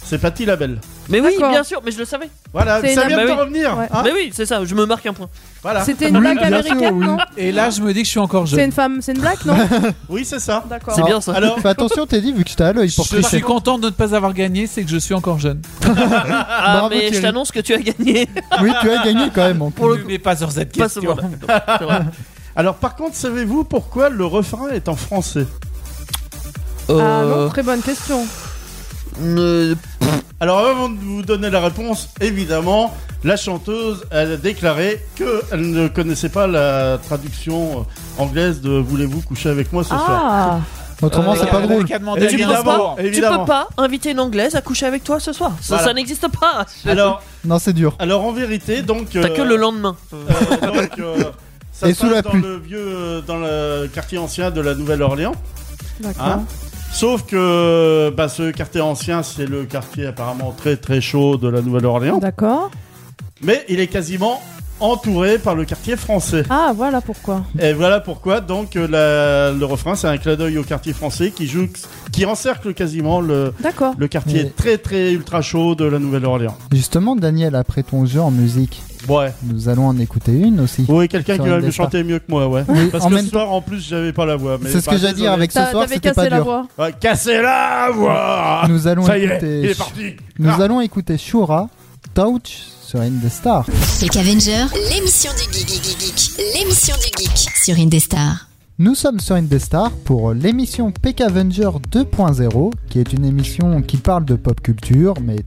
C'est Patty Labelle.
Mais oui,
D'accord.
bien sûr, mais je le savais.
Voilà,
C'est
ça
une-
vient
Bah
de te
oui.
revenir.
Ouais.
hein
Mais oui, c'est ça, je me marque un point.
voilà.
C'était une blague américaine, non
Et là, je me dis que je suis encore
C'est
jeune.
une femme, c'est une blague,
[LAUGHS]
non
Oui, c'est ça.
D'accord.
C'est
Ah.
bien ça.
Alors,
Fais attention, t'es dit, vu que j'étais à l'œil pour
Je suis
tricher.
content de ne pas avoir gagné, c'est que je suis encore jeune.
Ah,
Bravo,
mais je
Thierry.
t'annonce que tu as gagné.
Oui, tu as gagné quand même. en plus.
Mais pas sur cette
Pas ce
question.
mois-là. Non, c'est vrai.
alors, par contre, savez-vous pourquoi le refrain est en français
Ah non,
Euh,
très bonne question.
euh,
Alors avant de vous donner la réponse, évidemment, la chanteuse elle a déclaré qu'elle ne connaissait pas la traduction euh, anglaise de Voulez-vous coucher avec moi ce soir
Ah
Autrement,
Euh,
c'est pas drôle.
regarde, Et tu penses
Évidemment,
tu
évidemment.
peux pas inviter une anglaise à coucher avec toi ce soir. Ça,
Voilà.
ça n'existe pas.
Alors,
Non, c'est dur.
alors en vérité, donc...
T'as
euh,
que le lendemain.
euh, donc, euh,
[LAUGHS]
ça
Et
se
sous
passe
la
dans
pluie.
le vieux, euh, dans le quartier ancien de la Nouvelle-Orléans.
D'accord.
Ah.
Hein Sauf que bah, ce quartier ancien, c'est le quartier apparemment très très chaud de la Nouvelle-Orléans.
D'accord.
Mais il est quasiment entouré par le quartier français.
Ah voilà pourquoi.
Et voilà pourquoi donc euh, la- le refrain c'est un clin d'œil au quartier français qui joue, qui encercle quasiment le,
D'accord.
le quartier
Mais-
très très ultra chaud de la Nouvelle-Orléans.
Justement, Daniel, après ton jeu en musique,
Ouais.
nous allons en écouter une aussi.
Vous voyez quelqu'un
Sur
qui va
une
le
des stars.
chanter mieux que moi, ouais.
Oui,
Parce
en
que
même
ce soir en plus j'avais pas la voix. mais-
C'est ce
bah,
que j'ai dit
désolé.
avec ce
T'as-
soir,
T'avais
c'était
cassé
pas
la
dur.
voix.
Ouais, cassez la voix.
Nous allons
Ça y est, il
écouter,
est parti.
nous
Ah.
allons écouter Shura, Touch sur Indestar.
Peck Avenger, l'émission du geek, geek, geek, geek. l'émission du geek sur Indestar.
Nous sommes sur Indestar pour l'émission Peck Avenger 2.0, qui est une émission qui parle de pop culture, mais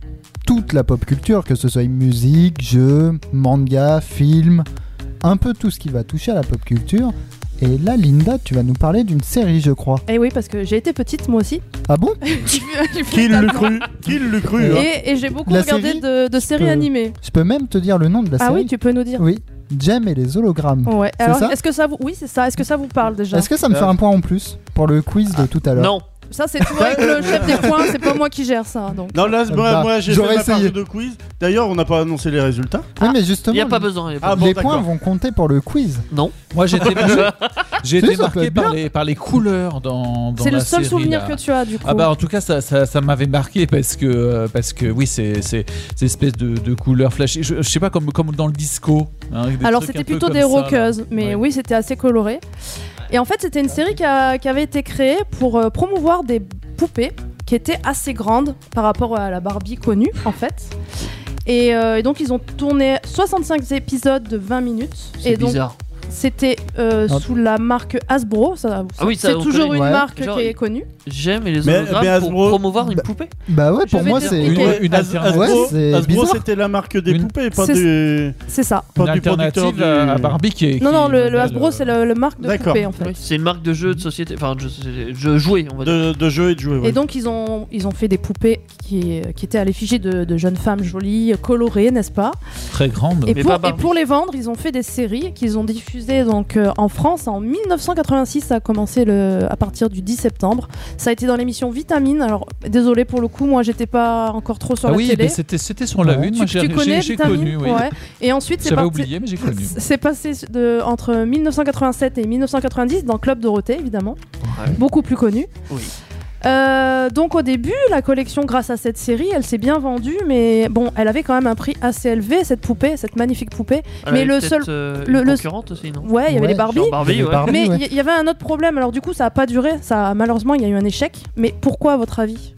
toute la pop culture, que ce soit musique, jeux, manga, film, un peu tout ce qui va toucher à la pop culture. Et là, Linda, tu vas nous parler d'une série, je crois.
Eh oui, parce que j'ai été petite
[LAUGHS]
moi aussi.
Ah bon
J'ai vu- j'ai vu
Qui
ta
le
voix.
cru Qui le cru hein
Et, et j'ai beaucoup
La
regardé
série
de, de séries
peux-
animées.
Je peux même te dire le nom de la
Ah
série.
oui, tu peux nous dire. Oh,
Oui, Jem et les hologrammes.
Ouais.
C'est
Alors,
ça
est-ce que ça vous, oui, c'est ça. Est-ce que ça vous parle déjà
Est-ce que ça me
Euh.
fait un point en plus pour le quiz de tout à l'heure
ah, Non.
Ça, c'est tout avec le chef des points. C'est pas moi qui gère ça, donc.
Non là moi,
Bah,
moi, j'ai fait
j'aurais
ma part
essayé.
de quiz. D'ailleurs on n'a pas annoncé les résultats.
Oui,
Ah,
mais
Il
justement,
n'y a pas
les-
besoin. y a pas
Ah bon
les
d'accord.
points vont compter pour le quiz.
Moi, j'ai été, [LAUGHS] j'ai
Si,
été
ça peut
marqué
être
par
bien.
les, par les couleurs dans, dans
C'est le
la
seul
série,
souvenir
là.
que tu as du coup.
Ah bah en tout cas ça, ça, ça m'avait marqué parce que euh, parce que oui c'est c'est ces espèces de, de couleurs flashy je, je sais pas comme comme dans le disco hein, des
Alors
trucs
c'était
un peu
plutôt
comme
des
ça, là.
rockeuses, mais
Ouais.
oui c'était assez coloré. Et en fait c'était une série qui, a- qui avait été créée pour euh, promouvoir des poupées qui étaient assez grandes par rapport à la Barbie connue en fait. Et, euh, et donc ils ont tourné 65 épisodes de 20 minutes.
C'est
Et donc
bizarre.
C'était euh,
Ah.
sous la marque Hasbro. ça-
Ah oui, ça,
c'est
on
toujours
connaît.
une
Ouais.
marque
Genre,
qui est connue.
J'aime et les
Mais-
hologrammes
mais
pour
Hasbro-
promouvoir une poupée.
Bah ouais, pour
vais
moi,
te
c'est.
expliquer.
Une- une alternative.
Ouais, c'est
Hasbro,
bizarre.
c'était la marque des poupées, pas
C'est-
du.
C'est ça.
Pas
Une
du producteur
alternative euh,
du-
à à Barbie qui est. euh,
Non,
qui
non, le,
est-
le Hasbro, c'est le, le marque de
D'accord.
poupée en fait.
Oui, C'est une marque de jeu de société, enfin de jeu, de jeu joué, on va dire.
De, de jeu et de jouer. ouais.
Et donc ils ont, ils ont fait des poupées qui, qui étaient à l'effigie de, de jeunes femmes jolies, colorées, n'est-ce pas
Très grande.
et
Mais
pour,
pas
et
Barbie.
pour les vendre, ils ont fait des séries qu'ils ont diffusées donc, euh, en France en 1986. Ça a commencé le, à partir du 10 septembre. Ça a été dans l'émission Vitamine. Alors désolé pour le coup, moi j'étais pas encore trop sur
Ah
la
oui,
télé.
mais c'était c'était sur la
Ouais.
une.
Tu-
Moi,
tu
j'ai
connais
j'ai- j'ai
Vitamine
connu. oui.
ouais. Et ensuite c'est
J'avais
parti-
oublié, mais j'ai connu.
c'est passé de, entre 1987 et 1990 dans Club Dorothée, évidemment.
Ouais.
Beaucoup plus connu.
Oui.
Euh, donc au début, la collection, grâce à cette série, elle s'est bien vendue, mais bon, elle avait quand même un prix assez élevé, cette poupée, cette magnifique poupée.
Elle
mais
avait
le
peut-être,
seul-
euh,
le-
une
le-
concurrente aussi, non
Ouais, il y avait
Ouais.
les Barbie.
Genre Barbie,
Barbie,
ouais.
Barbie,
Mais il
ouais.
y- il y avait un autre problème, alors du coup ça a pas duré, ça a- malheureusement il y a eu un échec. Mais pourquoi à votre avis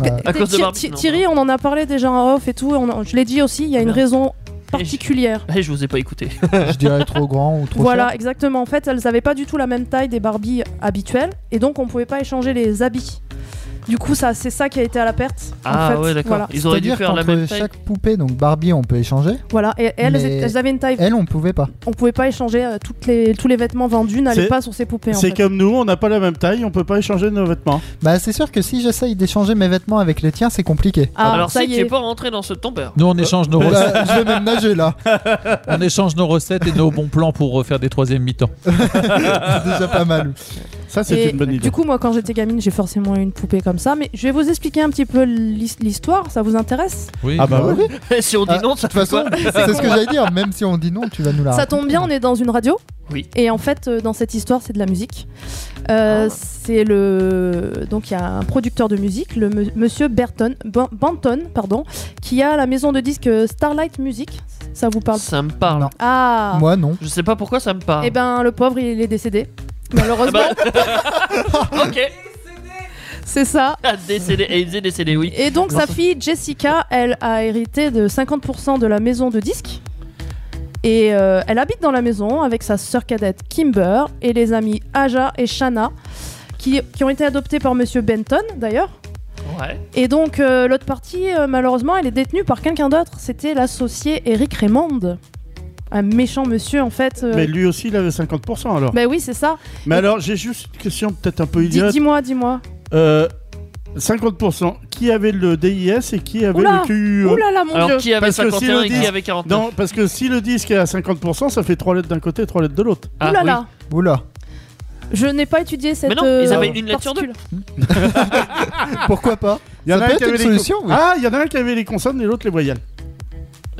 Bah,
À cause de
Thi-
Barbie,
Thi-
non.
Thierry, on en a parlé déjà en off et tout, on en- je l'ai dit aussi, il y a une
Bien.
raison particulière.
Eh, je vous ai pas écouté.
je dirais trop grand ou trop
voilà,
cher.
exactement. En fait, elles n'avaient pas du tout la même taille des Barbie habituelles, et donc on pouvait pas échanger les habits. Du coup, ça, c'est ça qui a été à la perte. en
Ah
fait.
ouais, d'accord.
Voilà,
Ils auraient dû
C'est-à-dire
faire la
qu'entre
même taille.
chaque poupée, donc Barbie, on peut échanger.
voilà. Et, et elles,
Mais-
elles avaient une taille.
Elle, on pouvait pas.
On pouvait pas échanger. euh, toutes les, tous les vêtements vendus n'allaient
C'est-
pas sur ces poupées. En
C'est
fait.
comme nous, on n'a pas la même taille, on peut pas échanger nos vêtements.
Bah, c'est sûr que si j'essaye d'échanger mes vêtements avec les tiens, c'est compliqué.
Ah,
Alors
ça
si
y
tu
est.
es pas rentré dans
[LAUGHS]
ce tombeur.
Nous, on échange nos [LAUGHS] recettes.
Bah, je vais même nager là.
On échange nos recettes et nos bons plans pour euh, faire des troisièmes mi-temps.
[LAUGHS] C'est déjà pas mal.
Ça, c'est
Et
une bonne idée.
Du coup, moi, quand j'étais gamine, j'ai forcément eu une poupée comme ça. Mais je vais vous expliquer un petit peu l'his- l'histoire. Ça vous intéresse
Oui.
Ah bah oui.
Eh, si on dit
Ah,
non, ça
De toute
fait
façon,
quoi
c'est ce que j'allais dire. Même si on dit non, tu vas nous la
Ça tombe bien, on est dans une radio.
Bah, Oui.
Et en fait, euh, dans cette histoire, c'est de la musique. Euh,
Ah.
C'est le donc il y a un producteur de musique, le mu- Monsieur Burton, Ban- Banton, pardon, qui a la maison de disques euh, Starlight Music. Ça vous parle
Ça me parle.
Non.
Ah.
Moi, non.
Je sais pas pourquoi ça me parle.
Eh ben le pauvre, il est décédé.
Ah bah.
Malheureusement,
[LAUGHS] ok. [LAUGHS]
c'est ça.
Ah, décédé. Et il faisait décédé, oui.
Et donc sa fille Jessica, elle a hérité de 50% de la maison de disques. Et euh, elle habite dans la maison avec sa sœur cadette Kimber et les amis Aja et Shana, qui, qui ont été adoptés par Monsieur Benton d'ailleurs.
Ouais.
Et donc euh, l'autre partie, euh, malheureusement, elle est détenue par quelqu'un d'autre. C'était l'associé Eric Raymond, un méchant monsieur en fait. euh.
Mais lui hein. aussi, il avait
[LAUGHS]
50% alors. Mais,
Bah oui, c'est ça.
alors, j'ai juste une question peut-être un peu
Dis-
idiote.
Dis-moi, dis-moi.
Euh, 50%, qui avait le DIS et qui avait
Oula
le QUE
Ouh là là, mon
Alors
dieu.
qui avait
Parce que
51
si le
et qui
disque-
avait 49
Non, parce que si le disque est à 50%, ça fait 3 lettres d'un côté et 3 lettres de l'autre.
Ah,
Ouh là
oui.
là.
Oula.
Je n'ai pas étudié cette.
Mais non, ils
euh,
avaient une lettre sur deux.
particule. Ah.
Pourquoi pas
Il y en
Ça
a un
peut
qui
être
avait
une
les
solution,
con-
oui.
Ah, il y en a un qui avait les consonnes et l'autre les [LAUGHS] voyelles.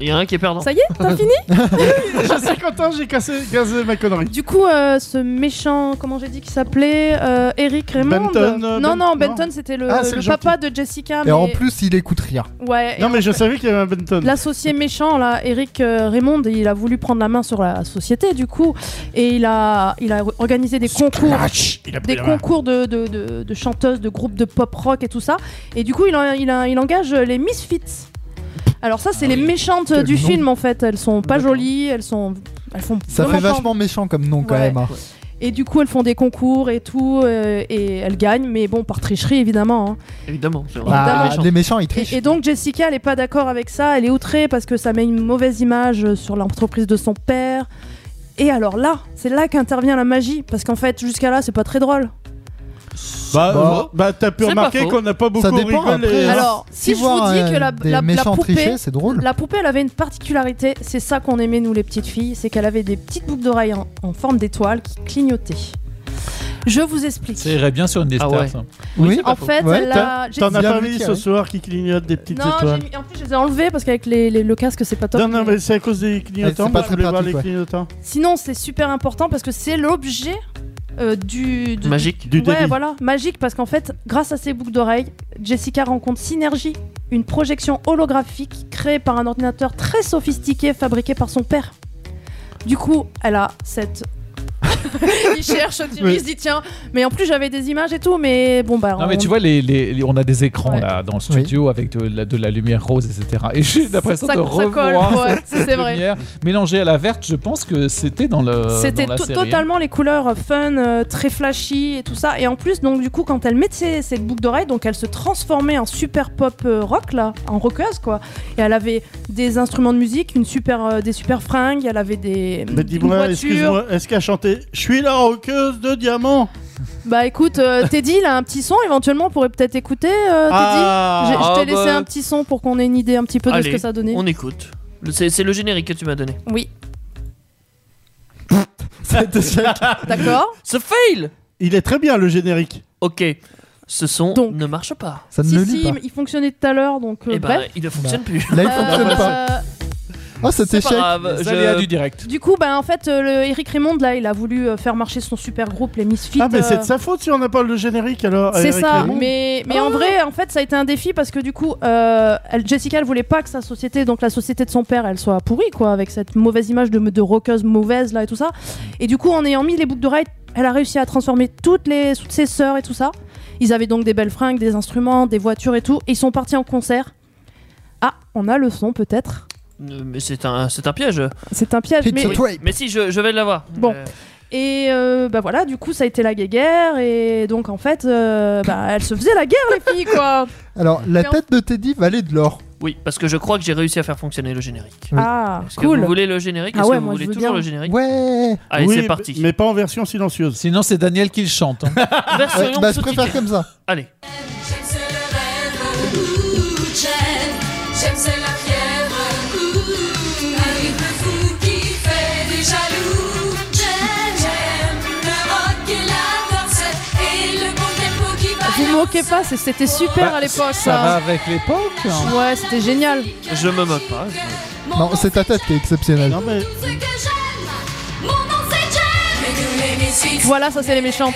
Il y en a un qui est perdant.
Ça y est, t'as fini
J'ai 50 ans, j'ai cassé, cassé ma connerie.
Du coup, euh, ce méchant, comment j'ai dit qu'il s'appelait euh, Eric Raymond.
Benton, euh,
non,
Ben-
non,
non.
Benton, c'était le,
Ah, c'est
le
le
papa de
Et
Jessica. Ah, mais-
en plus, il écoute rien.
ouais. et
Non, mais je savais qu'il y avait un Benton.
L'associé méchant, là, Eric euh, Raymond, il a voulu prendre la main sur la société, du coup, et il a, il a organisé des concours,
Il a pris
des
la main.
concours de, de- de- de chanteuses, de groupes de pop rock et tout ça. Et du coup, il, en- il, en- il engage les Misfits. Alors ça,
Ah
c'est les méchantes
Quel
du
nom.
film, en fait. Elles sont pas
D'accord.
jolies, elles sont, elles font.
Ça fait
vraiment pas-
vachement méchant comme nom quand
Ouais.
même. hein.
Et du coup, elles font des concours et tout, euh, et elles gagnent, mais bon, par tricherie évidemment. hein.
Évidemment. c'est
Bah,
vraiment
Ah,
méchant.
les méchants, ils trichent.
Et, et donc, Jessica, elle est pas d'accord avec ça, elle est outrée parce que ça met une mauvaise image euh, sur l'entreprise de son père. Et alors là, c'est là qu'intervient la magie, parce qu'en fait, jusqu'à là, c'est pas très drôle.
Bah,
Bah,
euh, bah, t'as pu
c'est pas
remarquer
faux.
qu'on n'a pas beaucoup
Ça dépend,
rigolé.
après, euh,
hein.
Alors,
Alors, si, je
voir,
vous dis
euh,
que la,
des
la, la
méchants
poupée,
tricher, c'est drôle.
la poupée, elle avait une particularité, c'est ça qu'on aimait nous les petites filles, c'est qu'elle avait des petites boucles d'oreilles en, en forme d'étoile qui clignotaient. Je vous explique.
Ça irait bien sur une des
Ah
stars.
ouais.
ça.
Oui.
pas
En
faux.
fait,
Ouais,
elle a...
T'en as
Bien
pas
vu,
mis ce
Thierry.
soir qui clignotent des petites
Non,
étoiles
j'ai mis- en plus je les ai enlevés parce qu'avec les, les- le casque c'est pas top.
Non, non,
mais-
mais c'est à cause des clignotants.
Ouais, c'est pas
moi, je
très
voulais voir
pratique,
les
ouais.
clignotants.
Sinon c'est super important parce que c'est l'objet euh, du, du-
Magique.
Du
ouais
débit.
voilà magique parce qu'en fait grâce à ses boucles d'oreilles Jessica rencontre Synergie, une projection holographique créée par un ordinateur
[LAUGHS]
très sophistiqué fabriqué par son père. Du coup elle a cette [LAUGHS] il cherche, tu il se dit tiens, mais en plus j'avais des images et tout, mais bon bah.
Non mais
on-
tu vois, les, les- les- on a des écrans
Ouais.
là dans le studio avec de la, de la lumière rose, etc. Et j'ai l'impression
Ça-
de
ça colle,
revoir
ouais,
cette
c'est vrai.
lumière mélangée à la verte. Je pense que c'était dans le
Euh,
C'était
dans la
to-
série.
totalement les couleurs euh, fun, euh, très flashy et tout ça. Et en plus, donc du coup, quand elle mettait ses boucles d'oreilles, donc elle se transformait en super pop euh, rock là, en rockeuse quoi. Et elle avait des instruments de musique, une super, euh, des super fringues, elle avait des
Mais
une
dis-moi,
voiture.
excuse-moi, est-ce qu'à chanter Je suis la roqueuse de diamant
Bah écoute, euh, Teddy, il a un petit son. Éventuellement, on pourrait peut-être écouter euh, Teddy.
Ah,
J'ai- je t'ai
ah,
laissé
bah.
un petit son pour qu'on ait une idée un petit peu de
Allez,
ce que ça donnait.
On écoute. Le- C'est c'est le générique que tu m'as donné.
[LAUGHS]
Oui,
D'accord. Ce fail
Il est très bien le générique.
Ok. Ce son ne marche pas.
Ça ne
si
le
si,
lit pas.
il fonctionnait tout à l'heure, donc euh,
Eh ben,
bref.
il ne fonctionne
Bah.
[LAUGHS]
plus.
Là, il fonctionne
Euh,
pas. Oh, cet
C'est pas
échec.
grave,
Les
je-
aléas du direct.
Du coup, bah, en fait, euh, le Eric Raymond, là, il a voulu euh, faire marcher son super groupe, les Misfits.
Ah, mais c'est
euh,
de sa faute si on n'a pas le générique alors.
c'est
Eric
ça,
Raymond.
mais, mais
Ah.
en vrai, en fait, ça a été un défi parce que du coup, euh, elle- Jessica, elle voulait pas que sa société, donc la société de son père, elle soit pourrie, quoi, avec cette mauvaise image de, de rockeuse mauvaise, là, et tout ça. Et du coup, en ayant mis les boucles d'oreilles, elle a réussi à transformer toutes, les, toutes ses sœurs et tout ça. Ils avaient donc des belles fringues, des instruments, des voitures et tout. Et ils sont partis en concert. Ah, on a le son, peut-être.
Euh, Mais c'est un, c'est un piège.
C'est un piège, mais...
Mais si, je, je vais l'avoir.
Bon.
Euh,
Et euh, bah voilà, du coup, ça a été la guerre et donc en fait, euh, bah, elle se faisait la guerre, les filles,
[LAUGHS]
quoi.
Alors, la
Mais en-
tête de Teddy valait de l'or.
oui, parce que je crois que j'ai réussi à faire fonctionner le générique.
Ah,
Est-ce que
cool.
vous voulez le générique
Ah
Est-ce
ouais,
que vous
moi, je
voulez
veux
toujours
bien.
le générique
Ouais.
Allez,
Oui,
c'est
mais-
parti.
Mais pas en version silencieuse.
Sinon c'est Daniel qui le chante. hein.
[LAUGHS] Version
Ouais, bah, je
sous-titrée.
préfère comme ça.
Allez.
C'est le rêve, ouh, j'aime, j'aime c'est la fièvre, ouh, un rythme fou qui fait des jaloux. J'aime, j'aime le rock et la danse et le bon tempo qui va.
Vous moquez pas, c'est- c'était super
Bah,
à l'époque,
Ça va
ça.
avec l'époque. hein.
Ouais, c'était génial.
Je me moque pas.
Non, c'est ta tête qui est exceptionnelle.
Non, mais
Ce que j'aime, mon nom c'est Jem. Mais nous les misfits,
Voilà, ça c'est les méchantes.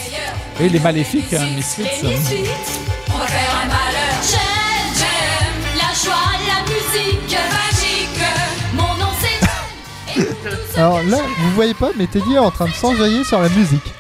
Et les maléfiques, hein, Misfits.
les misfits, on va faire un malheur. J'aime, j'aime la joie, la musique magique. Mon nom c'est Jem. et tout ce
Alors
que
là, vous voyez pas, mais Teddy est en train de s'enjailler sur la musique.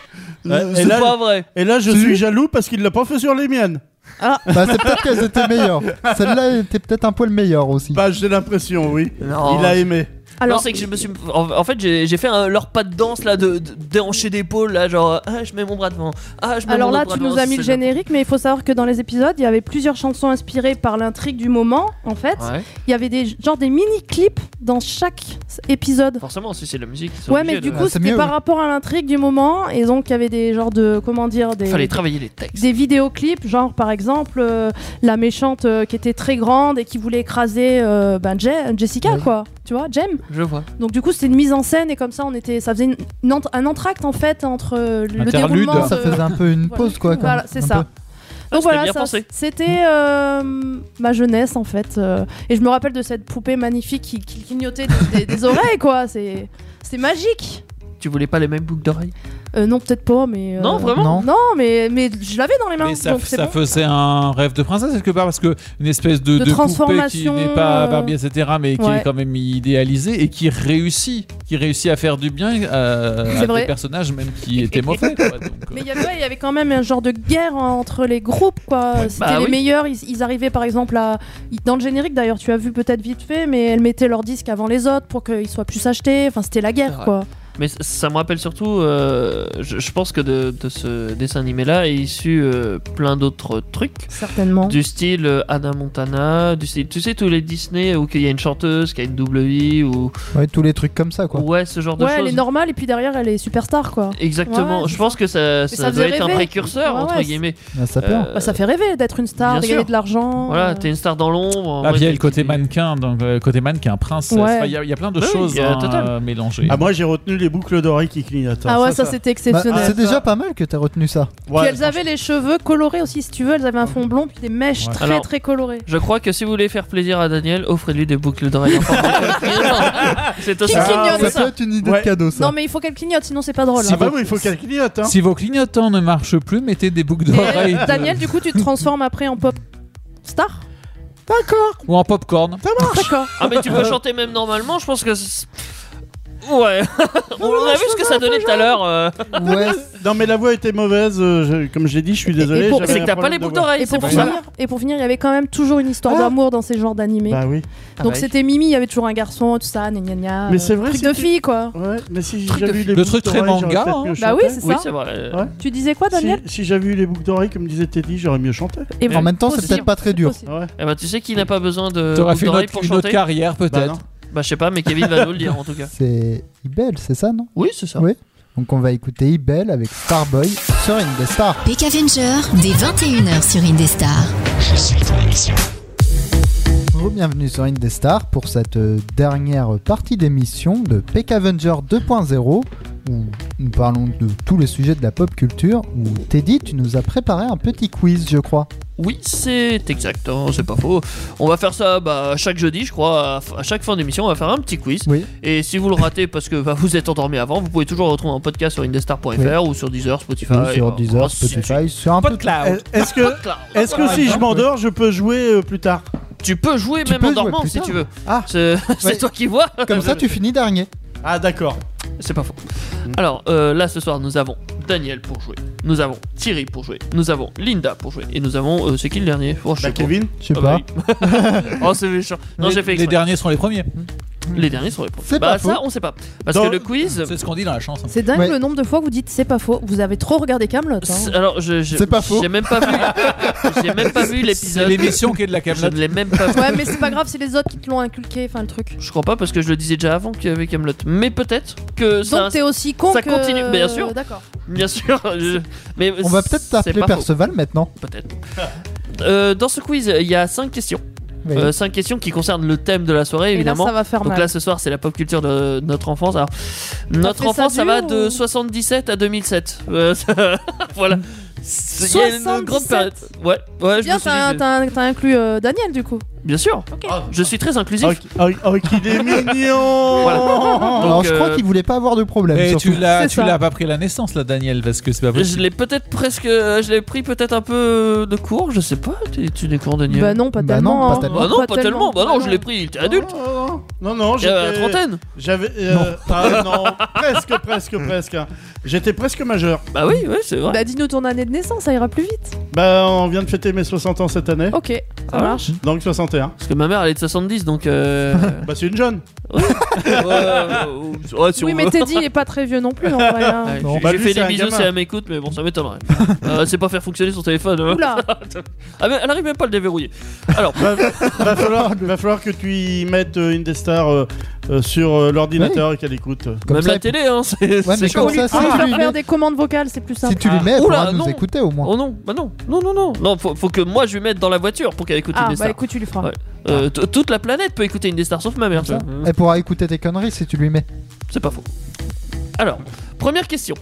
Euh,
C'est
et, là,
pas vrai.
et là, je
Si.
suis jaloux parce qu'il l'a pas fait sur les miennes.
Bah, c'est peut-être qu'elles étaient meilleures. Celle-là était peut-être un poil meilleure aussi.
Bah, j'ai l'impression, oui.
Non.
Il a aimé.
Alors,
Alors,
c'est que je me suis. En, en fait, j'ai j'ai fait un- leur pas de danse là, de, de déhanché d'épaule là, genre ah, je mets mon bras devant. Ah, je mets
alors
mon
là,
autre
tu
bras
nous
devant,
as mis le
c'est-
générique, mais il faut savoir que dans les épisodes, il y avait plusieurs chansons inspirées par l'intrigue du moment, en fait.
Ouais,
Il y avait des genre des mini-clips dans chaque épisode.
forcément, si c'est de la musique. ils sont
Ouais, mais
obligés
du
de-
coup,
Ah, c'est
c'était
mieux,
par
ouais.
rapport à l'intrigue du moment, et donc il y avait des genres de. Comment dire des,
fallait travailler les textes.
des vidéoclips, genre par exemple euh, la méchante euh, qui était très grande et qui voulait écraser euh, ben, Je- Jessica,
Ouais.
quoi. Tu vois, Jem.
Je vois.
Donc du coup, c'était une mise en scène et comme ça, on était, ça faisait une- une ent- un entracte en fait entre euh, le
Interlude.
déroulement.
Ça
de-
faisait un peu une
Voilà.
pause, quoi. quand
Voilà,
même.
c'est
Un
ça.
peu.
Donc
c'était
voilà,
bien
ça,
pensé.
c'était euh, ma jeunesse en fait. euh, et je me rappelle de cette poupée magnifique qui, qui clignotait des, des- des oreilles, quoi. C'est c'est magique.
Tu voulais pas les mêmes boucles d'oreilles
Euh, non, peut-être pas, mais. euh,
Non, vraiment
Non.
Non, mais, mais je l'avais dans les mains.
Mais ça,
donc c'est
ça
bon.
faisait un rêve de princesse quelque part parce que une espèce de,
De
poupée
transformation,
qui n'est pas
euh,
Barbie etc mais qui
ouais.
est quand même idéalisée et qui réussit, qui réussit à faire du bien euh,
C'est
à
vrai.
des personnages même qui étaient
[LAUGHS]
mauvais. quoi. Donc, euh,
Mais il y avait- ouais, il y avait quand même un genre de guerre en- entre les groupes, quoi. C'était
Bah
les
oui.
meilleurs. Ils, ils arrivaient, par exemple, à. ils- Dans le générique, d'ailleurs, tu as vu peut-être vite fait, mais elles mettaient leurs disques avant les autres pour qu'ils soient plus achetés. Enfin, c'était la
C'est
guerre,
vrai.
quoi.
Mais ça- ça me rappelle surtout, euh, je, je pense que de, de ce dessin animé-là est issu euh, plein d'autres trucs.
Certainement.
Du style euh, Anna Montana, du style, tu sais, tous les Disney où il y a une chanteuse qui a une double vie ou
Ouais, tous les trucs comme ça, quoi.
Euh,
ouais, ce genre
Ouais,
de
elle est
choses.
normale, et puis derrière, elle est superstar, quoi.
Exactement,
Ouais, ouais,
je pense que ça, ça
ça
doit
faisait
être un
rêver.
précurseur,
Ouais,
entre
ouais,
guillemets.
Ah, ça perd.
Euh,
Bah, ça fait rêver d'être une star,
bien
de gagner
sûr.
de l'argent.
Voilà,
euh.
t'es une star dans l'ombre.
Ah, puis il y a
bien
le côté mannequin, donc euh, côté mannequin, prince.
Ouais.
Enfin, Il y, a- il y a plein de
Bah oui,
choses
il y a-
hein,
total.
euh, mélangées.
Ah, moi, j'ai retenu les boucles d'oreilles qui clignotent. hein.
Ah ouais, ça, c'était
Bah,
exceptionnel.
c'est déjà pas mal que t'as retenu ça.
Ouais.
puis elles avaient les cheveux colorés aussi, si tu veux. Elles avaient un fond blond, puis des mèches
Ouais.
très
Alors-
très colorées.
Je crois que si vous voulez faire plaisir à Daniel, offrez-lui des boucles d'oreilles. en
[LAUGHS]
forme de- C'est aussi
Qui
Ah,
clignote
ça
ça
peut être une idée
Ouais.
de cadeau, ça.
Non, mais il faut qu'elle clignote, sinon c'est pas drôle.
Si
Ah
hein.
bah oui, il faut qu'elle clignote. Hein.
Si vos clignotants ne marchent plus, mettez des boucles
Et, euh,
d'oreilles de-
Daniel, du coup, tu te transformes après en pop star
euh, ou en popcorn.
D'accord.
Ah mais tu peux chanter même normalement, je pense que c'est- Ouais, [LAUGHS] on a vu ce que ça donnait tout à l'heure. euh.
Non, mais la voix était mauvaise. euh, je- comme j'ai dit, je suis désolé.
et pour-
j'avais
c'est Ah que
un
t'as pas
problème
les
de
boucles
voix.
d'oreilles,
Et pour, finir, et pour finir, il y avait quand même toujours une histoire d'amour dans ces genres d'animés.
Bah oui.
Donc c'était Mimi, il y avait toujours un garçon, tout ça, gna gna gna.
Mais
euh,
c'est vrai,
Truc
c'est-
de fille, quoi.
Ouais, mais si j'avais eu les
Le truc
boucles
très
d'oreilles,
manga,
j'aurais peut-être
hein.
mieux
Bah oui,
chanté.
c'est
Oui,
ça.
c'est vrai.
Ouais.
Tu disais quoi, Daniel
Si, si j'avais eu les boucles d'oreilles, comme disait Teddy, j'aurais mieux chanté.
Eh ben,
Et
En même temps, c'est
possible.
peut-être pas très dur.
possible.
Ouais.
Eh ben, tu sais qui n'a pas besoin de
T'aurais
boucles
fait une
d'oreilles
autre,
pour
une autre
chanter
carrière
Bah
peut-être.
non.
Bah, je sais pas, mais Kevin va nous le dire en tout cas.
C'est Ibel, c'est ça, non
Oui, c'est ça.
Oui. Donc on va écouter Ibel avec Starboy sur Indestar.
Peck Avenger, dès 21h sur Indestar.
Bonjour, bienvenue sur Indestar pour cette euh, dernière partie d'émission de Peck Avenger 2.0 où nous parlons de tous les sujets de la pop culture où Teddy, tu nous as préparé un petit quiz, je crois.
Oui, c'est exact, hein, c'est pas faux. On va faire ça bah, chaque jeudi, je crois. À, à chaque fin d'émission, on va faire un petit quiz.
Oui.
Et si vous le ratez parce que bah, vous êtes endormi avant, vous pouvez toujours retrouver un podcast sur indestar.fr ou sur Deezer, Spotify.
Oui, sur
euh,
Deezer,
ainsi de suite.
Spotify, sur un peu...
Podcloud.
Est-ce que, est-ce que si je m'endors, je peux jouer euh, plus tard
Tu peux jouer
Tu
même
peux
en
jouer
dormant
plus
si
tard.
tu veux.
Ah.
C'est [LAUGHS] c'est
Ouais.
toi qui vois.
Comme ça, tu finis dernier.
Ah, d'accord.
[LAUGHS] C'est pas faux. Alors euh, là ce soir nous avons Daniel pour jouer, nous avons Thierry pour jouer, nous avons Linda pour jouer et nous avons euh, c'est qui le dernier Oh, je
Bah,
sais pas.
Kevin
Je sais
Ah
pas.
bah oui. [LAUGHS] oh c'est méchant. Non
Les-
j'ai fait
les
exprès.
derniers seront les premiers.
Les derniers sont les premiers.
C'est
bah
pas faux.
ça on sait pas parce
Dans-
que le quiz.
C'est ce qu'on dit dans la chanson.
C'est dingue
Ouais.
le nombre de fois que vous dites c'est pas faux. Vous avez trop regardé Camelot. hein.
c'est- Alors je, je-
C'est pas faux.
J'ai même
[LAUGHS]
pas vu. j'ai même pas vu
C'est
l'épisode.
l'émission qui est de
[LAUGHS]
la
Je
Camelot.
ne l'ai même pas. vu.
Ouais, mais c'est pas grave, c'est les autres qui te l'ont inculqué, enfin le truc.
Je crois pas parce que je le disais déjà avant qu'il y avait Camelot. Mais peut-être que ça.
Donc t'es aussi con
ça
que. Euh,
continue, bien sûr.
D'accord.
Bien sûr. je- Mais
On va peut-être
c'est
t'appeler
pas faux.
Perceval maintenant.
peut-être. [LAUGHS] Euh, dans ce quiz, il y a 5 questions.
Oui.
5 questions qui concernent le thème de la soirée,
Et là,
évidemment.
Eh ça va faire
Donc
mal.
là, ce soir, c'est la pop culture de notre enfance. Alors, notre
fait ça
enfance, ça,
dur
va
ou-
de 77 à 2007. Euh, [LAUGHS] ça- voilà. Il y a une grande
77.
période. Ouais, ouais, je me
Bien,
suis
t'as
dit-
t'as- t'as inclus euh, Daniel du coup.
Bien sûr.
Ah,
Je suis très inclusif.
Oh, qui- oh, oh, qu'il est mignon
Voilà.
Alors,
Donc,
je crois
euh,
qu'il voulait pas avoir de problème.
Et
surtout.
tu l'as,
C'est
tu
ça.
l'as pas pris à la naissance là, Daniel, parce que c'est pas
Je
possible.
l'ai peut-être presque. euh, Je l'ai pris peut-être un peu de cours, je sais pas. Tu, tu n'es cours, Daniel
Bah non, pas
Bah
tellement.
non, pas
hein.
tellement.
Bah non, pas tellement. Bah non, je l'ai pris. il était [LAUGHS] adulte.
Non, non, non, non,
Il y avait la
j'étais.
trentaine.
J'avais. euh, ah, non, presque, presque, presque. hein. J'étais presque majeur.
Bah oui, oui, c'est vrai.
Bah dis-nous ton année de naissance, ça ira plus vite.
Bah, on vient de fêter mes 60 ans cette année,
Ok, ça
Ah.
marche.
donc 61.
Parce que ma mère elle est de 70 donc. Euh...
Bah, c'est une jeune.
ouais, ouais, ouais, ouais, si
oui,
on
mais
veut. Ah
Teddy il est pas très vieux non plus en vrai. hein.
Ouais,
Bon,
j'ai
bah,
j'ai
lui,
fait
c'est
des
un
bisous,
gamin.
c'est à ma écoute, mais bon, ça m'étonnerait. euh, c'est pas faire fonctionner son téléphone. hein.
Oula,
Ah, mais elle arrive même pas à le déverrouiller. Alors,
Va, va falloir, va falloir que tu y mettes euh, Indestar euh, euh, sur euh, l'ordinateur et qu'elle écoute.
Comme
même
ça,
la télé, hein, c'est
Ouais,
c'est
mais
chaud.
comme ça, si
on va
tu
faire
lui
faire
mets,
des commandes vocales, c'est plus
si
simple.
tu lui mets, elle
Ah. Oula,
pourra
non.
nous écouter au moins.
Oh non, bah non, non, non, non, non, faut, faut que moi je lui mette dans la voiture pour qu'elle écoute
Ah
une des
bah
stars.
écoute, tu lui feras.
Ouais. Euh, t- toute la planète peut écouter une des stars sauf ma mère, tu vois.
Elle pourra écouter tes conneries si tu lui mets.
C'est pas faux. Alors, première question.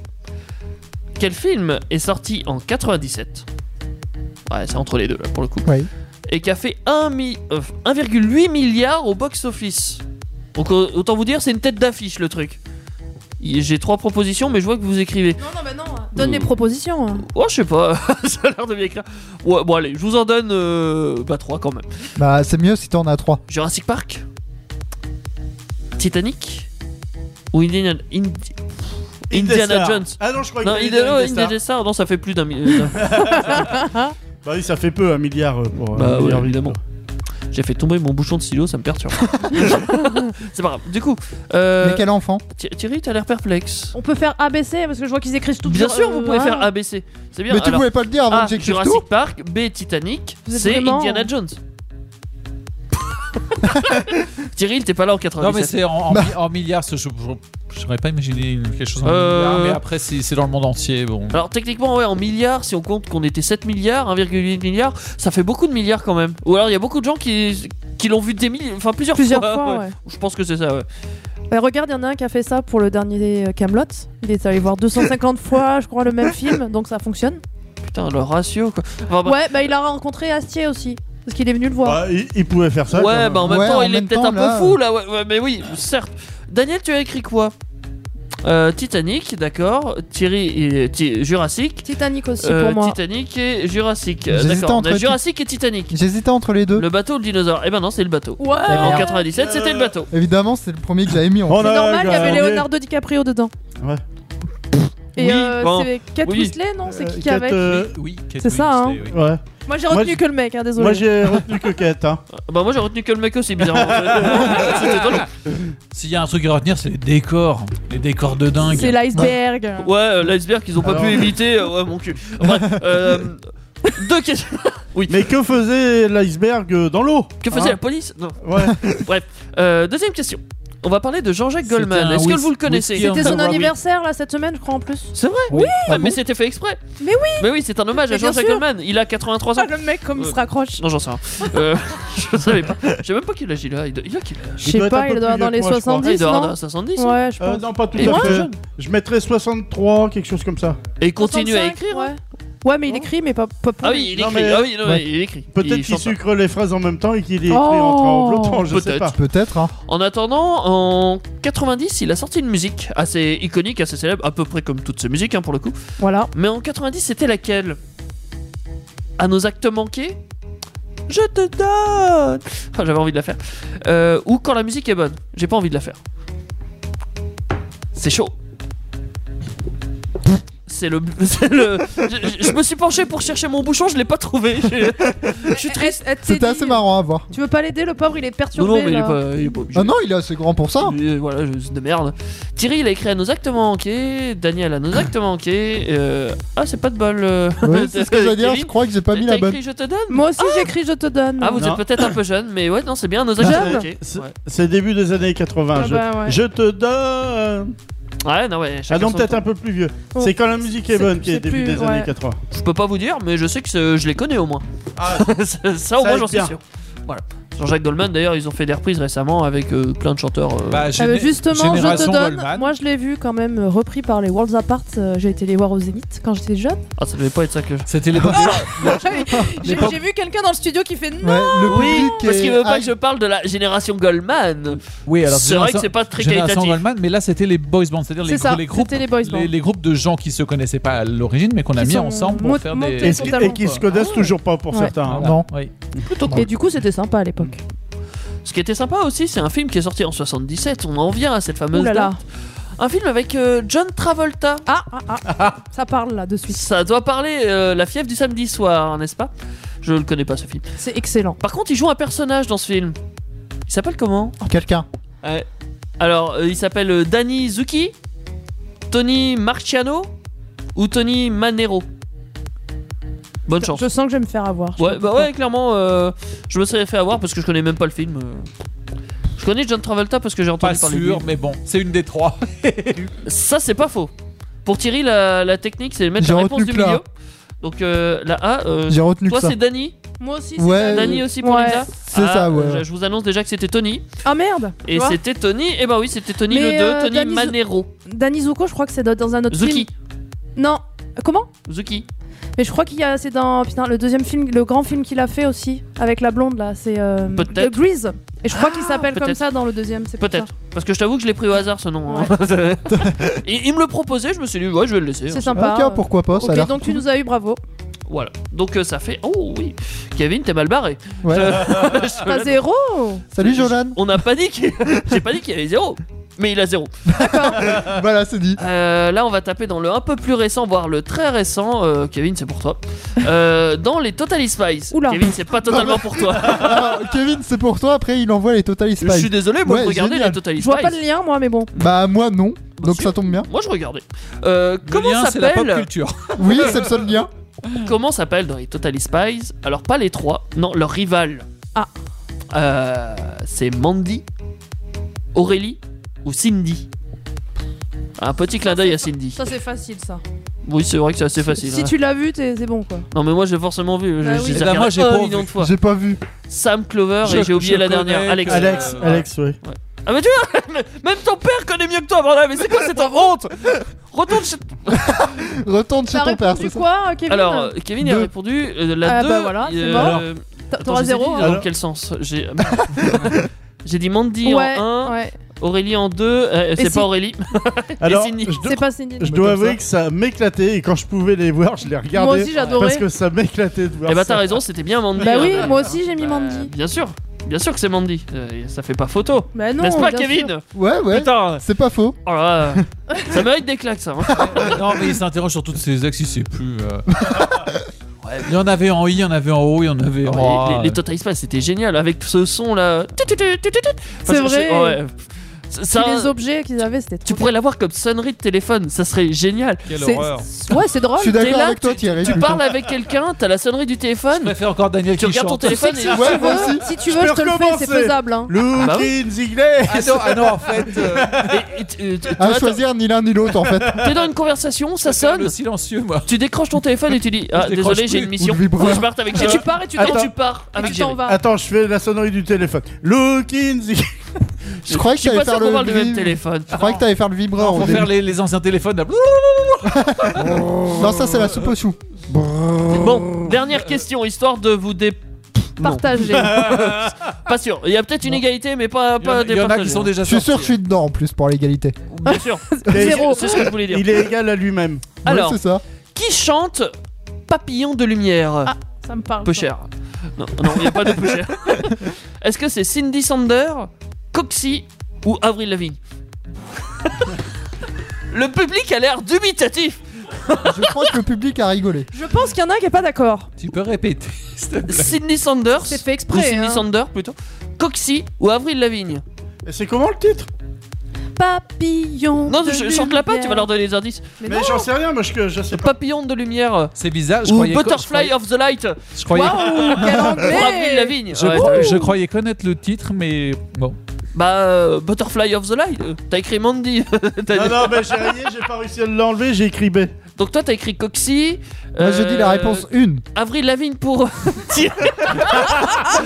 Quel film est sorti en 97 Ouais, c'est entre les deux là pour le coup.
Oui.
Et qui a fait un mi- euh, 1,8 milliard au box-office. Donc euh, autant vous dire, c'est une tête d'affiche le truc. Y- J'ai trois propositions, mais je vois que vous écrivez.
Non, non, bah non,
donne
donne
les
les propositions. hein.
Oh, je sais pas, [LAUGHS] ça a l'air de bien écrire. Ouais, bon, allez, je vous en donne euh, bah, trois quand même.
Bah, c'est mieux si t'en as trois.
Jurassic Park Titanic Ou Indiana, Indi- Indiana
Indestar.
Jones
Ah non, je crois que
Non,
t'as dit
Indiana,
Indestar.
Indiana Jones, non, ça fait plus d'un [LAUGHS] million.
Bah oui, ça fait peu, un milliard euh, pour. euh,
Bah
un
ouais,
milliard
évidemment. J'ai fait tomber mon bouchon de stylo, ça me perturbe. [LAUGHS] c'est pas grave. Du coup, euh,
Mais quel enfant
Thi- Thierry, t'as l'air perplexe.
On peut faire ABC parce que je vois qu'ils écrivent tout
Bien
sur-
sûr,
euh,
vous pouvez
hein.
faire ABC. C'est bien.
Mais tu
Alors,
pouvais pas le dire avant
A,
que j'écrive
Jurassic
tout
Park, B, Titanic,
Vous êtes
C,
vraiment-
Indiana Jones. [LAUGHS] Thierry, t'es pas là en
Non, mais
97.
c'est en, en
Bah.
mi- en milliards. ce- je- je- J'aurais pas imaginé une- quelque chose en
Euh.
milliards, mais après, c'est c'est dans le monde entier. Bon.
Alors techniquement ouais en milliards si on compte qu'on était 7 milliards 1,8 milliard ça fait beaucoup de milliards quand même ou alors il y a beaucoup de gens qui, qui l'ont vu des milliers enfin plusieurs,
Plusieurs
[LAUGHS]
fois, ouais.
je pense que c'est ça ouais.
Bah, regarde, il y en a un qui a fait ça pour le dernier euh, Camelot. Il est allé voir
[LAUGHS]
250 fois, je crois, le même film, donc ça fonctionne.
putain le ratio quoi Enfin, Ah bah,
Ouais, bah il a rencontré Astier aussi, parce qu'il est venu le voir.
Bah, il, il pouvait faire ça.
ouais,
quand même.
bah en même
Ouais,
temps
en
il est
même
peut-être
temps,
un peu
là,
fou là ouais, ouais, mais oui certes Daniel tu as écrit quoi Euh, Titanic, d'accord. Thierry, et- Ti- Jurassic.
Titanic aussi
Euh,
pour moi.
Titanic et Jurassic. Euh,
J'hésitais
D'accord.
entre
On a
Ti-
Jurassic et Titanic.
J'hésitais entre les deux.
Le bateau ou le dinosaure Eh ben non, c'est le bateau.
Ouais.
En 97, c'était le bateau.
Évidemment, c'est le premier que j'avais mis en
Oh.
On
fait.
C'est
a-
normal, il y avait
gagné.
Leonardo DiCaprio dedans.
Ouais.
Et
Oui,
euh,
bon,
c'est Kate
oui.
Winslet, non C'est qui
Euh,
qui avec
Kate, euh,
Oui, Kate
C'est ça, hein.
Winslet, oui.
ouais.
Moi j'ai
moi,
retenu
j-
que le mec, hein, désolé.
Moi j'ai retenu coquette. Hein.
Bah moi j'ai retenu que le mec aussi, bizarrement. C'était étonnant.
S'il y a un truc à retenir, c'est les décors. Les décors de dingue.
C'est l'iceberg.
Ouais, euh, l'iceberg qu'ils ont pas
Alors-
pu éviter. euh, ouais, mon cul. Bref, euh, deux questions.
Mais que faisait l'iceberg euh, dans l'eau
Que faisait
Hein
la police Non.
Ouais.
Euh, deuxième question. On va parler de Jean-Jacques
C'était
Goldman.
un
Est-ce que
whis-
vous le connaissez
whisky en-
C'était son
Robin.
anniversaire là cette semaine, je crois en plus.
C'est vrai
Oui.
Ah, Mais c'était fait exprès.
Mais
oui Mais oui, c'est un hommage à
Mais bien
Jean-Jacques
sûr.
Goldman. Il a 83 ans.
Ah, le mec comme il
Euh,
se raccroche.
Non, j'en sais rien.
[LAUGHS]
Euh, [LAUGHS] je savais pas. Je sais même pas quel âge il a. Il doit- il a quel âge
Je
doit
sais
être un
pas, il
peu
doit
plus
être dans
vieux
les
que moi, je crois.
70,
Il doit avoir
non
70 ouais.
Ouais, je
Euh,
pense.
non, pas tout
Et
à
moi,
fait. Je mettrais 63, quelque chose comme ça.
Et il continue à
65,
écrire. hein.
Ouais, Ouais, mais il écrit, mais pas, pas pour
Ah
lui.
oui, il
Non,
écrit.
mais-
Ah oui, non,
Ouais.
mais il écrit.
Peut-être
Il
qu'il
chante pas.
sucre les phrases en même temps et qu'il les écrit
Oh.
en tremblotant, je sais
Peut-être.
pas.
Peut-être, hein.
En attendant, en 90, il a sorti une musique assez iconique, assez célèbre, à peu près comme toutes ses musiques hein, pour le coup.
Voilà.
Mais en 90, c'était laquelle À nos actes manqués Je te donne Enfin, j'avais envie de la faire. Euh, ou quand la musique est bonne. J'ai pas envie de la faire. C'est chaud. C'est le, [LAUGHS] c'est le. Je, je- je me suis penché pour chercher mon bouchon, je l'ai pas trouvé. Je, je suis triste.
Elle t'est
C'était
dit-
assez marrant à voir.
Eh, Tu veux pas l'aider, le pauvre, il est
Non,
perturbé.
non, mais il est
là.
pas, il est pas obligé.
Ah non, il est assez grand pour ça.
Euh, voilà, je- c'est de merde. Thierry, il a écrit à nos actes manqués. Daniel, à nos actes manqués. euh, Ah, [LAUGHS] c'est pas de bol. euh,
Ouais, c'est ce que j'allais dire.
Thierry,
Je crois que j'ai pas mis
t'as
la bonne.
écrit Je te donne
Moi aussi j'écris, je te donne.
Ah, vous
Non.
êtes peut-être un peu jeune, mais ouais, non, c'est bien, nos actes
Jeune
manqués.
C'est
Ouais.
c'est début des années 80.
Ah
je...
bah ouais.
je te donne.
Ouais, non, ouais.
Ah
chacun
non,
son
peut-être
tour.
un peu plus vieux.
Oh.
C'est quand la musique est
C'est-
bonne qui est
c'est
début
plus-
des
ouais.
années 80.
Je peux pas vous dire, mais je sais que c'est- je les connais au moins.
Ah.
[LAUGHS] ça, ça, au
Ça
moins,
aide
j'en suis
bien.
sûr. Voilà. Jean-Jacques Goldman, d'ailleurs, ils ont fait des reprises récemment avec euh, plein de chanteurs. euh,
Bah,
Ah,
géné-
mais justement, je te
Génération
donne.
Goldman.
Moi, je l'ai vu quand même euh, repris par les Worlds Apart. euh, J'ai été les voir au Zénith quand j'étais jeune.
Ah, ça devait pas être ça que je.
C'était les
Ah J'ai j'ai vu quelqu'un dans le studio qui fait
Ouais,
non.
le
Oui,
public
parce
est
qu'il veut pas
hype.
que je parle de la génération Goldman.
Oui, alors
C'est vrai que
Génération-
c'est pas très
Génération
qualitatif.
Goldman, mais là c'était les boys bands, c'est-à-dire les,
C'est ça,
les groupes,
c'était les boys bands.
groupes de gens qui se connaissaient pas à l'origine, mais qu'on a
Qui
mis
sont
ensemble pour
mont-
faire
montés
des. Ah,
Et,
Et
ce qui-
totalement,
et qu'ils se connaissent toujours pas pour
Ouais.
certains. hein.
Voilà,
Non.
oui.
Et du coup, c'était sympa à l'époque.
Ce qui était sympa aussi, c'est un film qui est sorti en 77. On en vient à cette fameuse
Ouh là là.
date. Un film avec euh, John Travolta.
Ah, ah, ah. ça parle là de suite.
Ça doit parler euh, la fièvre du samedi soir, n'est-ce pas Je le connais pas ce film.
C'est excellent.
Par contre, il joue un personnage dans ce film. Il s'appelle comment
Quelqu'un.
Euh, Alors, euh, il s'appelle euh, Danny Zuki, Tony Marciano ou Tony Manero. Bonne chance.
Je sens que je vais me faire avoir.
Ouais, bah ouais, clairement, euh, je me serais fait avoir parce que je connais même pas le film. euh. Je connais John Travolta parce que j'ai entendu
Pas
parler de lui.
sûr, mais bon, c'est une des trois.
Ça, c'est pas faux. Pour Thierry, la, la technique, c'est de mettre
J'ai
la réponse
retenu
du
que la A.
milieu. Donc euh, la A, euh,
J'ai retenu
toi
que ça.
c'est Danny.
Moi aussi.
Ouais.
c'est-
Danny aussi pour
Ouais.
Linda.
C'est
Ah,
ça, ouais.
Je, je vous annonce déjà que c'était Tony.
Ah merde. tu
Et
vois.
c'était Tony, et bah oui, c'était Tony
Mais,
le 2,
euh,
Tony
Danny Zu-
Manero.
Danny Zuko, je crois que c'est dans un autre film.
Zuki.
Non. Euh, Comment
Zuki.
Mais je crois qu'il y a. C'est dans. Putain, le deuxième film, le grand film qu'il a fait aussi avec la blonde là. C'est. euh,
Peut-être.
The Grease. Et je crois qu'il s'appelle comme
peut-être.
ça dans le deuxième. c'est pour ça.
Peut-être. Parce que je t'avoue que je l'ai pris au hasard ce nom. hein. [LAUGHS] il, il me le proposait, je me suis dit, ouais, je vais le laisser. hein.
C'est sympa.
Ok, pourquoi pas, ça a
Ok,
l'air
donc tu nous as eu, bravo.
Voilà. Donc euh, ça fait. Oh oui. Kevin, t'es mal barré.
Ouais.
Je te
T'as
l'annonce.
zéro
Salut Jolan.
[LAUGHS] On n'a pas dit qu'il [LAUGHS] j'ai pas dit qu'il y avait zéro. Mais il a zéro.
Voilà, c'est dit.
Euh, là, on va taper dans le un peu plus récent, voire le très récent. Euh, Kevin, c'est pour toi. Euh, dans les Total Spice.
Oula.
Kevin, c'est pas totalement pour
[LAUGHS]
toi.
Alors, Kevin, c'est pour toi. Après, il envoie les Total
je suis
Spies.
désolé, moi
Ouais,
je regardais
génial.
les Total
Je
Spice.
vois pas de lien, moi, mais bon.
Bah, moi, non.
Bah,
Donc,
si.
ça tombe bien.
Moi je regardais. Euh,
Le
comment
lien, c'est la pop
s'appelle
culture.
Oui, c'est le seul lien.
[LAUGHS] Comment s'appelle dans les Total Spies Alors pas les trois, non leur rival.
Ah.
Euh, c'est Mandy, Aurélie ou Cindy. Un petit clin d'œil à Cindy.
Ça, c'est facile, ça.
Oui c'est vrai que c'est assez facile.
Si
ouais.
tu l'as vu, t'es- c'est bon, quoi.
Non mais moi j'ai forcément vu.
Bah
je-
oui.
je les ai
Eh ben, moi,
regardés
j'ai
un
pas
million
vu.
de fois.
J'ai pas vu.
Sam Clover et
Je-
j'ai oublié
je
la dernière.
connais
Alex.
que-
Alex,
Euh,
Alex, oui.
Ah mais tu vois, même ton père connaît mieux que toi. bordel, mais c'est quoi cette honte Retourne chez
Retourne chez
T'as
ton père,
répondu
c'est ça.
quoi, Kevin
Alors, euh, Kevin a
Deux.
répondu euh, la
Ah,
2.
bah voilà, c'est bon. T'a- T'auras zéro.
Dans
hein.
Alors-
quel sens [LAUGHS] J'ai J'ai dit Mandy
Ouais,
en 1,
ouais.
Aurélie en deux, euh,
Et
c'est
si-
pas Aurélie.
Alors,
Et Cindy.
je dois-
C'est pas Cindy.
Je dois avouer que ça m'éclatait et quand je pouvais les voir, je les regardais.
Moi aussi, j'adorais.
Parce que ça m'éclatait de voir.
Eh bah
ça.
t'as raison, c'était bien Mandy.
Bah
Euh,
oui, moi aussi j'ai mis
bah,
Mandy.
Bien sûr, bien sûr que c'est Mandy. Euh, ça fait pas photo.
Bah non,
N'est-ce pas
bien sûr.
Kevin
Ouais, ouais.
Putain,
C'est pas faux.
oh là là.
[LAUGHS]
ça mérite des claques ça. hein.
non, mais il s'interroge sur toutes ces axes, il sait plus. [LAUGHS] euh. Il y en avait en I, il y en avait en O, il y en avait en
Oh, Les-
A.
les, les Total Spice c'était génial avec ce son là. Tut, tut, tut, tut, tut. Enfin,
C'est vrai.
ouais. Ça- ça-
Tous les objets qu'ils avaient, c'était
tu
trop.
pourrais l'avoir comme sonnerie de téléphone, ça serait génial.
Quelle
C'est-
horreur.
Ouais, c'est drôle.
Je suis
Oh, t'es
d'accord
là,
avec toi, Thierry.
Tu
putain.
parles avec quelqu'un, t'as la sonnerie du
Je
téléphone,
préfère encore Daniel
tu
qui
regardes ton
chante.
téléphone et.
Ouais, moi aussi.
Si tu
Je
veux,
peux
je te le fais, c'est
recommencer.
faisable. hein.
Looking
bah oui.
Ziegler
Ah non, ah non, en fait, euh,
et- et- tu- tu- tu
À
vois,
choisir ni l'un ni
[LAUGHS]
l'autre en fait.
T'es dans une conversation, ça
le
sonne,
silencieux, moi.
tu décroches ton téléphone et tu dis Ah,
Je décroche
désolé, j'ai
plus.
une mission,
Ou le vibreur.
Faut que je parte avec
Et tu
Jerry.
pars et tu
Et
t'en
Attends.
vas.
tu pars
Et
avec
tu t'en
Jerry.
vas.
Attends, je fais la sonnerie du téléphone. Looking Ziegler
Je croyais que
Je suis
t'allais
pas
faire
sûr qu'on
le.
parle du même
vib-
téléphone.
Je croyais que t'allais faire le vibreur
Faut
au
faire
début.
les, les anciens téléphones. là.
Non, ça c'est la soupe aux choux.
Bon, dernière question, histoire de vous dé...
Partager.
Pas sûr, il y a peut-être une égalité, mais pas,
Il y en
pas
a- il y en a qui
départagée.
sont déjà
Je suis
sortis.
sûr que je suis dedans en plus pour l'égalité.
Bien sûr,
Zéro.
c'est ce que je voulais dire.
Il est égal à lui-même.
Ouais,
Alors,
c'est ça.
qui chante Papillon de lumière
Ah, Ça me parle.
Peu
ça.
cher. Non, non, il n'y a pas de peu cher. Est-ce que c'est Cindy Sander, Coxy ou Avril Lavigne Le public a l'air dubitatif.
Je crois que le public a rigolé.
Je pense qu'il y en a un qui est pas d'accord.
Tu peux répéter. s'il te plaît.
Cindy Sanders,
C'est fait
ou
exprès.
Cindy
hein.
Sander plutôt, Coxy ou Avril Lavigne
Et c'est comment le titre
Papillon.
Non,
de
je, chante la pas, tu vas
lumière.
leur donner des indices.
Mais
Mais
non.
j'en sais rien, moi je, je sais pas.
Papillon de lumière
C'est bizarre. Je
ou
croyais co-
Butterfly of the [LAUGHS] Light
Je croyais, je croyais,
Waouh,
[LAUGHS]
quel
pour Avril
anglais
Lavigne.
je-
Ouais.
je croyais connaître le titre, mais bon.
Bah, euh, Butterfly of the Light, euh, t'as écrit Mandy. [LAUGHS] T'as-
Non, non, mais j'ai rayé, j'ai pas réussi à l'enlever, j'ai écrit B.
Donc toi, t'as écrit Coxy.
Moi j'ai
euh,
dit la réponse 1.
Avril Lavigne pour. euh,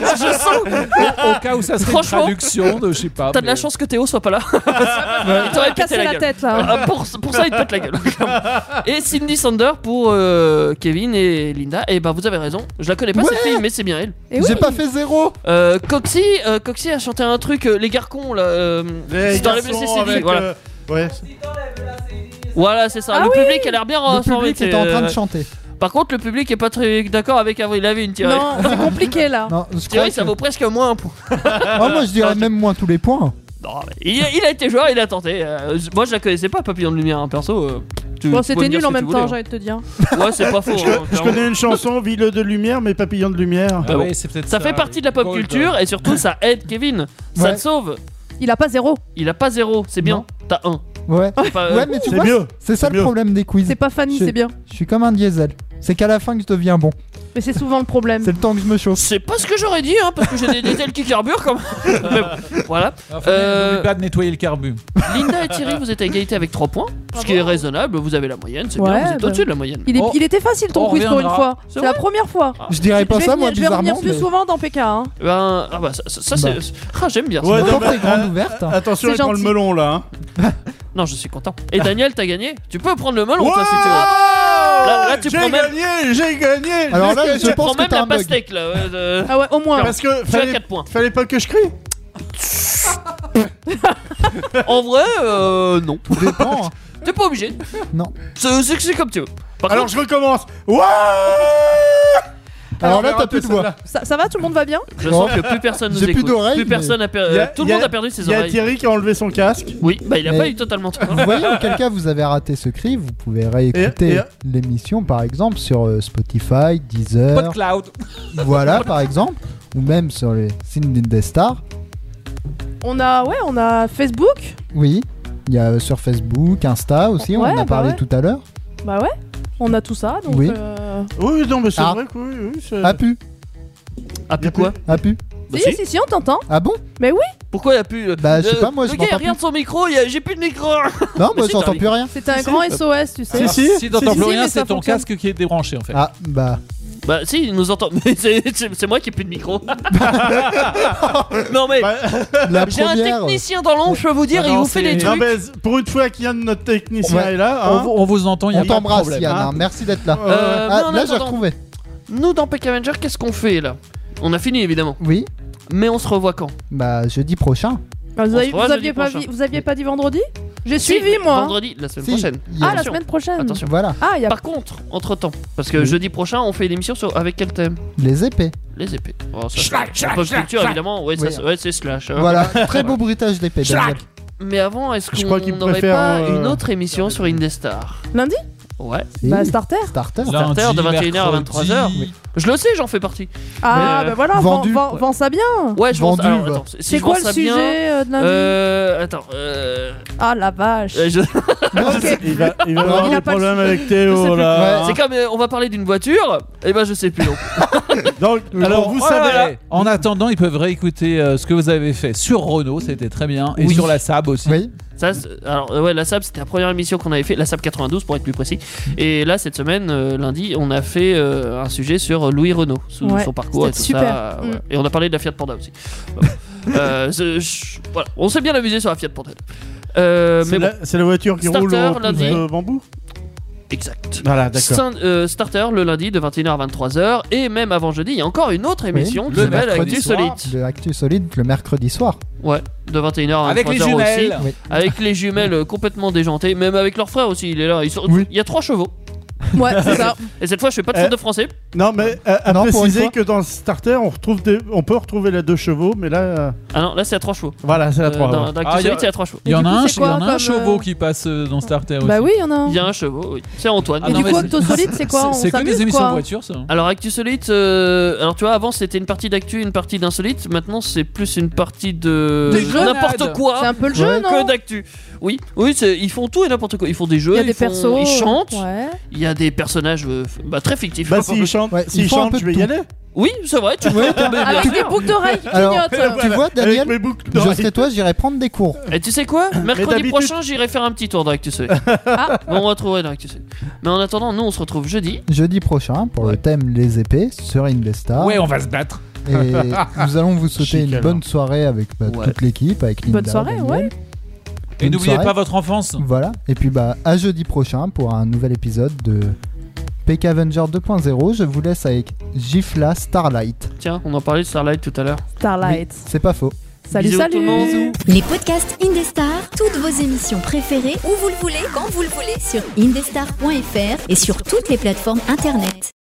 Au cas où ça serait une
Ah. Franchement,
traduction de, je sais
Ah,
pas.
T'as de la
mais-
chance que Théo [LAUGHS] soit pas là. Il t'aurait pété
Casser
la
Ah, la
gueule.
tête là.
Ah, pour, pour ça, il te pète la gueule. [LAUGHS] et Cindy Sander pour euh, Kevin et Linda. Et bah, vous avez raison. Je la connais pas cette fille, mais c'est bien elle.
Et
J'ai
Eh oui.
pas fait zéro.
Euh, Coxy, euh, Coxy a chanté un truc, euh, les garcons là. euh,
Les
c'est dans les
garçons
BCCD,
avec,
voilà.
euh, Ouais.
Voilà, c'est ça.
Ah
le
oui.
public a l'air bien hein,
Le
renformé,
public
t'sais,
était en train de
ouais.
chanter.
euh, Par contre, le public est pas très d'accord avec Avril Lavigne. Thierry.
Non, c'est compliqué
[LAUGHS]
là.
Non, je crois
ah. Thierry,
que...
ça vaut presque moins un point.
Ah, moi je dirais même moins tous les points.
Non, mais il, il a été joueur, il a tenté. Euh, je- moi, je la connaissais pas, Papillon de Lumière, hein, perso. euh, tu-
Bon,
tu peux
c'était
me dire
nul
ce
en
que
même
tu
temps, j'ai
voulais,
envie de te dire.
hein. Ouais, c'est pas faux.
Je,
hein,
je
clairement.
connais une chanson, Ville de lumière, mais papillon de lumière.
Ah ouais, c'est peut-être
Ça fait partie de la pop
Gold.
culture et surtout ça aide Kevin. Ça
Ouais.
le sauve.
Il a pas zéro.
Il a pas zéro, c'est bien.
Non.
T'as un.
Ouais.
Ah, C'est pas- euh,
Ouais, mais tu
C'est
vois,
mieux.
c'est ça
C'est
le
mieux.
problème des quiz.
C'est pas Fanny,
Je-
c'est bien.
Je suis comme un diesel. C'est qu'à la fin que je deviens bon.
Mais c'est souvent le problème.
C'est le temps que je me chauffe.
C'est pas ce que j'aurais dit, hein, parce que j'ai des détails qui carburent quand même. Mais bon, voilà.
Enfin,
Euh,
N'oublie pas de nettoyer le carbu.
Linda et Thierry, vous êtes à égalité avec 3 points. Ce qui est raisonnable, vous avez la moyenne, c'est
Ouais,
bien, vous êtes
bah.
au-dessus de la moyenne.
Il, est-
Oh.
il était facile ton
On
quiz pour une
reviendra.
fois.
C'est
C'est la première fois.
Je dirais
je
pas
vais
ça,
venir-
moi,
je vais revenir
bizarrement.
plus
mais-
souvent dans PK. hein.
Eh Ben, ah bah ça, ça- ça, c'est. Ah, j'aime bien ça.
Ouais,
La
non,
porte
mais-
est
euh,
grande ouverte. hein.
Attention,
C'est
il prend le
gentil.
melon là. hein.
Non, je suis content. Et Daniel, t'as gagné Tu peux prendre le melon,
Ouais
Oh, toi, si tu veux. Là- là, tu prends
j'ai
même-
gagné, j'ai gagné.
Alors là,
Parce que-
je
Prends
pense que
même
t'as
la
un bug.
pastèque, là. ouais,
[LAUGHS]
euh,
Ah ouais, au moins.
parce que
Tu as
fallait,
4 points.
fallait pas que je crie.
En vrai, euh, non.
Dépend, hein.
T'es pas obligé.
Non.
C'est c'est- c'est comme tu veux. Par
Alors
contre,
je recommence. Ouais
Ah,
Alors là,
J'ai
t'as plus de
raté
voix.
celle-là.
Ça, ça va, tout le monde va bien
je
Bon.
sens que plus personne nous
J'ai plus
écoute.
d'oreilles, mais-
personne a per-
Y a-
Tout
y
le
a-
monde a perdu ses
Il y a
oreilles.
Thierry qui a enlevé son casque.
Oui, bah il a
Mais-
pas eu totalement tort.
Vous voyez, auquel cas vous avez raté ce cri, vous pouvez réécouter
Et- et-
l'émission par exemple sur euh, Spotify, Deezer,
Podcloud.
voilà par exemple, ou même sur les signes des stars.
On a, ouais, on a Facebook.
Oui, il y a euh, sur Facebook, Insta aussi, on
Ouais,
en a
bah
parlé
ouais.
tout à l'heure.
Bah ouais, on a tout ça. Donc,
Oui.
euh,
Oui, non, mais c'est
Ah.
vrai que oui, oui. c'est-
A pu,
Ah,
Y
puis
a
quoi
a pu.
Bah,
si,
si.
si, si, on t'entend.
Euh, Ah bon
Pourquoi il a plus. euh,
Bah, je sais pas, moi, je
Le gars, il
m'entends
regarde son micro, il y a- j'ai plus de micro.
Non,
Mais
moi
si,
j'entends
Charlie.
plus rien.
C'était un
Si, si.
grand SOS, tu sais.
Si, si,
Ah, si t'entends
si,
plus
si,
rien,
mais
c'est
ça
ton
fonctionne.
casque qui est débranché en fait.
Ah bah,
Bah, si, il nous entend. [LAUGHS] Mais c'est- c'est c'est moi qui ai plus
[LAUGHS]
de micro. non, mais.
Bah,
la
J'ai un
première. euh,
technicien dans l'ombre, je peux vous dire,
Non,
il
non,
vous fait
c'est-
des
non,
trucs.
mais pour une fois qu'il y a de notre technicien
Ouais.
est là.
On,
hein.
vous- on vous entend, il y a
On
pas de
t'embrasse
problème.
Yann,
hein.
hein, merci d'être là.
Euh, mais
Ah,
en
là j'ai
attendant,
retrouvé.
Nous, dans Peck Avenger, qu'est-ce qu'on fait là On a fini évidemment.
Oui,
Mais on se revoit quand
bah jeudi prochain.
Ah, vous,
On
avez-
se revoit
vous
jeudi
aviez pas
prochain.
vi- vous aviez pas dit vendredi J'ai
Si,
suivi moi.
Vendredi, la semaine
Si,
prochaine.
il y a- Ah, la semaine prochaine.
Attention.
Voilà.
Ah, il y a
Par contre, entre temps, parce que jeudi prochain, on fait une émission sur avec quel thème
Les épées.
Les épées. Oh, ça,
Slash,
c'est-
slash,
pop
slash,
culture,
slash.
évidemment. Ouais, ça,
Oui.
c'est- ouais, c'est slash. hein.
Voilà, très beau bruitage d'épée.
Slack.
d'ailleurs.
Mais avant, est-ce
Je crois
qu'on
qu'il
n'aurait
préfère,
pas
euh,
une autre émission sur Indestar
Lundi
Ouais.
Bah, Starter.
Starter.
Starter de 21h à 23h. Je le sais, j'en fais partie.
Ah,
Mais, euh,
bah voilà, vend, vend- vend ça bien.
Ouais, je pense. alors, attends, si
C'est
je
quoi
pense
le
ça bien-
sujet euh, de lundi
Euh. Attends. Euh.
Ah la vache.
euh, je-
Il va, il
Ah
va avoir
Il a
des
pas le
problèmes
sujet.
avec Théo là.
[LAUGHS] C'est comme euh, on va parler d'une voiture, et ben je sais plus. donc.
Donc, alors vous savez.
En attendant, ils peuvent réécouter euh, ce que vous avez fait sur Renault, c'était très bien, et
Oui.
sur la Saab aussi.
Ça, c'est- alors euh, ouais, la SAB, c'était la première émission qu'on avait fait, la SAB 92 pour être plus précis. Et là, cette semaine, euh, lundi, on a fait euh, un sujet sur Louis Renault, sous
Ouais,
son parcours et tout
c'était super.
ça.
Mm.
ouais. Et on a parlé de la Fiat Panda aussi.
[LAUGHS]
Voilà. Euh, c'est- je- voilà. On s'est bien amusé sur la Fiat Panda. Euh,
C'est
mais
la,
bon.
c'est la voiture qui roule
Starter,
au pouce
lundi.
de bambou
Exact.
Voilà, Ah, d'accord.
Sin- euh, starter le lundi de 21h à 23h et même avant jeudi il y a encore une autre émission
Oui,
qui s'appelle
mercredi
Actu
soir.
Solite
Le Actu Solide le mercredi soir.
Ouais, de 21h à 23h
Avec les jumelles.
Ah, aussi.
Oui.
Avec les jumelles euh, complètement déjantées, même avec leur frère aussi, il est là. Ils sont- Il y a trois chevaux. [LAUGHS]
Ouais, c'est ça.
Et cette fois, je fais pas de
Euh,
faute de français.
Non, mais euh, à
Non, pour une
préciser
fois.
que dans le starter, on, retrouve des- on peut retrouver la deux chevaux, mais là. euh,
Ah non, là, c'est à trois chevaux.
Voilà, c'est la Bah,
Euh,
3.
dans dans Actu
Ah, il y a-
Solide, c'est à trois chevaux.
Il y en
du
a
coup,
un,
c'est
il y en a
quoi
un
comme,
chevaux
euh,
qui passe euh, dans Starter aussi.
Bah oui, il y en a un.
Il y a un chevaux, oui. C'est Antoine.
Ah
Et
non,
du
mais
coup,
c'est-
Autosolide, c'est
[LAUGHS]
quoi On
C'est que
s'amuse,
des émissions
quoi.
de voiture, ça.
Alors, Actu Solide, euh, alors tu vois, avant c'était une partie d'actu, une partie d'insolite. Maintenant, c'est plus une partie de.
Des jeux,
N'importe
malade.
C'est
quoi
un peu le jeu,
que
non
d'actu. Oui, oui c'est- ils font tout et n'importe quoi. Ils font des jeux,
Il y a
ils
des
font-
persos.
ils chantent.
Ouais.
Il y a des personnages euh, bah, très fictifs.
Bah,
Pas pour
s'il
le-
chante,
Ouais,
s'il
ils font un
chante,
peu
je vais y
tout.
aller.
Oui, c'est vrai, tu peux
Ouais,
tomber bien
Avec
sûr.
Ah, bah, des boucles d'oreilles qui
Alors,
clignotent.
Tu vois, Daniel,
Avec mes boucles
je
d'oreilles.
serais toi, j'irais prendre des cours.
Et tu sais quoi Mercredi
d'habitude-
prochain, j'irai faire un petit tour dans Actu Soleil.
Ah.
Bon, on va retrouver dans Actu Soleil. Mais en attendant, nous, on se retrouve jeudi.
Jeudi prochain pour le thème Les épées sur Indestar.
Ouais, on va se battre.
Et nous allons vous souhaiter
Chic,
une
alors.
bonne soirée avec bah,
Ouais.
toute l'équipe, avec Linda.
Bonne soirée,
Daniel.
ouais.
Et
Bonne
n'oubliez
soirée.
pas votre enfance.
Voilà. Et puis bah à jeudi prochain pour un nouvel épisode de PK Avenger 2.0. Je vous laisse avec Gifla Starlight.
Tiens, on en parlait de Starlight tout à l'heure.
Starlight.
C'est pas faux.
Salut,
Bisous
salut.
tout le monde.
Les podcasts Indestar, toutes vos émissions préférées, où vous le voulez, quand vous le voulez, sur indestar.fr et sur toutes les plateformes internet.